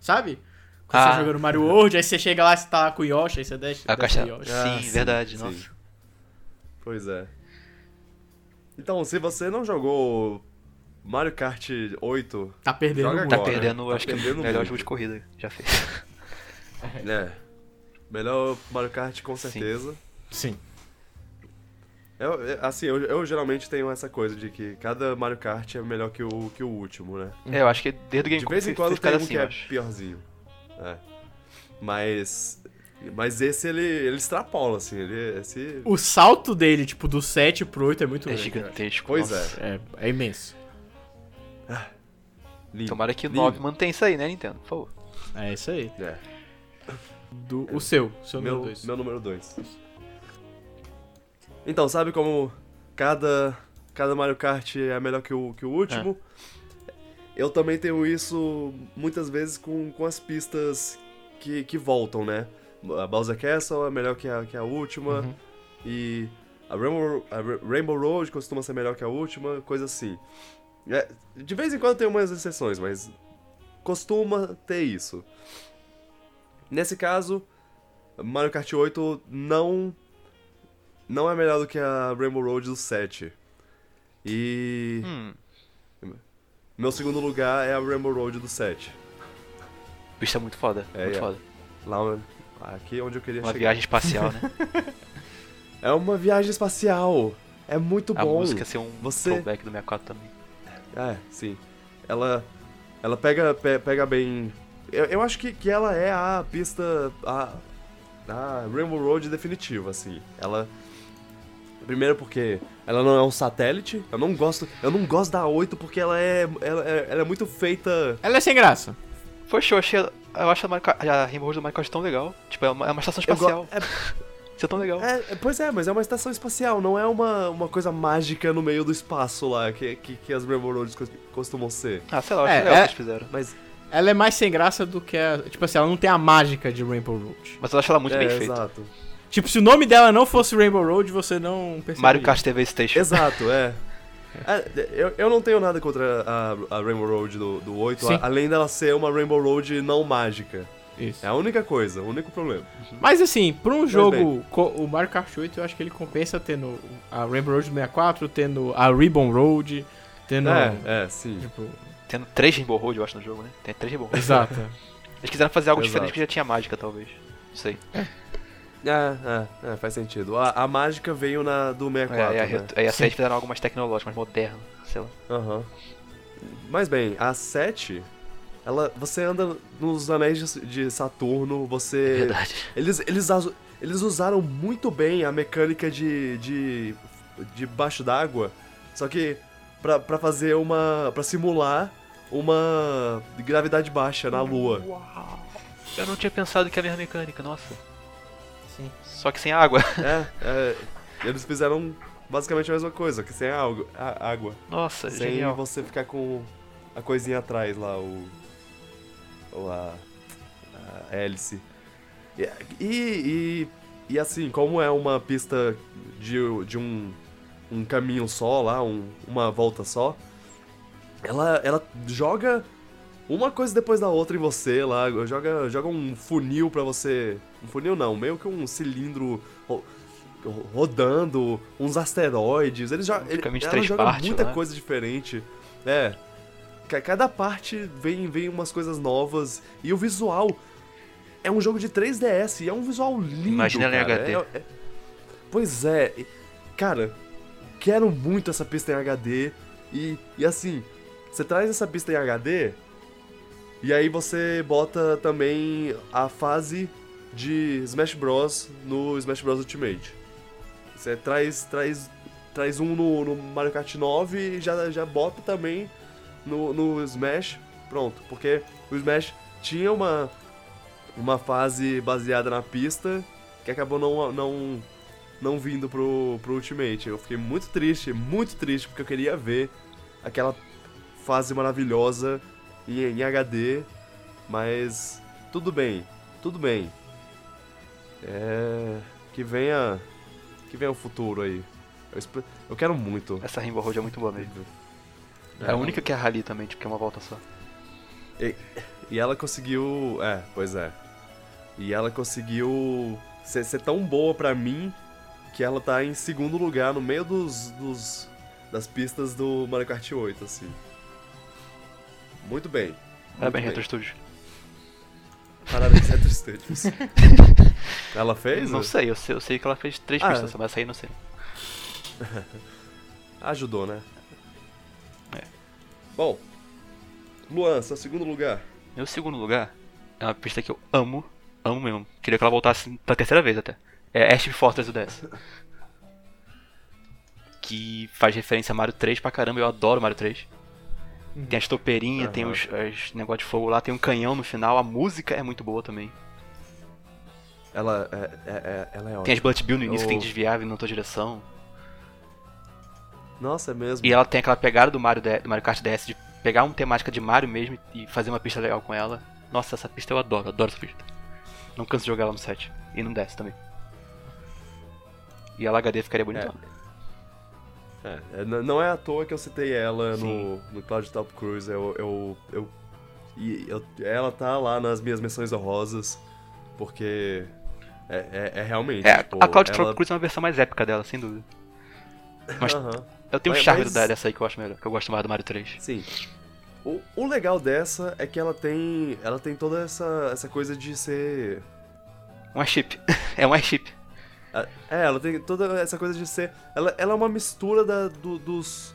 [SPEAKER 4] Sabe? Quando
[SPEAKER 2] Ah.
[SPEAKER 4] você joga no Mario World, aí você chega lá, você tá lá com o Yoshi, aí você desce.
[SPEAKER 2] A
[SPEAKER 4] desce
[SPEAKER 2] caixa.
[SPEAKER 4] o Yoshi.
[SPEAKER 1] Ah,
[SPEAKER 2] sim,
[SPEAKER 1] sim,
[SPEAKER 2] verdade,
[SPEAKER 1] sim.
[SPEAKER 2] nossa.
[SPEAKER 1] Pois é. Então, se você não jogou Mario Kart 8,
[SPEAKER 4] Tá perdendo
[SPEAKER 1] Joga
[SPEAKER 4] muito.
[SPEAKER 2] Tá
[SPEAKER 1] Bora,
[SPEAKER 2] perdendo,
[SPEAKER 1] tá
[SPEAKER 2] acho que o
[SPEAKER 1] perdendo
[SPEAKER 2] melhor
[SPEAKER 1] muito.
[SPEAKER 2] jogo de corrida que já fez.
[SPEAKER 1] né? Melhor Mario Kart com
[SPEAKER 2] Sim.
[SPEAKER 1] certeza.
[SPEAKER 4] Sim.
[SPEAKER 1] Eu, eu- assim, eu, eu geralmente tenho essa coisa de que cada Mario Kart é melhor que o, que o último, né?
[SPEAKER 2] É, eu acho que desde o
[SPEAKER 1] De
[SPEAKER 2] GameCube
[SPEAKER 1] vez em
[SPEAKER 2] vocês-
[SPEAKER 1] quando
[SPEAKER 2] vocês
[SPEAKER 1] tem um que
[SPEAKER 2] ficaram assim, eu
[SPEAKER 1] é
[SPEAKER 2] acho.
[SPEAKER 1] piorzinho. É. Mas. Mas esse ele, ele extrapola, assim. Ele, esse.
[SPEAKER 4] O salto dele, tipo, do 7 pro 8 é muito
[SPEAKER 2] É
[SPEAKER 4] grande.
[SPEAKER 2] gigantesco.
[SPEAKER 1] Pois
[SPEAKER 2] nossa.
[SPEAKER 4] É, é imenso.
[SPEAKER 1] Lindo.
[SPEAKER 2] Tomara que o
[SPEAKER 1] Lindo.
[SPEAKER 2] 9 mantenha isso aí, né, Nintendo? Por favor.
[SPEAKER 4] É isso aí.
[SPEAKER 1] É.
[SPEAKER 4] Do, o seu, o seu
[SPEAKER 1] Meu,
[SPEAKER 4] número 2.
[SPEAKER 1] meu número 2. Então, sabe como cada, cada Mario Kart é melhor que o, que o último?
[SPEAKER 4] É.
[SPEAKER 1] Eu também tenho isso muitas vezes com, com as pistas que, que voltam, né? A Bowser Castle é melhor que a, que a última.
[SPEAKER 4] Uhum.
[SPEAKER 1] E a Rainbow, a Ra- Rainbow Road costuma ser melhor que a última, coisa assim. É, de vez em quando tem umas exceções, mas costuma ter isso. Nesse caso, Mario Kart 8 não não é melhor do que a Rainbow Road do 7. E
[SPEAKER 2] Hum,
[SPEAKER 1] meu segundo lugar é a Rainbow Road do 7.
[SPEAKER 2] bicho é muito foda.
[SPEAKER 1] É,
[SPEAKER 2] muito
[SPEAKER 1] é.
[SPEAKER 2] foda.
[SPEAKER 1] Lá onde- aqui onde eu queria
[SPEAKER 2] Uma
[SPEAKER 1] chegar.
[SPEAKER 2] viagem espacial, né?
[SPEAKER 1] É uma viagem espacial. É muito
[SPEAKER 2] A
[SPEAKER 1] bom.
[SPEAKER 2] música ser um
[SPEAKER 1] Você-
[SPEAKER 2] throwback do 64 também.
[SPEAKER 1] É, sim. Ela ela pega pe- pega bem. Eu, eu acho que, que ela é a pista a, a Rainbow Road definitiva, assim. Ela primeiro porque ela não é um satélite. Eu não gosto eu não gosto da 8 porque ela é ela, é- ela é muito feita
[SPEAKER 4] Ela é sem graça.
[SPEAKER 2] Poxa, eu achei. Eu acho a, Mario Kart- a Rainbow Road do Minecraft tão legal. Tipo, é uma, é uma estação
[SPEAKER 1] eu go-
[SPEAKER 2] espacial.
[SPEAKER 1] é-
[SPEAKER 2] Isso é tão legal.
[SPEAKER 1] É, é, pois é, mas é uma estação espacial, não é uma, uma coisa mágica no meio do espaço lá, que, que, que as Rainbow Roads cos- costumam ser.
[SPEAKER 2] Ah, sei lá, eu acho
[SPEAKER 4] É,
[SPEAKER 2] legal o
[SPEAKER 4] é-
[SPEAKER 2] que eles fizeram.
[SPEAKER 1] Mas,
[SPEAKER 4] Ela é mais sem graça do que a. Tipo assim, ela não tem a mágica de Rainbow Road.
[SPEAKER 2] Mas eu acho ela muito
[SPEAKER 1] é,
[SPEAKER 2] bem feita.
[SPEAKER 1] exato.
[SPEAKER 4] Tipo, se o nome dela não fosse Rainbow Road, você não
[SPEAKER 1] é
[SPEAKER 4] perceberia.
[SPEAKER 2] Mario
[SPEAKER 1] um
[SPEAKER 2] Kart TV Station.
[SPEAKER 1] Exato, é. É, eu, eu não tenho nada contra a, a Rainbow Road do, do 8,
[SPEAKER 4] Sim.
[SPEAKER 1] a- além dela ser uma Rainbow Road não mágica.
[SPEAKER 4] Isso.
[SPEAKER 1] É a única coisa, o único problema.
[SPEAKER 4] Mas assim, pra um jogo,
[SPEAKER 1] bem.
[SPEAKER 4] co- o Mario Kart 8, eu acho que ele compensa tendo a Rainbow Road do 64, tendo a Ribbon Road, tendo.
[SPEAKER 1] É, é, sim.
[SPEAKER 4] Tipo,
[SPEAKER 2] Tendo três Rainbow Road, eu acho, no jogo, né? Tem três Rainbow Road.
[SPEAKER 4] exato.
[SPEAKER 2] Eles quiseram fazer algo
[SPEAKER 1] Exato.
[SPEAKER 2] diferente que já tinha mágica, talvez. Não sei.
[SPEAKER 1] É, é, é, faz sentido. A, a mágica veio na do
[SPEAKER 2] É,
[SPEAKER 1] 64,
[SPEAKER 2] aí a,
[SPEAKER 1] né?
[SPEAKER 2] Ret- aí a série fizeram algo mais tecnológico, mais moderno. Sei lá.
[SPEAKER 1] Aham. Mas bem, a 7, ela, você anda nos anéis de, de Saturno,
[SPEAKER 2] É
[SPEAKER 1] você.
[SPEAKER 2] verdade.
[SPEAKER 1] eles, eles, asu- eles usaram muito bem a mecânica de. de. de baixo d'água. Só que pra, pra fazer uma. pra simular uma gravidade baixa na Lua.
[SPEAKER 2] Eu não tinha pensado que é a mesma mecânica, nossa.
[SPEAKER 4] Sim.
[SPEAKER 2] Só que sem água.
[SPEAKER 1] É, é, eles fizeram basicamente a mesma coisa, que sem algo, a- água.
[SPEAKER 2] Nossa,
[SPEAKER 1] Sem
[SPEAKER 2] é genial.
[SPEAKER 1] você ficar com a coisinha atrás lá, o. o a, a hélice. E, e, e, e assim, como é uma pista de, de um, um caminho só lá, um- uma volta só, Ela, ela joga uma coisa depois da outra em você lá, joga, joga um funil pra você. Um funil não, meio que um cilindro ro- ro- rodando, uns asteroides. Eles jo ele,
[SPEAKER 2] caminho de
[SPEAKER 1] ela
[SPEAKER 2] três
[SPEAKER 1] joga
[SPEAKER 2] partes né?
[SPEAKER 1] muita
[SPEAKER 2] lá.
[SPEAKER 1] coisa diferente. É. Ca- Cada parte vem, vem umas coisas novas. E o visual é um jogo de 3DS e é um visual lindo.
[SPEAKER 2] Imagina ela em
[SPEAKER 1] cara.
[SPEAKER 2] HD.
[SPEAKER 1] É- é- Pois é. e- Cara, quero muito essa pista em HD. E, e assim, você traz essa pista em HD e aí você bota também a fase de Smash Bros no Smash Bros Ultimate. Você traz traz traz um no, no Mario Kart 9 e já já bota também no, no Smash, pronto, porque o Smash tinha uma uma fase baseada na pista que acabou não não não vindo pro, pro Ultimate. Eu fiquei muito triste, muito triste, porque eu queria ver aquela fase maravilhosa em, em HD, mas tudo bem, tudo bem. É, que venha que venha o futuro aí. Eu, espe- eu quero muito.
[SPEAKER 2] Essa Rainbow Road é muito boa mesmo. É a única que é rally também, tipo, que é uma volta só.
[SPEAKER 1] E ela conseguiu. É, pois é. E ela conseguiu ser, ser tão boa pra mim que ela tá em segundo lugar no meio dos, dos das pistas do Mario Kart 8, assim. Muito
[SPEAKER 2] Tá
[SPEAKER 1] bem.
[SPEAKER 2] Parabéns,
[SPEAKER 1] Muito
[SPEAKER 2] é Retro
[SPEAKER 1] bem.
[SPEAKER 2] Studios.
[SPEAKER 1] Parabéns, Retro Studios. ela fez?
[SPEAKER 2] Não sei, eu sei, eu sei que ela fez três
[SPEAKER 1] Ah,
[SPEAKER 2] pistas
[SPEAKER 1] é.
[SPEAKER 2] só, mas essa aí eu não sei.
[SPEAKER 1] Ajudou, né?
[SPEAKER 2] É.
[SPEAKER 1] Bom, Luan, seu segundo lugar.
[SPEAKER 2] Meu segundo lugar é uma pista que eu amo, amo mesmo. Queria que ela voltasse da terceira vez até. É Ash Fortress do DS. Que faz referência a Mario 3 pra caramba, eu adoro Mario 3. Tem as topeirinhas, tem
[SPEAKER 1] Uhum. Aham.
[SPEAKER 2] os, as negócio de fogo lá, tem um canhão no final, a música é muito boa também.
[SPEAKER 1] Ela é, é- é- ela é ótima.
[SPEAKER 2] Tem as Bullet Bill no início,
[SPEAKER 1] Eu-
[SPEAKER 2] tem que desviar vindo na tua direção.
[SPEAKER 1] Nossa, é mesmo.
[SPEAKER 2] E ela tem aquela pegada do Mario, D- do Mario Kart DS de pegar uma temática de Mario mesmo e fazer uma pista legal com ela. Nossa, essa pista eu adoro, adoro essa pista. Não canso de jogar ela no set. E no DS também. E ela HD ficaria bonita.
[SPEAKER 1] É, n- não é à toa que eu citei ela no,
[SPEAKER 2] Sim.
[SPEAKER 1] no Cloud Top Cruise. Eu, eu, eu, e eu- ela tá lá nas minhas menções honrosas, porque é, é- é realmente.
[SPEAKER 2] É,
[SPEAKER 1] tipo,
[SPEAKER 2] a Cloud
[SPEAKER 1] ela...
[SPEAKER 2] Tropic Cruise é uma versão mais épica dela, sem dúvida. Mas
[SPEAKER 1] Aham,
[SPEAKER 2] eu tenho um
[SPEAKER 1] Mas-
[SPEAKER 2] charme
[SPEAKER 1] mas-
[SPEAKER 2] da- dessa aí que eu acho melhor, que eu gosto mais do Mario 3.
[SPEAKER 1] sim. O, o legal dessa é que ela tem, ela tem toda essa, essa coisa de ser
[SPEAKER 2] Um chip. é um chip.
[SPEAKER 1] É, ela tem toda essa coisa de ser. Ela, ela é uma mistura da, do- dos.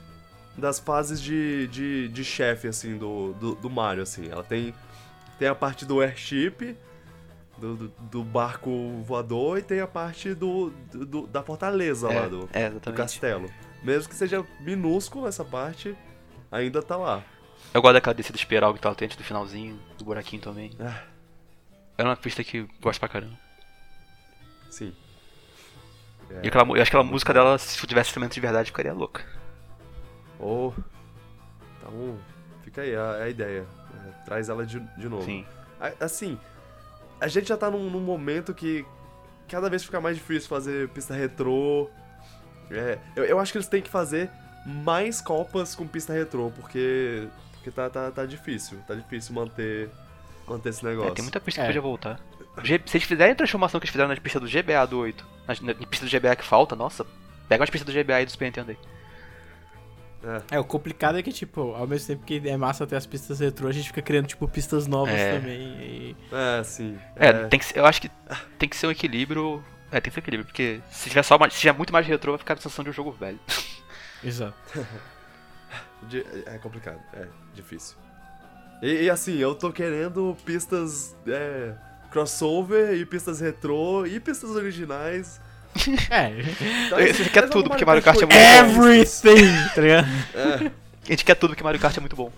[SPEAKER 1] das fases de, de, de chefe, assim, do, do, do Mario, assim. Ela tem. Tem a parte do airship, do, do, do barco voador, e tem a parte do, do- do- da fortaleza lá, do,
[SPEAKER 2] É,
[SPEAKER 1] do
[SPEAKER 2] exatamente.
[SPEAKER 1] castelo. Mesmo que seja minúsculo essa parte, ainda tá lá.
[SPEAKER 2] Eu gosto daquela descida espiral que tá antes do finalzinho, do buraquinho também.
[SPEAKER 1] Ah.
[SPEAKER 2] É uma pista que eu gosto pra caramba.
[SPEAKER 1] Sim.
[SPEAKER 2] E aquela, mu- eu acho que aquela música dela, se tivesse instrumento de verdade, ficaria louca.
[SPEAKER 1] Ou. Então, Oh, fica aí a, a ideia. É, traz ela de, de novo.
[SPEAKER 2] Sim.
[SPEAKER 1] A- Assim, a gente já tá num, num momento que cada vez fica mais difícil fazer pista retrô. É, eu, eu acho que eles têm que fazer mais copas com pista retrô, porque, porque tá, tá, tá difícil. Tá difícil manter, manter esse negócio.
[SPEAKER 2] É, tem muita pista
[SPEAKER 3] É.
[SPEAKER 2] que podia voltar. G- Se eles fizerem a transformação que eles fizeram nas pistas do GBA do 8, nas, na na pista do GBA que falta, nossa, pega umas pistas do GBA e do Super Nintendo aí.
[SPEAKER 1] É,
[SPEAKER 4] É, o complicado é que, tipo, ao mesmo tempo que é massa ter as pistas retrô, a gente fica criando, tipo, pistas novas
[SPEAKER 2] É.
[SPEAKER 4] também. E...
[SPEAKER 1] é, sim.
[SPEAKER 2] É, tem que ser- eu acho que tem que ser um equilíbrio. É, tem que ser um equilíbrio, porque se tiver só uma- se tiver muito mais retrô, vai ficar a sensação de um jogo velho.
[SPEAKER 4] Exato.
[SPEAKER 1] Di- É complicado, é difícil. E, e, assim, eu tô querendo pistas é, crossover e pistas retrô e pistas originais. Tá,
[SPEAKER 4] É.
[SPEAKER 2] Você quer
[SPEAKER 1] Mas
[SPEAKER 2] tudo,
[SPEAKER 1] o
[SPEAKER 2] porque Mario Kart é muito bom.
[SPEAKER 4] Everything, tá ligado?
[SPEAKER 1] É.
[SPEAKER 2] A gente quer tudo, porque Mario Kart é muito bom.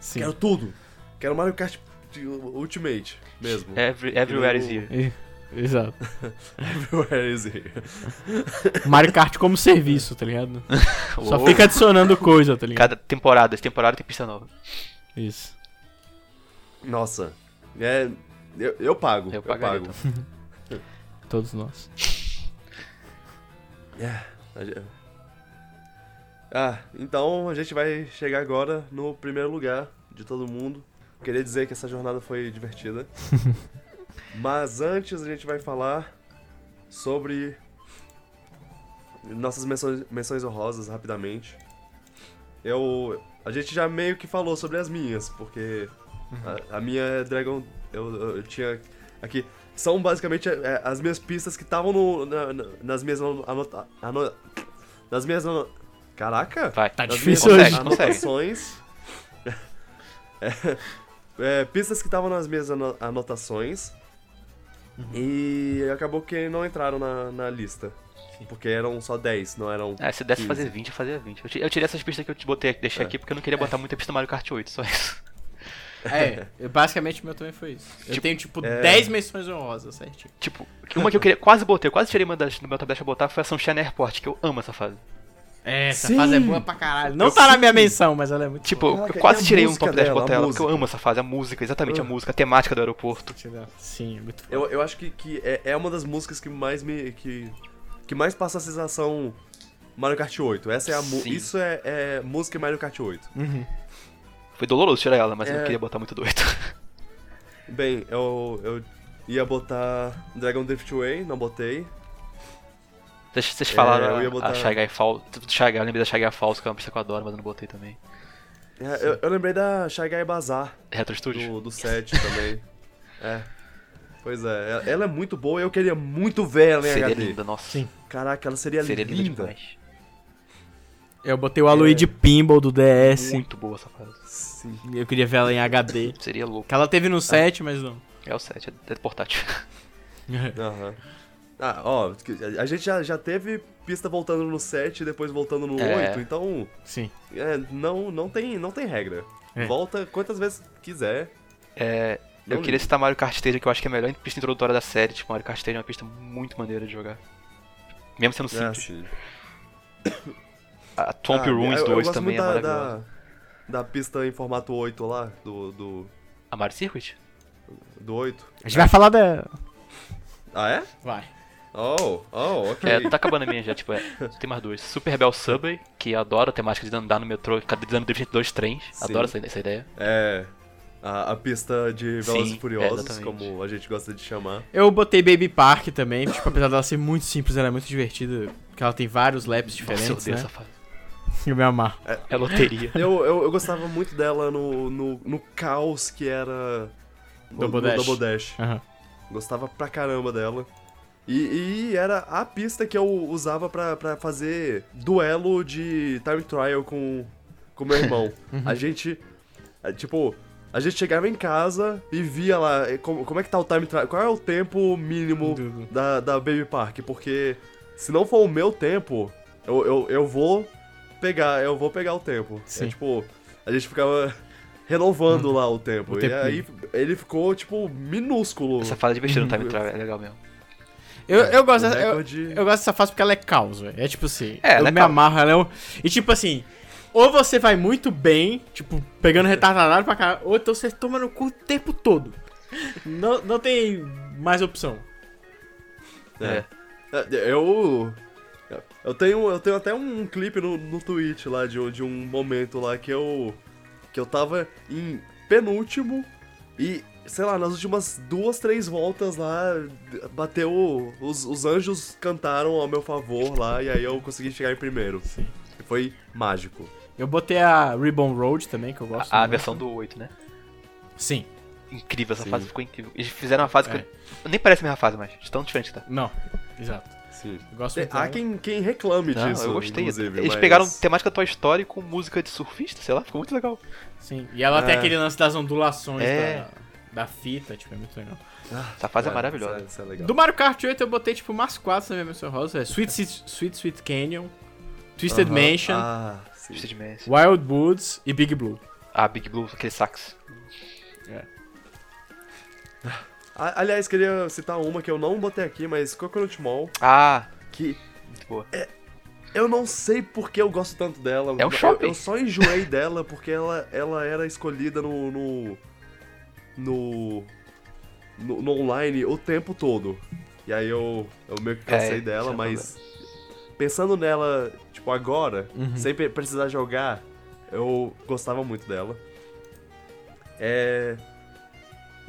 [SPEAKER 4] Sim.
[SPEAKER 1] Quero tudo. Quero Mario Kart de- Ultimate mesmo.
[SPEAKER 2] Every, everywhere is
[SPEAKER 1] Eu-
[SPEAKER 2] here.
[SPEAKER 4] E- Exato.
[SPEAKER 1] Everywhere is here.
[SPEAKER 4] Mario Kart como serviço, tá ligado? Só
[SPEAKER 2] Uou.
[SPEAKER 4] fica adicionando coisa, tá ligado?
[SPEAKER 2] Cada temporada, essa temporada tem pista nova.
[SPEAKER 4] Isso.
[SPEAKER 1] Nossa. É, eu, eu pago.
[SPEAKER 2] Eu
[SPEAKER 1] Eu,
[SPEAKER 2] pagaria
[SPEAKER 1] pago.
[SPEAKER 4] Todos nós.
[SPEAKER 1] A ge- É, Ah, então a gente vai chegar agora no primeiro lugar de todo mundo. Queria dizer que essa jornada foi divertida. Mas antes a gente vai falar sobre nossas menções, menções honrosas rapidamente. Eu. A gente já meio que falou sobre as minhas, porque a, a minha é Dragon. Eu, eu- eu tinha aqui. São basicamente é, as minhas pistas que estavam no- na- na- nas minhas anota, ano- Nas minhas. ano- Caraca!
[SPEAKER 2] Vai.
[SPEAKER 3] Tá
[SPEAKER 1] Nas
[SPEAKER 3] difícil
[SPEAKER 1] minhas
[SPEAKER 2] É hoje. Consegue,
[SPEAKER 1] Anotações. É, é, pistas que estavam nas minhas ano- anotações.
[SPEAKER 2] Uhum.
[SPEAKER 1] E acabou que não entraram na, na lista. Porque eram só 10, não eram.
[SPEAKER 2] Ah, se desse
[SPEAKER 1] 15.
[SPEAKER 2] fazer 20, eu fazia 20. Eu ti- Eu tirei essas pistas que eu te botei, deixei
[SPEAKER 1] É.
[SPEAKER 2] aqui porque eu não queria botar muita pista Mario Kart 8, só isso.
[SPEAKER 4] É, eu- basicamente o meu também foi isso. Eu
[SPEAKER 2] Tipo,
[SPEAKER 4] tenho, tipo,
[SPEAKER 1] é.
[SPEAKER 4] 10 menções honrosas, certinho.
[SPEAKER 2] Tipo, uma que eu queria, quase botei, eu quase tirei uma das, do meu top 10 pra botar foi a Sunshine Airport, que eu amo essa fase.
[SPEAKER 4] É, essa
[SPEAKER 1] Sim.
[SPEAKER 4] fase é boa pra caralho. Não tá na minha menção, mas ela é muito
[SPEAKER 2] Tipo,
[SPEAKER 1] Caraca,
[SPEAKER 2] eu
[SPEAKER 1] e
[SPEAKER 2] quase
[SPEAKER 1] a
[SPEAKER 2] tirei um
[SPEAKER 1] música
[SPEAKER 2] top 10 pra
[SPEAKER 1] dela,
[SPEAKER 2] botar
[SPEAKER 1] a
[SPEAKER 2] ela, porque eu
[SPEAKER 1] música?
[SPEAKER 2] amo essa fase, a música, exatamente a
[SPEAKER 1] Ah.
[SPEAKER 2] música, a temática do aeroporto.
[SPEAKER 4] boa. Sim, é muito foda.
[SPEAKER 1] Eu, eu acho que, que é, é uma das músicas que mais me. que, que mais passa a sensação Mario Kart 8. Essa é a mu-
[SPEAKER 2] Sim.
[SPEAKER 1] Isso é, é música Mario Kart 8.
[SPEAKER 2] Foi doloroso tirar ela, mas eu
[SPEAKER 1] É.
[SPEAKER 2] não queria botar muito doido.
[SPEAKER 1] Bem, eu, eu ia botar Dragon Drift Way, não botei.
[SPEAKER 2] Vocês, vocês
[SPEAKER 1] É,
[SPEAKER 2] falaram
[SPEAKER 1] eu ia
[SPEAKER 2] a-
[SPEAKER 1] botar-
[SPEAKER 2] a Shy Guy Falso. Shy Guy, eu lembrei da Shy Guy Falso, que é uma pista que eu adoro, mas eu não botei também.
[SPEAKER 1] É, eu, eu lembrei da Shy Guy Bazaar.
[SPEAKER 2] Retro Studio.
[SPEAKER 1] do, do set também. É. Pois é, ela- ela é muito boa e eu queria muito ver ela em
[SPEAKER 2] Seria
[SPEAKER 1] HD.
[SPEAKER 2] linda, nossa.
[SPEAKER 3] Sim.
[SPEAKER 1] Caraca, ela seria,
[SPEAKER 2] Seria linda
[SPEAKER 1] linda.
[SPEAKER 2] demais.
[SPEAKER 4] Eu botei o Aloy de Pinball do DS.
[SPEAKER 2] Muito boa essa fase.
[SPEAKER 1] Sim.
[SPEAKER 4] Eu queria ver ela em HD.
[SPEAKER 2] Seria louco.
[SPEAKER 4] Que ela teve no 7, mas não.
[SPEAKER 2] É o 7, é portátil.
[SPEAKER 1] Aham. Ah, ó, a gente já, já teve pista voltando no 7 e depois voltando no
[SPEAKER 2] É.
[SPEAKER 1] 8, então
[SPEAKER 3] Sim.
[SPEAKER 1] é, não, não, tem, não tem regra.
[SPEAKER 3] É.
[SPEAKER 1] Volta quantas vezes quiser.
[SPEAKER 2] É, eu
[SPEAKER 1] Não
[SPEAKER 2] queria
[SPEAKER 1] ligo.
[SPEAKER 2] citar Mario Kart Stadium, que eu acho que é a melhor pista introdutória da série. Tipo, Mario Kart Stadium é uma pista muito maneira de jogar. Mesmo sendo
[SPEAKER 1] É,
[SPEAKER 2] simples.
[SPEAKER 1] sim.
[SPEAKER 2] a Tomp
[SPEAKER 1] Ah,
[SPEAKER 2] Ruins
[SPEAKER 1] eu- eu
[SPEAKER 2] 2
[SPEAKER 1] gosto
[SPEAKER 2] também é
[SPEAKER 1] muito da,
[SPEAKER 2] maravilhosa.
[SPEAKER 1] da, da pista em formato 8 lá, do, do,
[SPEAKER 2] A Mario Circuit?
[SPEAKER 1] do 8.
[SPEAKER 3] A gente vai falar da.
[SPEAKER 1] Ah, é?
[SPEAKER 4] Vai.
[SPEAKER 1] Oh, oh, ok.
[SPEAKER 2] É, tá acabando a minha já, tipo, é, tem mais duas. Super Bell Subway, que eu adoro a temática de andar no metrô, cada dando drift dois trens.
[SPEAKER 1] Sim.
[SPEAKER 2] Adoro essa, essa ideia.
[SPEAKER 1] É. A, a pista de Velozes
[SPEAKER 2] Sim,
[SPEAKER 1] e Furiosos,
[SPEAKER 2] exatamente.
[SPEAKER 1] como a gente gosta de chamar.
[SPEAKER 4] Eu botei Baby Park também, tipo, apesar dela ser muito simples, ela é muito divertida, porque ela tem vários laps
[SPEAKER 2] Nossa, eu
[SPEAKER 4] diferentes,
[SPEAKER 2] odeio
[SPEAKER 4] né?
[SPEAKER 2] essa fase.
[SPEAKER 4] Eu me amarro.
[SPEAKER 2] É loteria.
[SPEAKER 1] Eu, eu, eu gostava muito dela no, no, no caos que era. o- no
[SPEAKER 4] Double Dash.
[SPEAKER 1] Double Dash.
[SPEAKER 4] Aham.
[SPEAKER 1] Gostava pra caramba dela. E, e era a pista que eu usava pra, pra fazer duelo de time trial com com meu irmão.
[SPEAKER 4] Uhum.
[SPEAKER 1] a gente. é, Tipo, a gente chegava em casa e via lá eh, como, como é que tá o time trial. Qual é o tempo mínimo
[SPEAKER 4] Do-
[SPEAKER 1] da, da Baby Park? Porque se não for o meu tempo, eu, eu, eu vou pegar, eu vou pegar o tempo. É
[SPEAKER 4] Sim. Uhum.
[SPEAKER 1] tipo, a gente ficava renovando lá o tempo.
[SPEAKER 4] O
[SPEAKER 1] e
[SPEAKER 4] tempo
[SPEAKER 1] aí ele ficou, tipo, minúsculo.
[SPEAKER 2] Essa fase é divertida no Time
[SPEAKER 1] Uhum.
[SPEAKER 2] Travel, é legal mesmo.
[SPEAKER 4] Eu,
[SPEAKER 2] É,
[SPEAKER 4] eu gosto
[SPEAKER 1] O
[SPEAKER 4] dessa- eu,
[SPEAKER 1] Um recorde-
[SPEAKER 4] eu gosto dessa fase porque ela é caos, velho. É tipo assim,
[SPEAKER 2] É,
[SPEAKER 4] eu
[SPEAKER 2] ela é
[SPEAKER 4] me
[SPEAKER 2] caos.
[SPEAKER 4] amarro, ela é um... E tipo assim, ou você vai muito bem, tipo, pegando retardado pra cá, ou então você toma no cu o tempo todo. Não, não tem mais opção.
[SPEAKER 1] É.
[SPEAKER 2] É.
[SPEAKER 1] Eu. Eu tenho, eu tenho até um clipe no, no Twitch lá de, de um momento lá que eu. que eu tava em penúltimo e, sei lá, nas últimas duas, três voltas lá, bateu. Os, os anjos cantaram ao meu favor lá e aí eu consegui chegar em primeiro. Sim. Foi mágico.
[SPEAKER 4] Eu botei a Ribbon Road também, que eu gosto
[SPEAKER 2] A, a
[SPEAKER 4] muito.
[SPEAKER 2] versão do 8, né?
[SPEAKER 4] Sim.
[SPEAKER 2] Incrível, essa
[SPEAKER 1] Sim.
[SPEAKER 2] fase ficou incrível. Eles fizeram uma fase
[SPEAKER 4] É.
[SPEAKER 2] que. eu- Nem parece a mesma fase mais, de tão diferente que tá.
[SPEAKER 4] Não, exato.
[SPEAKER 1] Sim.
[SPEAKER 4] Eu gosto
[SPEAKER 1] Tem,
[SPEAKER 4] muito
[SPEAKER 1] há
[SPEAKER 4] dela.
[SPEAKER 1] quem, quem reclame
[SPEAKER 2] Então- Não,
[SPEAKER 1] disso.
[SPEAKER 2] eu gostei.
[SPEAKER 1] Inclusive,
[SPEAKER 2] Eles
[SPEAKER 1] mas-
[SPEAKER 2] pegaram um temática Toy Story com música de surfista, sei lá, ficou muito legal.
[SPEAKER 4] Sim, e ela tem
[SPEAKER 1] É.
[SPEAKER 4] aquele lance das ondulações
[SPEAKER 2] É.
[SPEAKER 4] da, da fita, tipo, é muito legal.
[SPEAKER 2] Essa fase é, maravilhosa.
[SPEAKER 1] Isso é, isso é legal.
[SPEAKER 4] Do Mario Kart 8 eu botei, tipo, umas quatro na minha menção rosa. É Sweet, Sweet, Sweet, Sweet Canyon, Twisted
[SPEAKER 1] Aham.
[SPEAKER 4] Mansion,
[SPEAKER 1] Ah, sim.
[SPEAKER 2] Twisted Mansion.
[SPEAKER 4] Wild Woods e Big Blue.
[SPEAKER 2] Ah, Big Blue, aquele sax.
[SPEAKER 1] A- Aliás, queria citar uma que eu não botei aqui, mas Coconut Mall,
[SPEAKER 2] Ah,
[SPEAKER 1] que é,
[SPEAKER 2] muito boa.
[SPEAKER 1] eu não sei por que eu gosto tanto dela.
[SPEAKER 2] É um
[SPEAKER 1] Eu-
[SPEAKER 2] shopping.
[SPEAKER 1] Eu, só enjoei dela porque ela, ela era escolhida no no, no no no online o tempo todo. E aí eu, eu meio que cansei
[SPEAKER 2] É,
[SPEAKER 1] dela,
[SPEAKER 2] isso é
[SPEAKER 1] mas pensando nela, tipo, agora, sem pe- precisar jogar, eu gostava muito dela. É.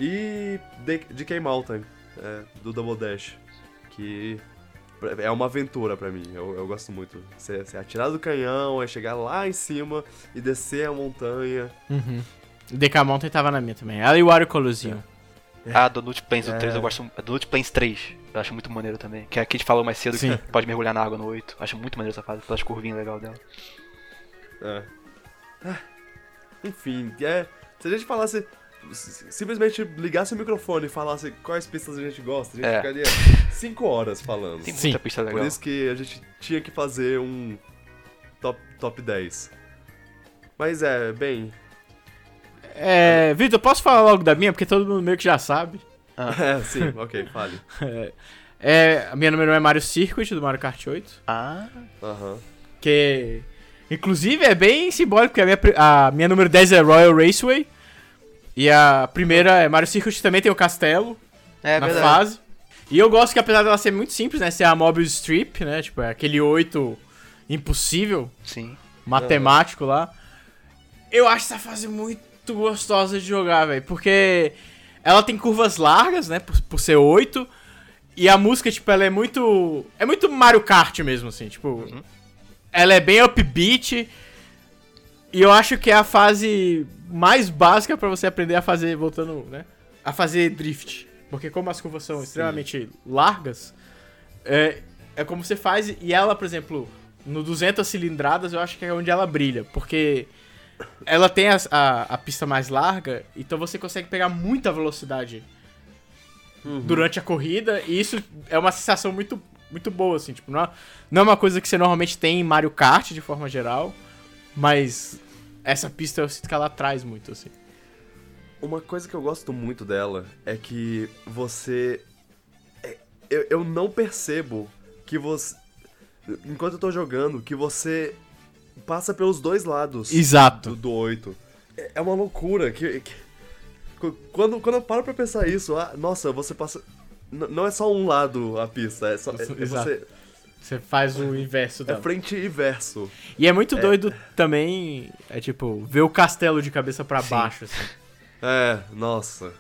[SPEAKER 1] E de- DK Mountain, é, do Double Dash, que pra- é uma aventura pra mim, eu, eu gosto muito. Você você atirar do canhão, é chegar lá em cima e descer a montanha.
[SPEAKER 4] Uhum. DK Mountain tava na minha também. Ela e o Wario Colosinho.
[SPEAKER 2] Ah, Donut Plains do
[SPEAKER 1] É.
[SPEAKER 2] 3, eu gosto. a Donut Plains 3, eu acho muito maneiro também. Que é a Kate falou mais cedo
[SPEAKER 4] Sim.
[SPEAKER 2] que pode mergulhar na água no 8. Acho muito maneiro essa fase, pelas curvinhas legal dela.
[SPEAKER 1] É. Ah, Enfim, é. Se a gente falasse. si- Simplesmente ligasse o microfone e falasse quais pistas a gente gosta, a gente
[SPEAKER 2] É.
[SPEAKER 1] ficaria 5 horas falando.
[SPEAKER 2] Tem
[SPEAKER 4] Sim.
[SPEAKER 2] muita pista legal.
[SPEAKER 1] Por isso que a gente tinha que fazer um top, top 10. Mas é, bem.
[SPEAKER 4] É, Vitor, posso falar logo da minha? Porque todo mundo meio que já sabe.
[SPEAKER 1] É, sim, ok, fale.
[SPEAKER 4] É, a minha número um é Mario Circuit, do Mario Kart 8.
[SPEAKER 2] Ah,
[SPEAKER 1] Aham.
[SPEAKER 4] Que, inclusive, é bem simbólico, porque a minha, pri- a minha número 10 é Royal Raceway. E a primeira é Mario Circuit, também tem o castelo.
[SPEAKER 2] é
[SPEAKER 4] na
[SPEAKER 2] verdade.
[SPEAKER 4] fase. E eu gosto que apesar dela ser muito simples, né? Ser a Mobile Strip, né? Tipo, é aquele 8 impossível,
[SPEAKER 2] Sim.
[SPEAKER 4] matemático lá. Eu acho essa fase muito gostosa de jogar, velho. Porque ela tem curvas largas, né? Por, por ser 8. E a música, tipo, ela é muito. É muito Mario Kart mesmo, assim, tipo. Ela é bem upbeat. E eu acho que é a fase mais básica pra você aprender a fazer, voltando, né? A fazer drift. Porque como as curvas são extremamente largas, é, é como você faz. E ela, por exemplo, no 200 cilindradas, eu acho que é onde ela brilha. Porque ela tem as- a, a pista mais larga, então você consegue pegar muita velocidade durante a corrida. E isso é uma sensação muito, muito boa, assim. Tipo, não é, não é uma coisa que você normalmente tem em Mario Kart, de forma geral. Mas essa pista eu sinto que ela traz muito, assim.
[SPEAKER 1] Uma coisa que eu gosto muito dela é que você. é- Eu, eu não percebo que você. Enquanto eu tô jogando, que você passa pelos dois lados. do,
[SPEAKER 4] Exato.
[SPEAKER 1] do 8. É, é uma loucura que, que- qu- quando, quando eu paro pra pensar isso, ah, nossa, você passa. n- Não é só um lado a pista, é só. é- é
[SPEAKER 4] Exato. Então.
[SPEAKER 1] você-
[SPEAKER 4] Você faz o inverso
[SPEAKER 1] é
[SPEAKER 4] dela.
[SPEAKER 1] frente e verso.
[SPEAKER 4] E é muito doido também, é tipo, ver o castelo de cabeça pra baixo, assim.
[SPEAKER 1] É, nossa.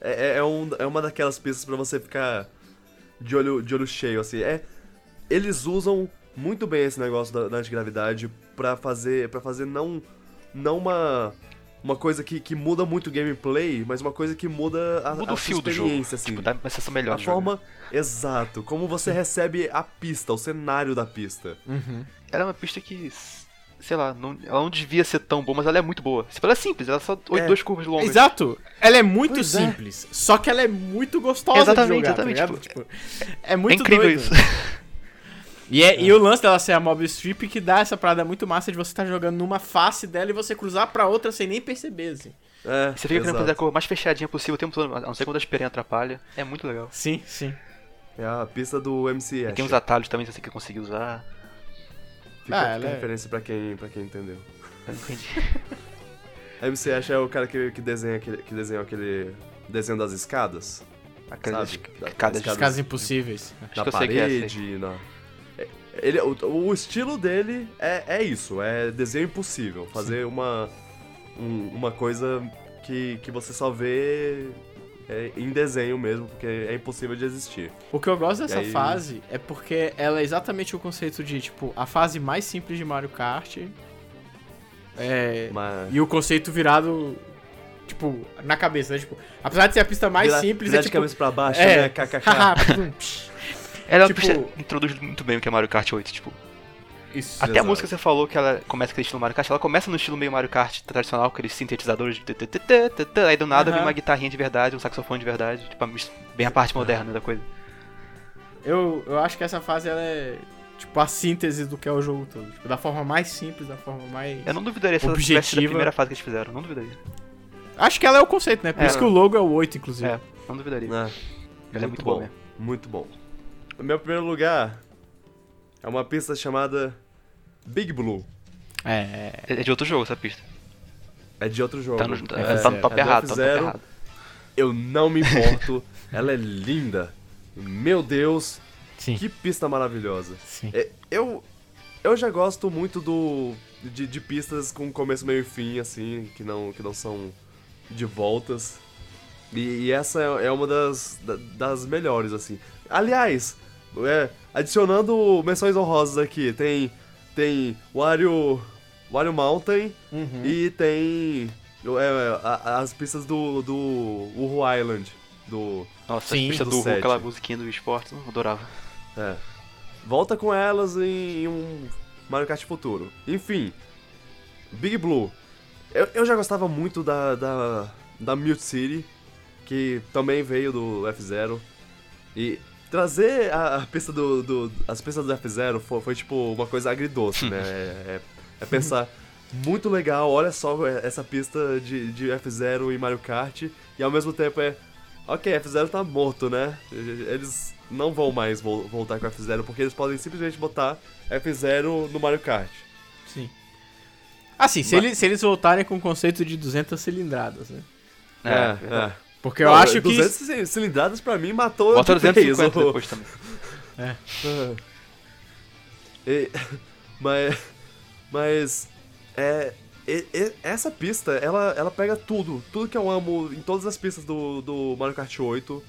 [SPEAKER 1] É, é, é um- é uma daquelas pistas pra você ficar de olho, de olho cheio, assim. É, eles usam muito bem esse negócio da, da antigravidade pra fazer, pra fazer não, não uma, uma coisa que, que muda muito o gameplay, mas uma coisa que muda a,
[SPEAKER 2] Muda
[SPEAKER 1] a sua
[SPEAKER 2] o fio do jogo.
[SPEAKER 1] experiência, assim.
[SPEAKER 2] Tipo, dá uma sensação melhor.
[SPEAKER 1] A
[SPEAKER 2] de jogar.
[SPEAKER 1] forma. Exato. Como você recebe a pista, o cenário da pista.
[SPEAKER 2] Ela é uma pista que. Sei lá, não- ela não devia ser tão boa, mas ela é muito boa. Tipo, Ela é simples, ela é só oito
[SPEAKER 1] É.
[SPEAKER 2] duas curvas longas.
[SPEAKER 4] Exato. Ela é muito
[SPEAKER 1] Pois é.
[SPEAKER 4] simples, só que ela é muito gostosa
[SPEAKER 2] Exatamente,
[SPEAKER 4] de jogar, tá ligado?
[SPEAKER 2] exatamente, tipo,
[SPEAKER 4] Tipo, é
[SPEAKER 2] É
[SPEAKER 4] muito
[SPEAKER 2] incrível
[SPEAKER 4] doido.
[SPEAKER 2] isso.
[SPEAKER 4] E, é- e o lance dela ser a Mob Strip que dá essa parada muito massa de você estar jogando numa face dela e você cruzar pra outra sem nem perceber, assim.
[SPEAKER 1] É,
[SPEAKER 2] Você fica querendo
[SPEAKER 1] exato.
[SPEAKER 2] fazer a curva mais fechadinha possível o tempo todo, a não ser quando a esperinha atrapalha. É muito legal.
[SPEAKER 4] Sim, sim.
[SPEAKER 1] É a pista do MC
[SPEAKER 2] E tem uns
[SPEAKER 1] Escher.
[SPEAKER 2] atalhos também, se você quer conseguir usar.
[SPEAKER 1] Fica,
[SPEAKER 4] Ah,
[SPEAKER 1] fica
[SPEAKER 4] ela
[SPEAKER 1] a
[SPEAKER 4] é-
[SPEAKER 1] referência pra quem, pra quem entendeu.
[SPEAKER 2] Eu não entendi.
[SPEAKER 1] MC Ash é o cara que, que desenha aquele, que desenhou aquele desenho das escadas.
[SPEAKER 2] Aquelas
[SPEAKER 1] Sabe? Da-
[SPEAKER 2] cada
[SPEAKER 1] das
[SPEAKER 4] Os casos impossíveis.
[SPEAKER 2] Acho
[SPEAKER 1] Na
[SPEAKER 2] que eu sei que é essa aí.
[SPEAKER 1] parede, na... É, Ele, o, o estilo dele é, é isso, é desenho impossível. Fazer uma, um- uma coisa que, que você só vê é, em desenho mesmo, porque é impossível de existir.
[SPEAKER 4] O que eu gosto dessa
[SPEAKER 1] E aí-
[SPEAKER 4] fase é porque ela é exatamente o conceito de, tipo, a fase mais simples de Mario Kart. É,
[SPEAKER 1] Mas...
[SPEAKER 4] E o conceito virado, tipo, na cabeça, né? Tipo, apesar de ser a pista mais
[SPEAKER 1] Virar-
[SPEAKER 4] simples,
[SPEAKER 1] virar
[SPEAKER 4] é
[SPEAKER 1] de
[SPEAKER 4] tipo...
[SPEAKER 1] cabeça pra baixo, né? KKK.
[SPEAKER 4] haha, pum, psh.
[SPEAKER 2] Ela
[SPEAKER 4] Tipo-
[SPEAKER 2] pista- introduz muito bem o que é Mario Kart 8, tipo.
[SPEAKER 4] Isso.
[SPEAKER 2] Até a música que você falou que ela começa com aquele estilo Mario Kart, ela começa no estilo meio Mario Kart tradicional, com aqueles sintetizadores de tê, tê, tê, tê, tê, tê, aí do nada vem
[SPEAKER 4] Aham.
[SPEAKER 2] uma guitarrinha de verdade, um saxofone de verdade, tipo, a mis- bem a parte moderna da coisa.
[SPEAKER 4] Eu, eu acho que essa fase ela é tipo a síntese do que é o jogo todo. Tipo, da forma mais simples, da forma mais.
[SPEAKER 2] Eu não duvidaria se ela tivesse sido a
[SPEAKER 4] Objetiva.
[SPEAKER 2] primeira fase que eles fizeram, não duvidaria.
[SPEAKER 4] Acho que ela é o conceito, né? Por
[SPEAKER 2] É.
[SPEAKER 4] isso que o logo é o 8, inclusive.
[SPEAKER 2] É, não duvidaria.
[SPEAKER 1] Ah,
[SPEAKER 2] Ela é muito boa mesmo.
[SPEAKER 1] Muito bom. O meu primeiro lugar é uma pista chamada Big Blue.
[SPEAKER 4] É.
[SPEAKER 2] É é de outro jogo essa pista.
[SPEAKER 1] É de outro jogo.
[SPEAKER 2] Tá no,
[SPEAKER 1] É,
[SPEAKER 2] tá no top
[SPEAKER 1] é do
[SPEAKER 2] errado, tá no top
[SPEAKER 1] F-Zero.
[SPEAKER 2] errado.
[SPEAKER 1] Eu não me importo. Ela é linda. Meu Deus.
[SPEAKER 4] Sim.
[SPEAKER 1] Que pista maravilhosa.
[SPEAKER 4] Sim.
[SPEAKER 1] É, eu, eu já gosto muito do de, de pistas com começo, meio e fim, assim, que não, que não são de voltas. E, e essa é é uma das, da- das melhores, assim. Aliás, é, adicionando menções honrosas aqui, tem, tem Wario, Wario Mountain e tem é, a- as pistas do, do Uhu Island, do...
[SPEAKER 2] Nossa,
[SPEAKER 4] Sim,
[SPEAKER 2] a pista
[SPEAKER 1] do
[SPEAKER 2] do Hulk,
[SPEAKER 1] set.
[SPEAKER 2] aquela musiquinha do esporte, eu adorava.
[SPEAKER 1] É. Volta com elas em, em um Mario Kart futuro. Enfim, Big Blue. Eu, eu já gostava muito da, da, da Mute City, que também veio do F-Zero. E trazer a, a pista do, do- as pistas do F-Zero foi, foi, tipo uma coisa agridoce, né? É, é- é pensar, muito legal, olha só essa pista de, de F-Zero e Mario Kart. E ao mesmo tempo é, Ok, F0 tá morto, né? Eles não vão mais vol- voltar com F0 porque eles podem simplesmente botar F0 no Mario Kart.
[SPEAKER 4] Sim. Assim, se,
[SPEAKER 1] Mas-
[SPEAKER 4] eles, se eles voltarem com o conceito de 200 cilindradas, né?
[SPEAKER 1] É,
[SPEAKER 2] É, verdade.
[SPEAKER 4] Porque eu
[SPEAKER 1] então. Não,
[SPEAKER 4] acho que.
[SPEAKER 1] 200 ci- cilindradas pra mim matou tipo
[SPEAKER 2] Bota
[SPEAKER 1] de vez
[SPEAKER 2] 250
[SPEAKER 1] o-
[SPEAKER 2] depois também.
[SPEAKER 1] E- mas mas é, e- e- essa pista, ela, ela pega tudo, tudo que eu amo em todas as pistas do, do Mario Kart 8.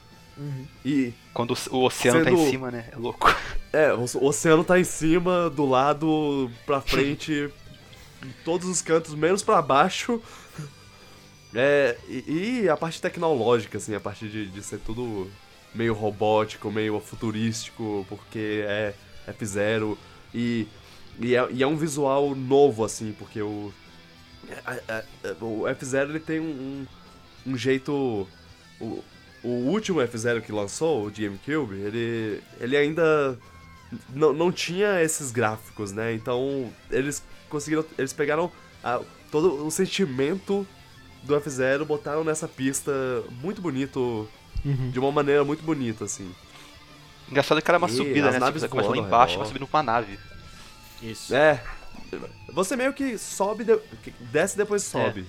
[SPEAKER 1] E
[SPEAKER 2] Quando o- o oceano tá
[SPEAKER 1] Sendo-
[SPEAKER 2] em cima, né? É louco.
[SPEAKER 1] É, o o oceano tá em cima, do lado, pra frente, em todos os cantos, menos pra baixo. É, e, e a parte tecnológica, assim, a parte de, de ser tudo meio robótico, meio futurístico, porque é F0 e, e, é, e é um visual novo, assim, porque o, a- a- a- o F0 ele tem um, um, um jeito. O, o último F0 que lançou, o de GameCube, ele, ele ainda não, não tinha esses gráficos, né? Então eles conseguiram. Eles pegaram a- todo o sentimento do F0, botaram nessa pista muito bonito,
[SPEAKER 2] Uhum.
[SPEAKER 1] de uma maneira muito bonita, assim.
[SPEAKER 2] Engraçado que era uma
[SPEAKER 1] Ih, as
[SPEAKER 2] subida, né? Você
[SPEAKER 1] naves
[SPEAKER 2] precisa começar lá
[SPEAKER 1] voando ao
[SPEAKER 2] embaixo e
[SPEAKER 1] redor.
[SPEAKER 2] vai subindo pra uma nave.
[SPEAKER 4] Isso.
[SPEAKER 1] É. Você meio que sobe, de- que desce e depois sobe.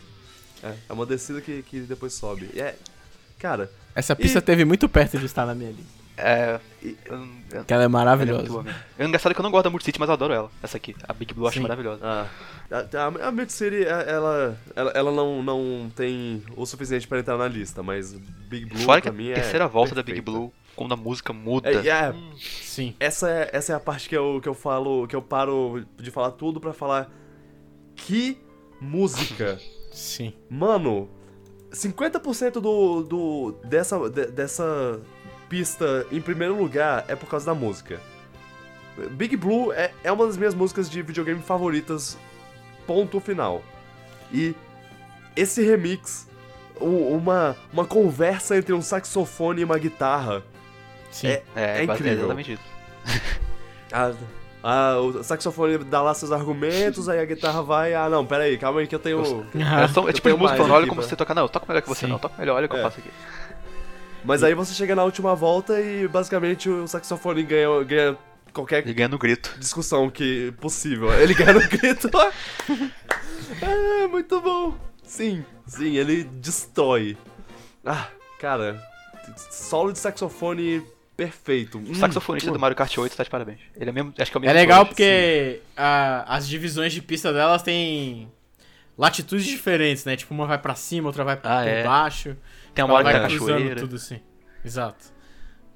[SPEAKER 1] É. é, uma descida que, que depois sobe. É. Cara,
[SPEAKER 4] Essa pista
[SPEAKER 1] E-
[SPEAKER 4] teve muito perto de estar na minha lista.
[SPEAKER 2] É.
[SPEAKER 1] E-
[SPEAKER 2] eu não- eu-
[SPEAKER 4] Que ela é
[SPEAKER 2] ela é
[SPEAKER 4] maravilhosa.
[SPEAKER 2] muito boa mesmo. É engraçado que eu não gosto da Mood City, mas eu adoro ela. Essa aqui. A Big Blue eu acho
[SPEAKER 4] Sim.
[SPEAKER 2] maravilhosa.
[SPEAKER 1] a, a, a Mute City, a- ela, ela, ela não, não tem o suficiente pra entrar na lista, mas Big Blue
[SPEAKER 2] Fora que
[SPEAKER 1] pra
[SPEAKER 2] a
[SPEAKER 1] mim é.
[SPEAKER 2] terceira volta da Big
[SPEAKER 1] perfeita.
[SPEAKER 2] Blue, quando a música muda.
[SPEAKER 1] É, é,
[SPEAKER 4] Sim.
[SPEAKER 1] essa é, essa é a parte que eu, que eu falo, que eu paro de falar tudo pra falar que música.
[SPEAKER 4] Sim.
[SPEAKER 1] Mano, 50% do, do dessa de- dessa pista em primeiro lugar é por causa da música. Big Blue é, é uma das minhas músicas de videogame favoritas. Ponto final. E esse remix, u- uma, uma conversa entre um saxofone e uma guitarra.
[SPEAKER 4] Sim.
[SPEAKER 1] É-
[SPEAKER 2] É,
[SPEAKER 1] é
[SPEAKER 2] base-
[SPEAKER 1] incrível.
[SPEAKER 2] exatamente isso.
[SPEAKER 1] Ah, ah, o saxofone dá lá seus argumentos, aí a guitarra vai. Ah, não, peraí, calma aí que eu tenho.
[SPEAKER 4] Ah,
[SPEAKER 2] É, só- é
[SPEAKER 1] eu
[SPEAKER 2] tipo
[SPEAKER 1] tenho
[SPEAKER 2] os músicos
[SPEAKER 1] mais
[SPEAKER 2] falando, olha
[SPEAKER 1] aqui
[SPEAKER 2] como
[SPEAKER 1] pra-
[SPEAKER 2] você toca. Não, eu toco melhor que você,
[SPEAKER 4] Sim.
[SPEAKER 2] não. Eu toco melhor, olha o que
[SPEAKER 1] É.
[SPEAKER 2] eu faço aqui.
[SPEAKER 1] Mas aí você chega na última volta e basicamente o saxofone ganha, ganha qualquer
[SPEAKER 2] Ele ganha no grito.
[SPEAKER 1] discussão que possível. Ele ganha no grito. é, muito bom. Sim, sim, ele destrói. Ah, cara, solo de saxofone perfeito.
[SPEAKER 2] O
[SPEAKER 1] Hum,
[SPEAKER 2] saxofonista
[SPEAKER 1] hum.
[SPEAKER 2] do Mario Kart 8 tá de parabéns. Ele é mesmo. Acho que é o
[SPEAKER 4] É
[SPEAKER 2] mesmo.
[SPEAKER 4] legal
[SPEAKER 2] todo.
[SPEAKER 4] porque a- as divisões de pista delas têm latitudes diferentes, né? Tipo, uma vai pra cima, outra vai pra
[SPEAKER 2] Ah, é.
[SPEAKER 4] baixo.
[SPEAKER 2] Tem uma hora que
[SPEAKER 4] vai
[SPEAKER 2] tá
[SPEAKER 4] cruzando
[SPEAKER 2] cachoeira.
[SPEAKER 4] tudo assim. Exato.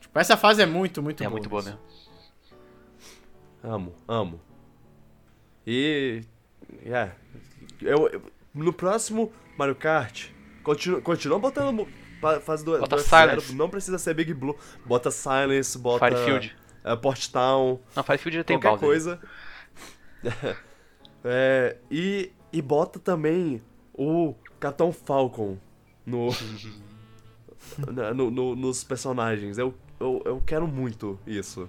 [SPEAKER 4] Tipo, essa fase é muito, muito
[SPEAKER 2] É
[SPEAKER 4] boa.
[SPEAKER 2] muito boa
[SPEAKER 4] mesmo.
[SPEAKER 2] mesmo.
[SPEAKER 1] Amo, amo. E. É. Eu, eu- no próximo Mario Kart, continua, continua botando. mu- pa- Fase do,
[SPEAKER 2] Bota
[SPEAKER 1] do F0,
[SPEAKER 2] Silence.
[SPEAKER 1] não precisa ser Big Blue. Bota Silence, bota.
[SPEAKER 2] Firefield.
[SPEAKER 1] eh, Port Town,
[SPEAKER 2] Não, Firefield já tem um
[SPEAKER 1] qualquer
[SPEAKER 2] Bowser.
[SPEAKER 1] coisa. É, e, e bota também o Capitão Falcon no, na- no- no- nos personagens. Eu, eu, eu quero muito isso.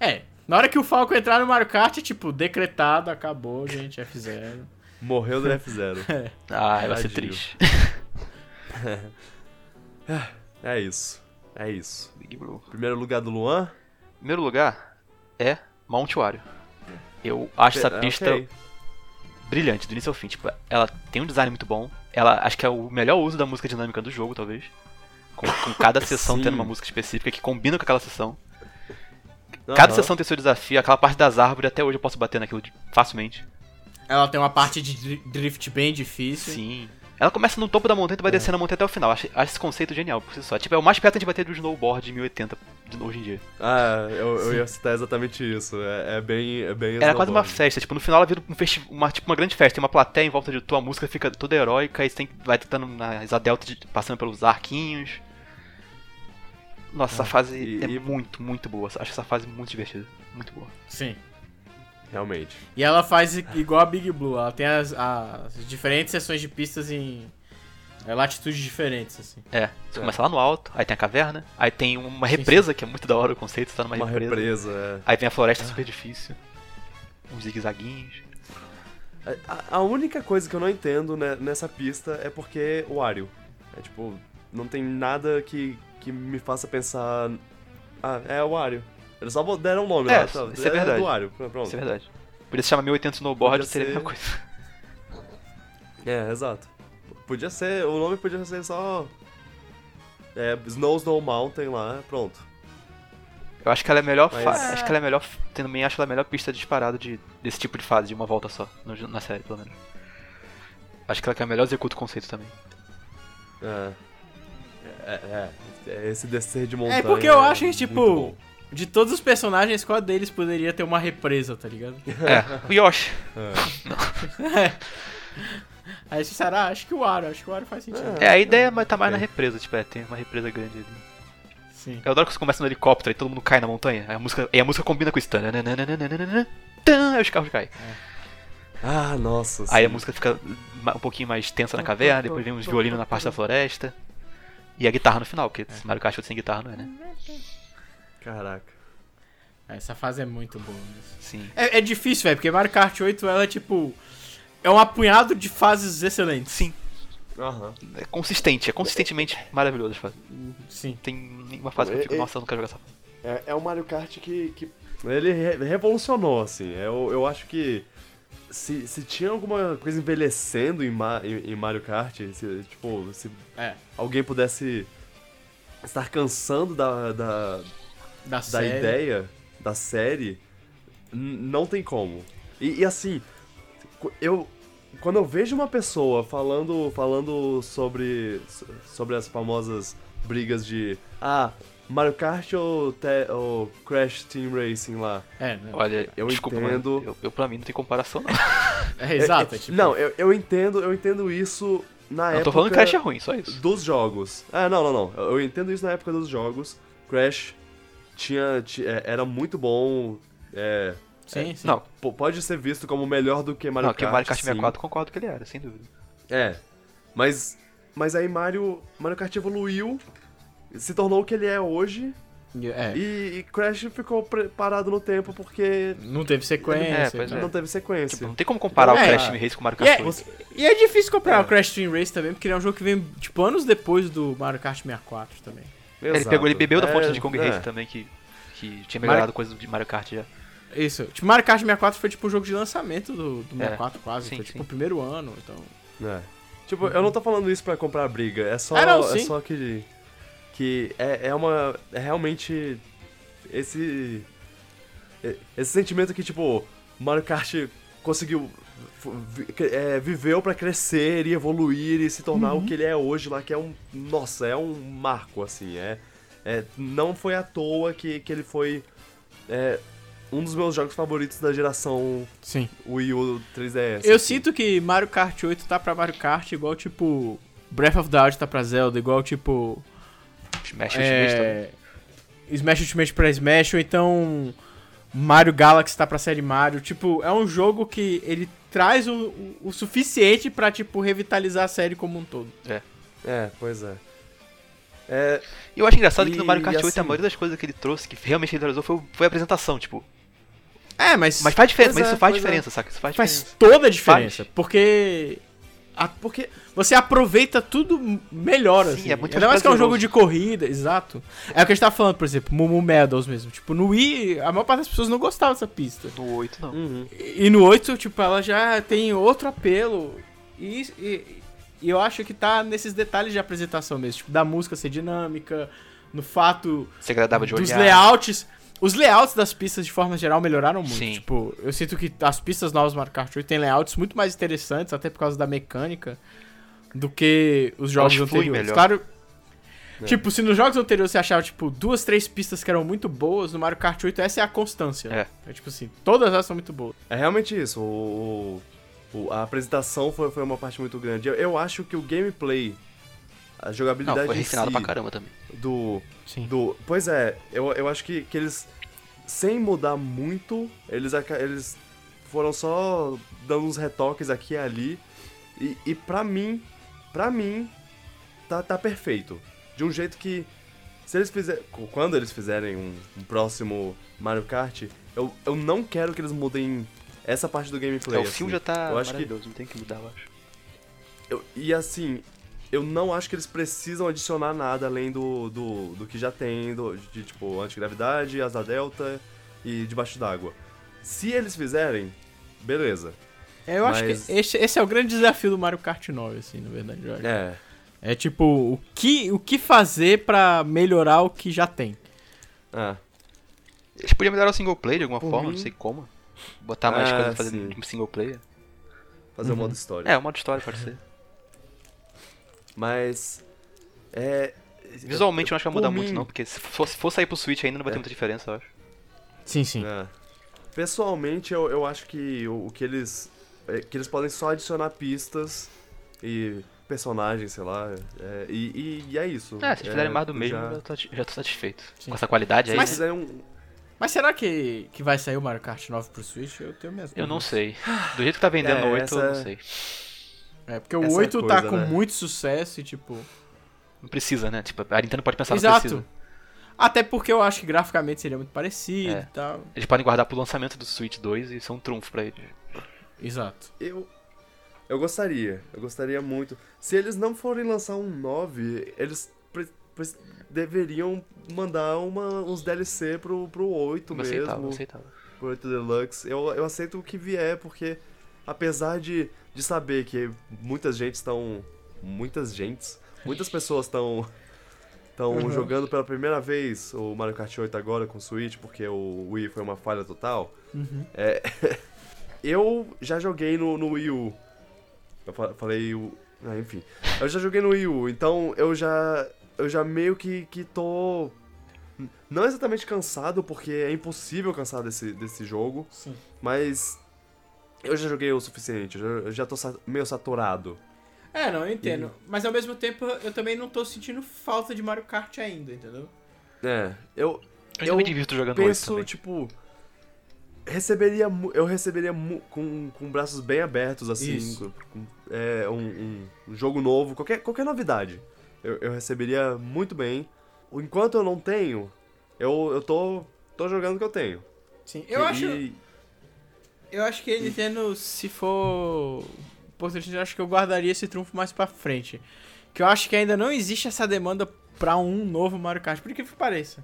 [SPEAKER 4] É. Na hora que o Falco entrar no Mario Kart, é tipo, decretado, acabou, gente, é F0.
[SPEAKER 1] Morreu do F0.
[SPEAKER 2] Ah, vai ser
[SPEAKER 1] Tadinho.
[SPEAKER 2] triste.
[SPEAKER 1] É isso. É isso.
[SPEAKER 2] Big Blue.
[SPEAKER 1] Primeiro lugar do Luan.
[SPEAKER 2] Primeiro lugar é Mount Wario. Eu acho essa
[SPEAKER 1] É,
[SPEAKER 2] pista
[SPEAKER 1] ok.
[SPEAKER 2] brilhante, do início ao fim. Tipo, ela tem um design muito bom. Ela acho que é o melhor uso da música dinâmica do jogo, talvez. Com, com cada sessão
[SPEAKER 1] Sim.
[SPEAKER 2] tendo uma música específica que combina com aquela sessão. Cada
[SPEAKER 1] Aham.
[SPEAKER 2] sessão tem seu desafio, aquela parte das árvores, até hoje eu posso bater naquilo de- facilmente.
[SPEAKER 4] Ela tem uma parte de dri- drift bem difícil.
[SPEAKER 2] Sim. Ela começa no topo da montanha e tu
[SPEAKER 1] É.
[SPEAKER 2] vai descendo a montanha até o final. Acho, acho esse conceito genial, por si só. Tipo, é o mais perto a gente vai ter do snowboard de 1080 de- hoje em dia.
[SPEAKER 1] Ah, eu, eu ia citar exatamente isso. É, é bem. É bem
[SPEAKER 2] Era quase uma
[SPEAKER 1] snowboard.
[SPEAKER 2] festa, tipo, no final ela vira um festi uma, tipo, uma grande festa, tem uma plateia em volta de tu, a música fica toda heróica e você tem que vai tentando na Isadelta, de- passando pelos arquinhos. Nossa, essa fase
[SPEAKER 1] e-
[SPEAKER 2] é
[SPEAKER 1] e-
[SPEAKER 2] muito, muito boa. Acho essa fase muito divertida. Muito boa.
[SPEAKER 4] Sim.
[SPEAKER 1] Realmente.
[SPEAKER 4] E ela faz i- igual a Big Blue, ela tem as, as diferentes seções de pistas em é, latitudes diferentes, assim.
[SPEAKER 2] É, você
[SPEAKER 1] É.
[SPEAKER 2] começa lá no alto, aí tem a caverna, aí tem uma represa, que é muito da hora o conceito, você tá numa
[SPEAKER 1] Uma
[SPEAKER 2] represa.
[SPEAKER 1] represa, é.
[SPEAKER 2] Aí vem a floresta super difícil, uns zigue-zaguinhos.
[SPEAKER 1] A, a única coisa que eu não entendo né, nessa pista é porque o Wario. É tipo, não tem nada que, que me faça pensar. Ah, é o Wario. Eles só bo- deram o nome
[SPEAKER 2] É,
[SPEAKER 1] lá. tá?
[SPEAKER 2] isso é
[SPEAKER 1] É
[SPEAKER 2] verdade.
[SPEAKER 1] do Wario. pr- Pronto.
[SPEAKER 2] Isso é verdade. Podia se chamar 1080 Snowboard,
[SPEAKER 1] Podia
[SPEAKER 2] seria a
[SPEAKER 1] ser-
[SPEAKER 2] mesma coisa.
[SPEAKER 1] É, exato. P- Podia ser, o nome podia ser só. É, Snow Snow Mountain lá, pronto.
[SPEAKER 2] Eu acho que ela é a melhor
[SPEAKER 1] Mas-
[SPEAKER 2] fase. Acho que ela é a melhor. Também acho ela a melhor pista disparada de, desse tipo de fase, de uma volta só, no- na série, pelo menos. Acho que ela que é a melhor executa o conceito também.
[SPEAKER 1] É. É, é, é esse descer de montanha.
[SPEAKER 4] porque eu acho que,
[SPEAKER 1] muito
[SPEAKER 4] tipo,
[SPEAKER 1] bom.
[SPEAKER 4] De todos os personagens, qual deles poderia ter uma represa, tá ligado?
[SPEAKER 2] É, o Yoshi.
[SPEAKER 1] É.
[SPEAKER 4] Aí você será, acho que o Aro, acho que o Aro faz sentido.
[SPEAKER 2] É, a ideia mas tá mais na
[SPEAKER 1] ok.
[SPEAKER 2] represa, tipo, é, tem uma represa grande ali.
[SPEAKER 4] Sim.
[SPEAKER 2] Eu adoro que você começa no helicóptero e todo mundo cai na montanha. Aí a música, aí a música combina com isso. Tananananananana, tan, Aí os carros caem.
[SPEAKER 1] Ah, nossa.
[SPEAKER 2] Aí a
[SPEAKER 1] sim.
[SPEAKER 2] música fica ma- um pouquinho mais tensa na caverna, depois vem uns violinos na parte da floresta. E a guitarra no final, porque se Mario Kart sem guitarra não é, né?
[SPEAKER 1] Caraca.
[SPEAKER 4] Essa fase é muito boa mesmo.
[SPEAKER 2] Sim.
[SPEAKER 4] É, é difícil, velho, porque Mario Kart 8, ela é tipo... É um apunhado de fases excelentes.
[SPEAKER 2] Sim.
[SPEAKER 1] Aham.
[SPEAKER 2] É consistente, é consistentemente maravilhoso. tipo,
[SPEAKER 4] Sim.
[SPEAKER 2] Tem nenhuma fase que eu fico, nossa, eu não quero jogar essa fase.
[SPEAKER 1] É, é o Mario Kart que. que- Ele re- revolucionou, assim. Eu, eu acho que. Se, se tinha alguma coisa envelhecendo em, Ma- em- em Mario Kart, se, tipo, se
[SPEAKER 4] É.
[SPEAKER 1] alguém pudesse estar cansando da, da,
[SPEAKER 4] Da,
[SPEAKER 1] da
[SPEAKER 4] série.
[SPEAKER 1] ideia da série, n- não tem como. E, e assim, co- eu quando eu vejo uma pessoa falando falando sobre so- sobre as famosas brigas de ah, Mario Kart ou, te, ou Crash Team Racing lá.
[SPEAKER 4] É, né?
[SPEAKER 2] Olha,
[SPEAKER 1] Eu
[SPEAKER 2] desculpa,
[SPEAKER 1] entendo.
[SPEAKER 2] mano. Eu, eu, pra mim, não tem comparação, não.
[SPEAKER 4] É, exato,
[SPEAKER 1] Eu-
[SPEAKER 4] é,
[SPEAKER 1] eu-
[SPEAKER 4] tipo...
[SPEAKER 1] Não, eu, eu entendo, eu entendo isso na época
[SPEAKER 2] eu tô falando que Crash é ruim, só isso.
[SPEAKER 1] dos jogos. Ah, não, não, não. Eu eu entendo isso na época dos jogos. Crash tinha, ti- é, era muito bom, é,
[SPEAKER 4] Sim, sim.
[SPEAKER 2] Não,
[SPEAKER 1] Pô, pode ser visto como melhor do que Mario
[SPEAKER 2] não,
[SPEAKER 1] Kart.
[SPEAKER 2] que o Mario Kart
[SPEAKER 1] sim.
[SPEAKER 2] 64 concordo que ele era, sem dúvida.
[SPEAKER 1] É. Mas mas aí Mario Mario Kart evoluiu, se tornou o que ele é hoje
[SPEAKER 4] É.
[SPEAKER 1] e, e Crash ficou pre- parado no tempo porque
[SPEAKER 4] Não teve sequência.
[SPEAKER 2] É, pois
[SPEAKER 4] e
[SPEAKER 2] é.
[SPEAKER 1] não teve
[SPEAKER 2] Tipo,
[SPEAKER 1] sequência.
[SPEAKER 2] não tem como comparar o
[SPEAKER 1] Então,
[SPEAKER 4] É.
[SPEAKER 2] Crash Team Race com o Mario
[SPEAKER 4] tal. E é,
[SPEAKER 2] Kart 8.
[SPEAKER 4] e é difícil comprar
[SPEAKER 1] É.
[SPEAKER 4] o Crash Team Race também, porque ele é um jogo que vem, tipo, anos depois do Mario Kart 64 também.
[SPEAKER 2] Ele pegou, ele bebeu
[SPEAKER 1] É,
[SPEAKER 2] da fonte de Kong
[SPEAKER 1] Kong
[SPEAKER 2] Race também, que, que tinha melhorado coisas de Mario Kart já.
[SPEAKER 4] Isso. Tipo, Mario Kart 64 foi, tipo, o jogo de lançamento do, do
[SPEAKER 2] É.
[SPEAKER 4] 64 quase.
[SPEAKER 2] Sim,
[SPEAKER 4] foi, tipo,
[SPEAKER 2] sim.
[SPEAKER 4] o primeiro ano, então...
[SPEAKER 1] É. Tipo, eu não tô falando isso pra comprar briga, é só,
[SPEAKER 4] Ah, não,
[SPEAKER 1] é
[SPEAKER 4] sim.
[SPEAKER 1] só que. Que é, é uma. É realmente. Esse. é- Esse sentimento que, tipo, Mario Kart conseguiu. fu- vi- cre- é, viveu pra crescer e evoluir e se tornar
[SPEAKER 4] Uhum.
[SPEAKER 1] o que ele é hoje lá, que é um. Nossa, é um marco, assim. É, é, não foi à toa que, que ele foi. é, um dos meus jogos favoritos da geração
[SPEAKER 4] Sim.
[SPEAKER 1] Wii U 3DS.
[SPEAKER 4] Eu
[SPEAKER 1] assim.
[SPEAKER 4] sinto que Mario Kart 8 tá pra Mario Kart igual, tipo... Breath of the Wild tá pra Zelda, igual, tipo...
[SPEAKER 2] Smash Ultimate também.
[SPEAKER 4] é, Smash Ultimate pra Smash, ou então Mario Galaxy tá pra série Mario. Tipo, é um jogo que ele traz o, o- o suficiente pra, tipo, revitalizar a série como um todo.
[SPEAKER 1] É, pois é. É,
[SPEAKER 2] E eu acho engraçado que no
[SPEAKER 1] E-
[SPEAKER 2] Mario Kart
[SPEAKER 1] e
[SPEAKER 2] 8 a
[SPEAKER 1] assim-
[SPEAKER 2] maioria das coisas que ele trouxe, que realmente ele realizou, foi, o- foi a apresentação, tipo.
[SPEAKER 4] É, mas,
[SPEAKER 2] Mas faz diferença,
[SPEAKER 1] Pois
[SPEAKER 2] mas
[SPEAKER 1] é,
[SPEAKER 2] isso faz
[SPEAKER 1] pois é.
[SPEAKER 2] diferença, saca? Isso faz
[SPEAKER 4] faz
[SPEAKER 2] diferença.
[SPEAKER 4] toda a diferença.
[SPEAKER 2] Faz.
[SPEAKER 4] Porque
[SPEAKER 1] ah, porque
[SPEAKER 4] você aproveita tudo m- melhor,
[SPEAKER 2] Sim,
[SPEAKER 4] assim.
[SPEAKER 2] é muito
[SPEAKER 4] Ainda mais
[SPEAKER 2] mais
[SPEAKER 4] que é um jogo
[SPEAKER 2] prazeroso.
[SPEAKER 4] de corrida, exato. É o que a gente tá falando, por exemplo, Mumu Medals mesmo. Tipo, no Wii, a maior parte das pessoas não gostava dessa pista.
[SPEAKER 2] No 8, não.
[SPEAKER 1] uhum.
[SPEAKER 4] E no 8, tipo, ela já tem outro apelo. E, e- e eu acho que tá nesses detalhes de apresentação mesmo. Tipo, da música ser dinâmica, no fato
[SPEAKER 2] Você agradava de
[SPEAKER 4] dos
[SPEAKER 2] olhar.
[SPEAKER 4] layouts. Os layouts das pistas, de forma geral, melhoraram muito.
[SPEAKER 2] Sim.
[SPEAKER 4] Tipo, eu sinto que as pistas novas do Mario Kart 8 têm layouts muito mais interessantes, até por causa da mecânica, do que os jogos
[SPEAKER 2] Elas fluem
[SPEAKER 4] anteriores.
[SPEAKER 2] melhor.
[SPEAKER 4] Claro. Tipo, se nos jogos anteriores você achava, tipo, duas, três pistas que eram muito boas, no Mario Kart 8 essa é a constância. né? É tipo assim, todas elas são muito boas.
[SPEAKER 1] É realmente isso. O, o- o- a apresentação foi, foi uma parte muito grande. Eu, eu acho que o gameplay, a
[SPEAKER 2] Não,
[SPEAKER 1] jogabilidade
[SPEAKER 2] foi
[SPEAKER 1] em
[SPEAKER 2] refinado
[SPEAKER 1] si,
[SPEAKER 2] pra caramba também.
[SPEAKER 1] do,
[SPEAKER 4] Sim.
[SPEAKER 1] do. Pois é, eu, eu acho que, que eles, sem mudar muito, eles, aca- eles foram só dando uns retoques aqui e ali. E, e pra mim, pra mim, tá, tá perfeito. De um jeito que. Se eles fizerem. Quando eles fizerem um, um próximo Mario Kart, eu, eu não quero que eles mudem essa parte do gameplay.
[SPEAKER 2] É, o
[SPEAKER 1] assim.
[SPEAKER 2] fio já tá
[SPEAKER 1] Eu acho que
[SPEAKER 2] maravilhoso, não tem que mudar, eu acho.
[SPEAKER 1] eu- e assim, eu não acho que eles precisam adicionar nada além do, do, do que já tem, do, de tipo, antigravidade, asa delta e debaixo d'água. Se eles fizerem, beleza.
[SPEAKER 4] É, eu
[SPEAKER 1] Mas-
[SPEAKER 4] acho que esse, esse é o grande desafio do Mario Kart 9, assim, na verdade. eu acho.
[SPEAKER 1] É.
[SPEAKER 4] É tipo, o que, o que fazer pra melhorar o que já tem?
[SPEAKER 1] Ah,
[SPEAKER 2] Eles podiam melhorar o single player de alguma
[SPEAKER 1] Por
[SPEAKER 2] forma,
[SPEAKER 1] mim-
[SPEAKER 2] não sei como. Botar mais
[SPEAKER 1] Ah,
[SPEAKER 2] coisa pra fazer
[SPEAKER 1] sim.
[SPEAKER 2] um single player.
[SPEAKER 1] fazer o modo história.
[SPEAKER 2] É, o modo história pode ser.
[SPEAKER 1] Mas. É.
[SPEAKER 2] Visualmente eu não acho que vai mudar
[SPEAKER 1] Por
[SPEAKER 2] muito
[SPEAKER 1] mim-
[SPEAKER 2] não, porque se for, se for sair pro Switch ainda não vai ter
[SPEAKER 1] É.
[SPEAKER 2] muita diferença, eu acho.
[SPEAKER 4] Sim, sim.
[SPEAKER 1] É. Pessoalmente, eu, eu acho que o, o que eles. é, que eles podem só adicionar pistas e personagens, sei lá. é, e, e- e é isso.
[SPEAKER 2] É, se eles fizerem mais do
[SPEAKER 1] já-
[SPEAKER 2] mesmo, eu tô- já tô satisfeito.
[SPEAKER 4] Sim.
[SPEAKER 2] Com essa qualidade aí,
[SPEAKER 1] Se eles
[SPEAKER 2] né?
[SPEAKER 1] fizerem um.
[SPEAKER 4] Mas será que, que vai sair o Mario Kart 9 pro Switch? Eu tenho mesmo. Uhum.
[SPEAKER 2] eu não sei. Do jeito que tá vendendo
[SPEAKER 1] É,
[SPEAKER 2] no 8, eu não
[SPEAKER 1] essa-
[SPEAKER 2] sei.
[SPEAKER 4] É, porque o
[SPEAKER 1] Essa é a
[SPEAKER 4] 8
[SPEAKER 1] coisa,
[SPEAKER 4] tá com
[SPEAKER 1] né?
[SPEAKER 4] muito sucesso e tipo.
[SPEAKER 2] Não precisa, né? Tipo, a Nintendo pode pensar, não
[SPEAKER 4] Exato.
[SPEAKER 2] precisa.
[SPEAKER 4] Até porque eu acho que graficamente seria muito parecido
[SPEAKER 2] É.
[SPEAKER 4] e tal.
[SPEAKER 2] Eles podem guardar pro lançamento do Switch 2 e isso é um trunfo pra eles.
[SPEAKER 4] Exato.
[SPEAKER 1] Eu. Eu gostaria. Eu gostaria muito. Se eles não forem lançar um 9, eles pre- pre- deveriam mandar uma, uns DLC pro, pro 8
[SPEAKER 2] Não
[SPEAKER 1] mesmo.
[SPEAKER 2] aceitava, não aceitava.
[SPEAKER 1] Pro 8 Deluxe. Eu, eu aceito o que vier, porque apesar de, de saber que muitas gente estão. Muitas gentes. Muitas pessoas estão. Estão
[SPEAKER 4] Uhum.
[SPEAKER 1] jogando pela primeira vez o Mario Kart 8 agora com o Switch, porque o Wii foi uma falha total. é, Eu já joguei no, no Wii U. Eu fa- falei o. Ah, enfim. Eu já joguei no Wii U, então eu já. Eu já meio que, que tô. n- Não exatamente cansado, porque é impossível cansar desse, desse jogo.
[SPEAKER 4] Sim.
[SPEAKER 1] Mas. Eu já joguei o suficiente, eu já, eu já tô sa- meio saturado.
[SPEAKER 4] É, não, eu entendo. Mas ao mesmo tempo eu também não tô sentindo falta de Mario Kart ainda, entendeu?
[SPEAKER 1] É. Eu,
[SPEAKER 2] Eu,
[SPEAKER 1] Eu
[SPEAKER 2] me divirto jogando 8
[SPEAKER 1] penso,
[SPEAKER 2] também.
[SPEAKER 1] tipo. Receberia. mu- Eu receberia mu- com, com braços bem abertos, assim.
[SPEAKER 4] Isso.
[SPEAKER 1] com- com- é, um, um- um jogo novo, qualquer, qualquer novidade. Eu, eu receberia muito bem. Enquanto eu não tenho, eu, eu tô, tô jogando o que eu tenho.
[SPEAKER 4] Sim. Eu
[SPEAKER 1] e,
[SPEAKER 4] acho.
[SPEAKER 1] e-
[SPEAKER 4] Eu acho que a
[SPEAKER 2] Hum.
[SPEAKER 4] Nintendo, se for importante, eu acho que eu guardaria esse trunfo mais pra frente. Que eu acho que ainda não existe essa demanda pra um novo Mario Kart, por que que pareça.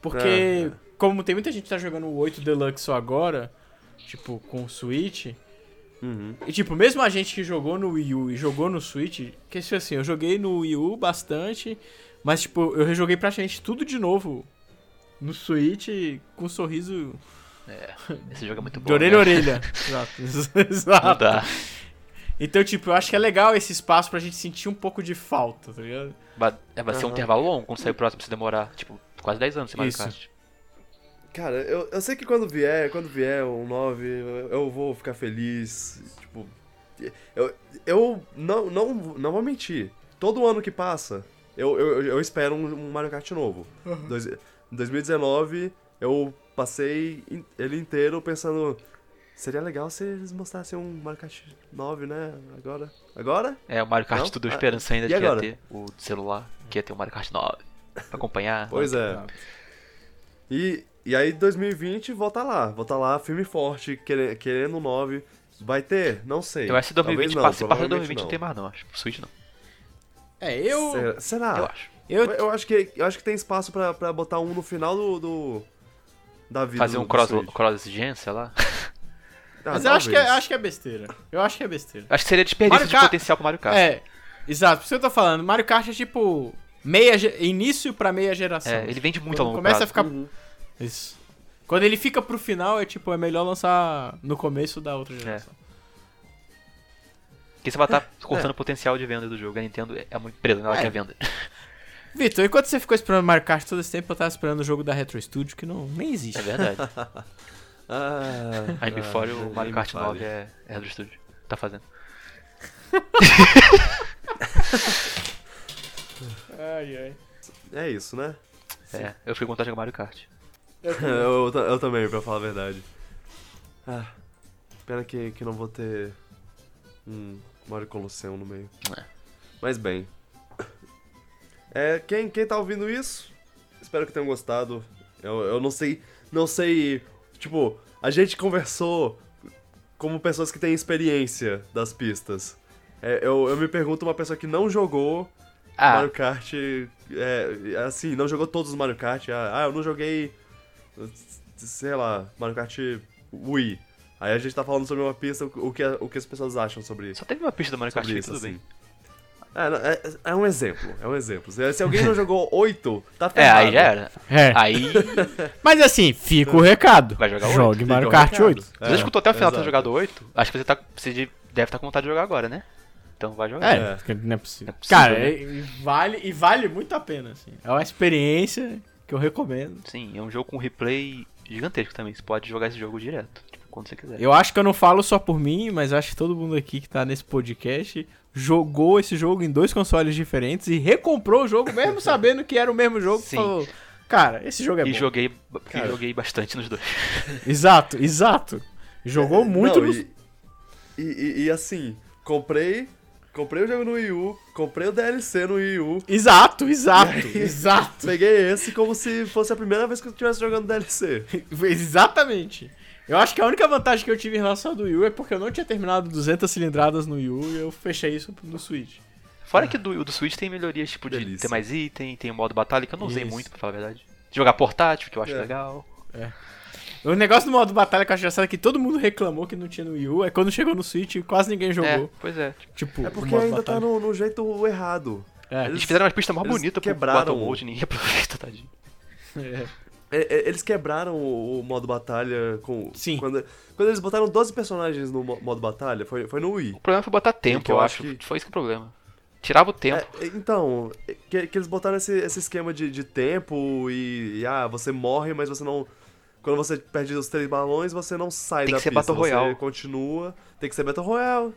[SPEAKER 4] Porque,
[SPEAKER 1] É, é.
[SPEAKER 4] como tem muita gente que tá jogando o 8 Deluxe só agora, tipo, com o Switch,
[SPEAKER 1] Uhum.
[SPEAKER 4] e tipo, mesmo a gente que jogou no Wii U e jogou no Switch, que tipo assim, eu joguei no Wii U bastante, mas tipo, eu rejoguei praticamente tudo de novo no Switch com um sorriso
[SPEAKER 2] Esse jogo é muito bom.
[SPEAKER 4] de orelha a
[SPEAKER 2] né?
[SPEAKER 4] orelha. Exato.
[SPEAKER 2] Não
[SPEAKER 4] Exato.
[SPEAKER 2] dá.
[SPEAKER 4] Então, tipo, eu acho que é legal esse espaço pra gente sentir um pouco de falta, tá ligado?
[SPEAKER 2] Ba- é, Vai ser um
[SPEAKER 1] Aham.
[SPEAKER 2] intervalo longo quando sair o próximo, se demorar, tipo, quase 10 anos sem Mario
[SPEAKER 4] Isso.
[SPEAKER 2] Kart.
[SPEAKER 1] Cara, eu, eu sei que quando vier, quando vier um 9, eu, eu vou ficar feliz. Tipo. Eu, eu não, não, não vou mentir. Todo ano que passa, eu, eu, eu espero um, um Mario Kart novo. Dois- em 2019, eu passei in- ele inteiro pensando. Seria legal se eles mostrassem um Mario Kart 9, né? Agora. Agora?
[SPEAKER 2] É, o Mario Kart
[SPEAKER 1] Não?
[SPEAKER 2] tudo eu
[SPEAKER 1] Ah,
[SPEAKER 2] esperança ainda
[SPEAKER 1] e
[SPEAKER 2] que
[SPEAKER 1] agora?
[SPEAKER 2] ia ter o de celular, que ia ter o Mario Kart 9. Pra acompanhar.
[SPEAKER 1] Pois é. E, e aí 2020 volta lá, volta lá firme e forte, quere- querendo 9. Vai ter? Não sei.
[SPEAKER 2] Eu acho que
[SPEAKER 1] Talvez
[SPEAKER 2] 2020
[SPEAKER 1] não,
[SPEAKER 2] passa, se passa de
[SPEAKER 1] provavelmente
[SPEAKER 2] 2020 não tem
[SPEAKER 1] não.
[SPEAKER 2] mais não, acho. Pro Switch não.
[SPEAKER 4] É, eu.
[SPEAKER 1] Será- Será?
[SPEAKER 2] eu acho.
[SPEAKER 4] Eu,
[SPEAKER 1] Eu, acho que eu acho que tem espaço pra, pra botar um no final do, do- da vida.
[SPEAKER 2] Fazer
[SPEAKER 1] do-
[SPEAKER 2] um
[SPEAKER 1] do
[SPEAKER 2] cross,
[SPEAKER 1] Switch.
[SPEAKER 2] cross exigência, sei lá.
[SPEAKER 1] Ah,
[SPEAKER 4] mas eu acho que, é,
[SPEAKER 1] talvez.
[SPEAKER 4] acho que é besteira. Eu acho que é besteira.
[SPEAKER 2] Acho que seria desperdício
[SPEAKER 4] Mario
[SPEAKER 2] de
[SPEAKER 4] Kart-
[SPEAKER 2] potencial pro Mario Kart.
[SPEAKER 4] É, exato, por isso que eu tô falando. Mario Kart é tipo. Meia, ge- início pra meia geração.
[SPEAKER 2] É, ele vende muito a
[SPEAKER 4] Quando
[SPEAKER 2] longo
[SPEAKER 4] Começa
[SPEAKER 2] prazo.
[SPEAKER 4] a ficar.
[SPEAKER 1] Uhum.
[SPEAKER 4] Isso. Quando ele fica pro final, é tipo, é melhor lançar no começo da outra geração.
[SPEAKER 2] Porque você vai estar cortando o potencial de venda do jogo. A Nintendo é uma empresa, né? ela
[SPEAKER 4] É.
[SPEAKER 2] quer venda.
[SPEAKER 4] Vitor, enquanto você ficou esperando Mario Kart todo esse tempo, eu tava esperando o jogo da Retro Studio, que não, nem existe.
[SPEAKER 2] É verdade.
[SPEAKER 1] Ah,
[SPEAKER 2] Aí before
[SPEAKER 1] ah,
[SPEAKER 2] o Mario
[SPEAKER 1] nem
[SPEAKER 2] Kart
[SPEAKER 1] fale.
[SPEAKER 2] 9 é, é do estúdio. Tá fazendo.
[SPEAKER 4] Ai, ai.
[SPEAKER 1] É isso, né?
[SPEAKER 2] É, eu fui contar jogar Mario Kart.
[SPEAKER 4] É.
[SPEAKER 1] eu, ta- eu também, pra falar a verdade. Ah, pena que, que não vou ter um Mario Colosseum no meio.
[SPEAKER 2] É.
[SPEAKER 1] Mas bem. É, quem, quem tá ouvindo isso, espero que tenham gostado. Eu, eu não sei. Não sei. Tipo, a gente conversou como pessoas que têm experiência das pistas. É, eu, eu me pergunto uma pessoa que não jogou
[SPEAKER 2] Ah,
[SPEAKER 1] Mario Kart, é, assim, não jogou todos os Mario Kart. Ah, ah, eu não joguei, sei lá, Mario Kart Wii. Aí a gente tá falando sobre uma pista, o que, o que as pessoas acham sobre,
[SPEAKER 2] só teve uma pista do Mario Kart,
[SPEAKER 1] sobre
[SPEAKER 2] Wii,
[SPEAKER 1] isso,
[SPEAKER 2] tudo
[SPEAKER 1] assim.
[SPEAKER 2] bem.
[SPEAKER 1] É, não, é, é um exemplo, é um exemplo. Se se alguém não jogou 8, tá
[SPEAKER 2] É,
[SPEAKER 1] ferrado.
[SPEAKER 2] aí já era.
[SPEAKER 3] É.
[SPEAKER 2] Aí,
[SPEAKER 3] Mas assim, fica o recado.
[SPEAKER 2] Vai jogar oito?
[SPEAKER 3] Jogue
[SPEAKER 1] Fica
[SPEAKER 3] Mario
[SPEAKER 1] o
[SPEAKER 3] Kart
[SPEAKER 1] recado.
[SPEAKER 3] 8.
[SPEAKER 2] você já escutou até o final de
[SPEAKER 1] É,
[SPEAKER 2] ter
[SPEAKER 1] exato.
[SPEAKER 2] jogado 8? Acho que você, tá, você de- deve estar com vontade de jogar agora, né? Então vai jogar.
[SPEAKER 3] É, porque não é possível.
[SPEAKER 2] É possível,
[SPEAKER 4] Cara,
[SPEAKER 2] né?
[SPEAKER 4] e- e vale, e vale muito a pena, assim. É uma experiência que eu recomendo.
[SPEAKER 2] Sim, é um jogo com replay gigantesco também. Você pode jogar esse jogo direto, tipo, quando você quiser.
[SPEAKER 4] Eu acho que eu não falo só por mim, mas acho que todo mundo aqui que tá nesse podcast jogou esse jogo em dois consoles diferentes e recomprou o jogo, mesmo sabendo que era o mesmo jogo.
[SPEAKER 2] Sim.
[SPEAKER 4] Falou, cara, esse jogo é
[SPEAKER 2] e
[SPEAKER 4] bom.
[SPEAKER 2] joguei,
[SPEAKER 1] Cara.
[SPEAKER 2] e joguei bastante nos dois.
[SPEAKER 4] Exato, exato. Jogou muito
[SPEAKER 1] Não,
[SPEAKER 4] nos-
[SPEAKER 1] e, e, e- e assim, comprei, comprei o jogo no Wii U, comprei o DLC no Wii U,
[SPEAKER 4] Exato, exato, exato.
[SPEAKER 1] peguei esse como se fosse a primeira vez que eu estivesse jogando DLC.
[SPEAKER 4] Exatamente. Eu acho que a única vantagem que eu tive em relação ao do Wii U é porque eu não tinha terminado 200 cilindradas no Wii U e eu fechei isso no Switch.
[SPEAKER 2] Fora que do, o do Switch tem melhorias, tipo, de
[SPEAKER 1] Delícia.
[SPEAKER 2] ter mais item, tem o modo batalha, que eu não usei
[SPEAKER 4] Isso.
[SPEAKER 2] muito, pra falar a verdade. Jogar portátil, que eu acho
[SPEAKER 1] É.
[SPEAKER 2] legal.
[SPEAKER 4] O negócio do modo batalha que eu acho engraçado é que todo mundo reclamou que não tinha no Wii U, é quando chegou no Switch quase ninguém jogou.
[SPEAKER 2] É, pois é.
[SPEAKER 4] Tipo,
[SPEAKER 1] É
[SPEAKER 4] o
[SPEAKER 1] porque
[SPEAKER 4] modo
[SPEAKER 1] ainda tá
[SPEAKER 4] batalha.
[SPEAKER 1] no, no jeito errado.
[SPEAKER 4] É.
[SPEAKER 2] Eles fizeram uma pista mais
[SPEAKER 1] eles
[SPEAKER 2] bonita
[SPEAKER 1] quebraram
[SPEAKER 2] pro
[SPEAKER 1] o-
[SPEAKER 2] Battle Mode, ninguém aproveita, tadinho.
[SPEAKER 4] É.
[SPEAKER 1] É, é, Eles quebraram o, o modo batalha com.
[SPEAKER 4] Sim.
[SPEAKER 1] Quando, quando eles botaram 12 personagens no mo- modo batalha, foi, foi no Wii.
[SPEAKER 2] O problema foi botar tempo,
[SPEAKER 1] que eu
[SPEAKER 2] eu
[SPEAKER 1] acho
[SPEAKER 2] acho.
[SPEAKER 1] que-
[SPEAKER 2] Foi isso que é o problema. Tirava o tempo.
[SPEAKER 1] É, é, então, é, que, que eles botaram esse, esse esquema de, de tempo e, e, Ah, você morre, mas você não. Quando você perde os três balões, você não sai
[SPEAKER 2] Tem
[SPEAKER 1] da
[SPEAKER 2] que ser
[SPEAKER 1] pista.
[SPEAKER 2] Battle
[SPEAKER 1] você
[SPEAKER 2] Royale.
[SPEAKER 1] continua. Tem que ser Battle Royale.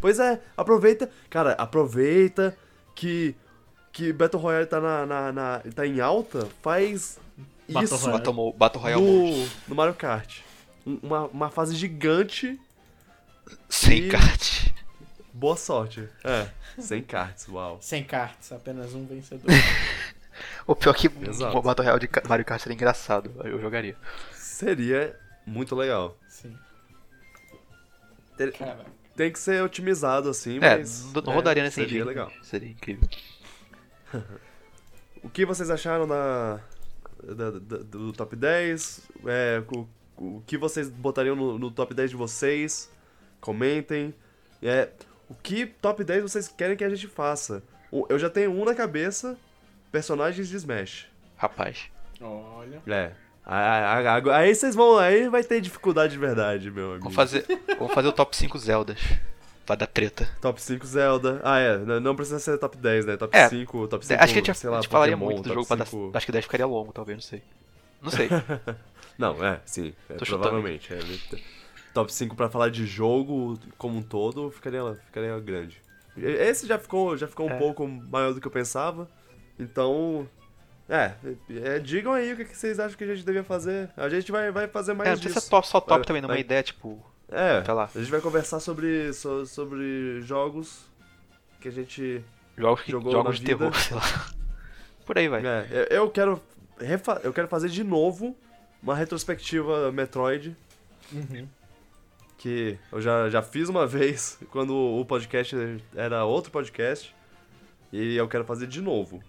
[SPEAKER 1] Pois é, aproveita. Cara, aproveita que. Que Battle Royale tá, na, na, na- tá em alta, faz
[SPEAKER 4] Battle
[SPEAKER 1] isso
[SPEAKER 4] Royale.
[SPEAKER 2] Battle, Mo- Battle Royale Mode.
[SPEAKER 1] no, no Mario Kart. Um- Uma, uma fase gigante,
[SPEAKER 2] Sem
[SPEAKER 1] e-
[SPEAKER 2] kart.
[SPEAKER 1] boa sorte. É, sem cards, uau.
[SPEAKER 4] Sem cartas, apenas um vencedor.
[SPEAKER 2] O pior é que
[SPEAKER 1] Exato.
[SPEAKER 2] o Battle Royale de ca- Mario Kart seria engraçado. Eu jogaria.
[SPEAKER 1] Seria muito legal.
[SPEAKER 4] Sim.
[SPEAKER 1] Ter-
[SPEAKER 4] Caraca.
[SPEAKER 1] Tem que ser otimizado assim,
[SPEAKER 2] É,
[SPEAKER 1] mas.
[SPEAKER 2] não
[SPEAKER 1] né,
[SPEAKER 2] rodaria nesse
[SPEAKER 1] Seria
[SPEAKER 2] engine.
[SPEAKER 1] legal.
[SPEAKER 2] Seria incrível.
[SPEAKER 1] O que vocês acharam da, da- da- do top 10? É, o, o que vocês botariam no, no top 10 de vocês? Comentem. É, o que top 10 vocês querem que a gente faça? O- Eu já tenho um na cabeça: personagens de Smash.
[SPEAKER 2] Rapaz.
[SPEAKER 4] Olha.
[SPEAKER 1] É. A- a- a- Aí vocês vão. Aí vai ter dificuldade de verdade, meu amigo.
[SPEAKER 2] Vamos fazer, vamos fazer o top 5 Zeldas. Vai dar treta.
[SPEAKER 1] Top 5 Zelda. Ah, é. n- Não precisa ser top 10, né? Top
[SPEAKER 2] É.
[SPEAKER 1] 5, top 5.
[SPEAKER 2] Acho que a gente,
[SPEAKER 1] sei
[SPEAKER 2] a
[SPEAKER 1] lá,
[SPEAKER 2] gente falaria
[SPEAKER 1] Pokémon,
[SPEAKER 2] muito do
[SPEAKER 1] top
[SPEAKER 2] jogo pra dar.
[SPEAKER 1] 5.
[SPEAKER 2] Acho que 10 ficaria longo, talvez, não sei. Não sei. É,
[SPEAKER 1] Não, é, sim. É,
[SPEAKER 2] Tô chutando.
[SPEAKER 1] provavelmente. é. top 5 pra falar de jogo como um todo ficaria, ficaria grande. E- Esse já ficou, já ficou um
[SPEAKER 2] É.
[SPEAKER 1] pouco maior do que eu pensava. Então. É, é, digam aí o que que vocês acham que a gente devia fazer. A gente vai, vai fazer mais
[SPEAKER 2] É, não
[SPEAKER 1] disso.
[SPEAKER 2] precisa ser top, só top
[SPEAKER 1] Vai-
[SPEAKER 2] também, numa
[SPEAKER 1] vai-
[SPEAKER 2] ideia, tipo.
[SPEAKER 1] É,
[SPEAKER 2] Sei lá.
[SPEAKER 1] a gente vai conversar sobre, so- sobre jogos que a gente.
[SPEAKER 2] Jogos, que,
[SPEAKER 1] Jogou na
[SPEAKER 2] jogos de
[SPEAKER 1] vida.
[SPEAKER 2] terror, sei lá. Por aí vai.
[SPEAKER 1] É, eu- eu quero. refa- Eu quero fazer de novo uma retrospectiva Metroid.
[SPEAKER 2] Uhum.
[SPEAKER 1] Que eu já, já fiz uma vez quando o podcast era outro podcast. E eu quero fazer de novo.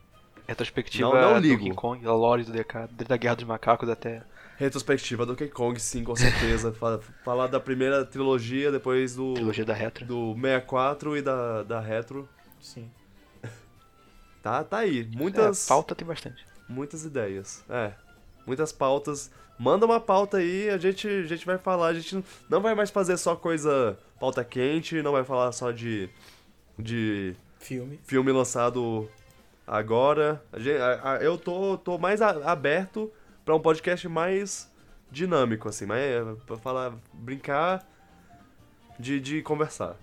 [SPEAKER 2] Retrospectiva
[SPEAKER 1] Não- não
[SPEAKER 2] do
[SPEAKER 1] ligo.
[SPEAKER 2] King Kong, Lore do DK, desde a Guerra dos Macacos até.
[SPEAKER 1] Retrospectiva do Donkey Kong, sim, com certeza. Fa- Falar da primeira trilogia, depois do,
[SPEAKER 2] Trilogia da Retro.
[SPEAKER 1] do 64 e da, da Retro.
[SPEAKER 4] Sim.
[SPEAKER 1] Tá, tá aí. Muitas.
[SPEAKER 2] É, pauta tem bastante.
[SPEAKER 1] Muitas ideias. É. muitas pautas. Manda uma pauta aí, a gente, a gente vai falar. A gente não vai mais fazer só coisa pauta quente, não vai falar só de, de
[SPEAKER 6] Filme.
[SPEAKER 1] filme lançado agora. A gen- a- a- eu tô, tô mais a- aberto pra um podcast mais dinâmico, assim, mais pra falar, brincar de, de conversar.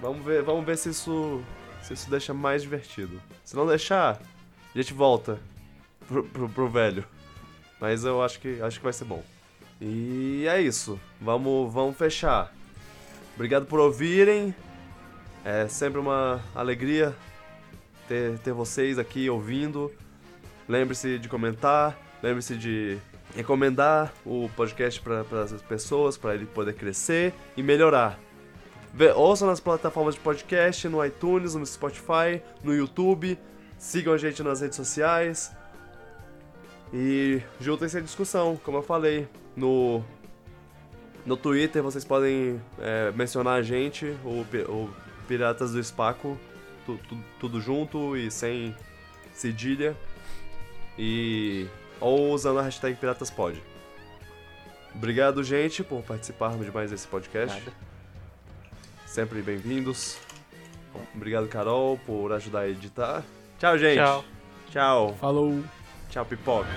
[SPEAKER 1] vamos ver, vamos ver se isso se isso deixa mais divertido. Se não deixar, a gente volta pro, pro- pro velho. Mas eu acho que acho que vai ser bom. E é isso. Vamos vamos fechar. Obrigado por ouvirem. É sempre uma alegria ter, ter vocês aqui ouvindo. Lembre-se de comentar, lembre-se de recomendar o podcast para as pessoas, para ele poder crescer e melhorar. Vê- ouçam nas plataformas de podcast, no iTunes, no Spotify, no YouTube. Sigam a gente nas redes sociais. E juntem-se à discussão, como eu falei. No no Twitter vocês podem é, mencionar a gente, o, Pi- o Piratas do Espaco, tu- tu- tudo junto e sem cedilha. E. Ou usando a hashtag PiratasPod. Obrigado, gente, por participar de mais esse podcast. Sempre bem-vindos. Obrigado, Carol, por ajudar a editar. Tchau, gente.
[SPEAKER 2] Tchau.
[SPEAKER 1] Tchau.
[SPEAKER 4] Falou.
[SPEAKER 1] Tchau, pipoca.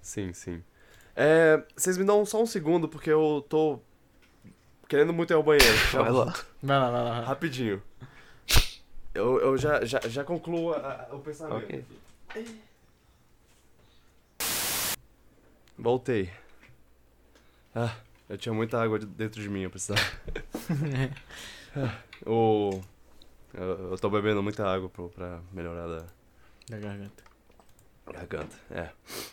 [SPEAKER 1] Sim, sim. É, vocês me dão só um segundo, porque eu tô querendo muito ir ao banheiro. Tchau.
[SPEAKER 2] Vai lá.
[SPEAKER 4] Vai lá, vai lá.
[SPEAKER 1] Rapidinho. Eu, eu já, já, já concluo a- a- o pensamento.
[SPEAKER 2] Ok.
[SPEAKER 1] Voltei. Ah, eu tinha muita água de- dentro de mim, eu precisava. Ah, o... eu, eu tô bebendo muita água pro, pra melhorar da
[SPEAKER 4] Da garganta.
[SPEAKER 1] garganta. É.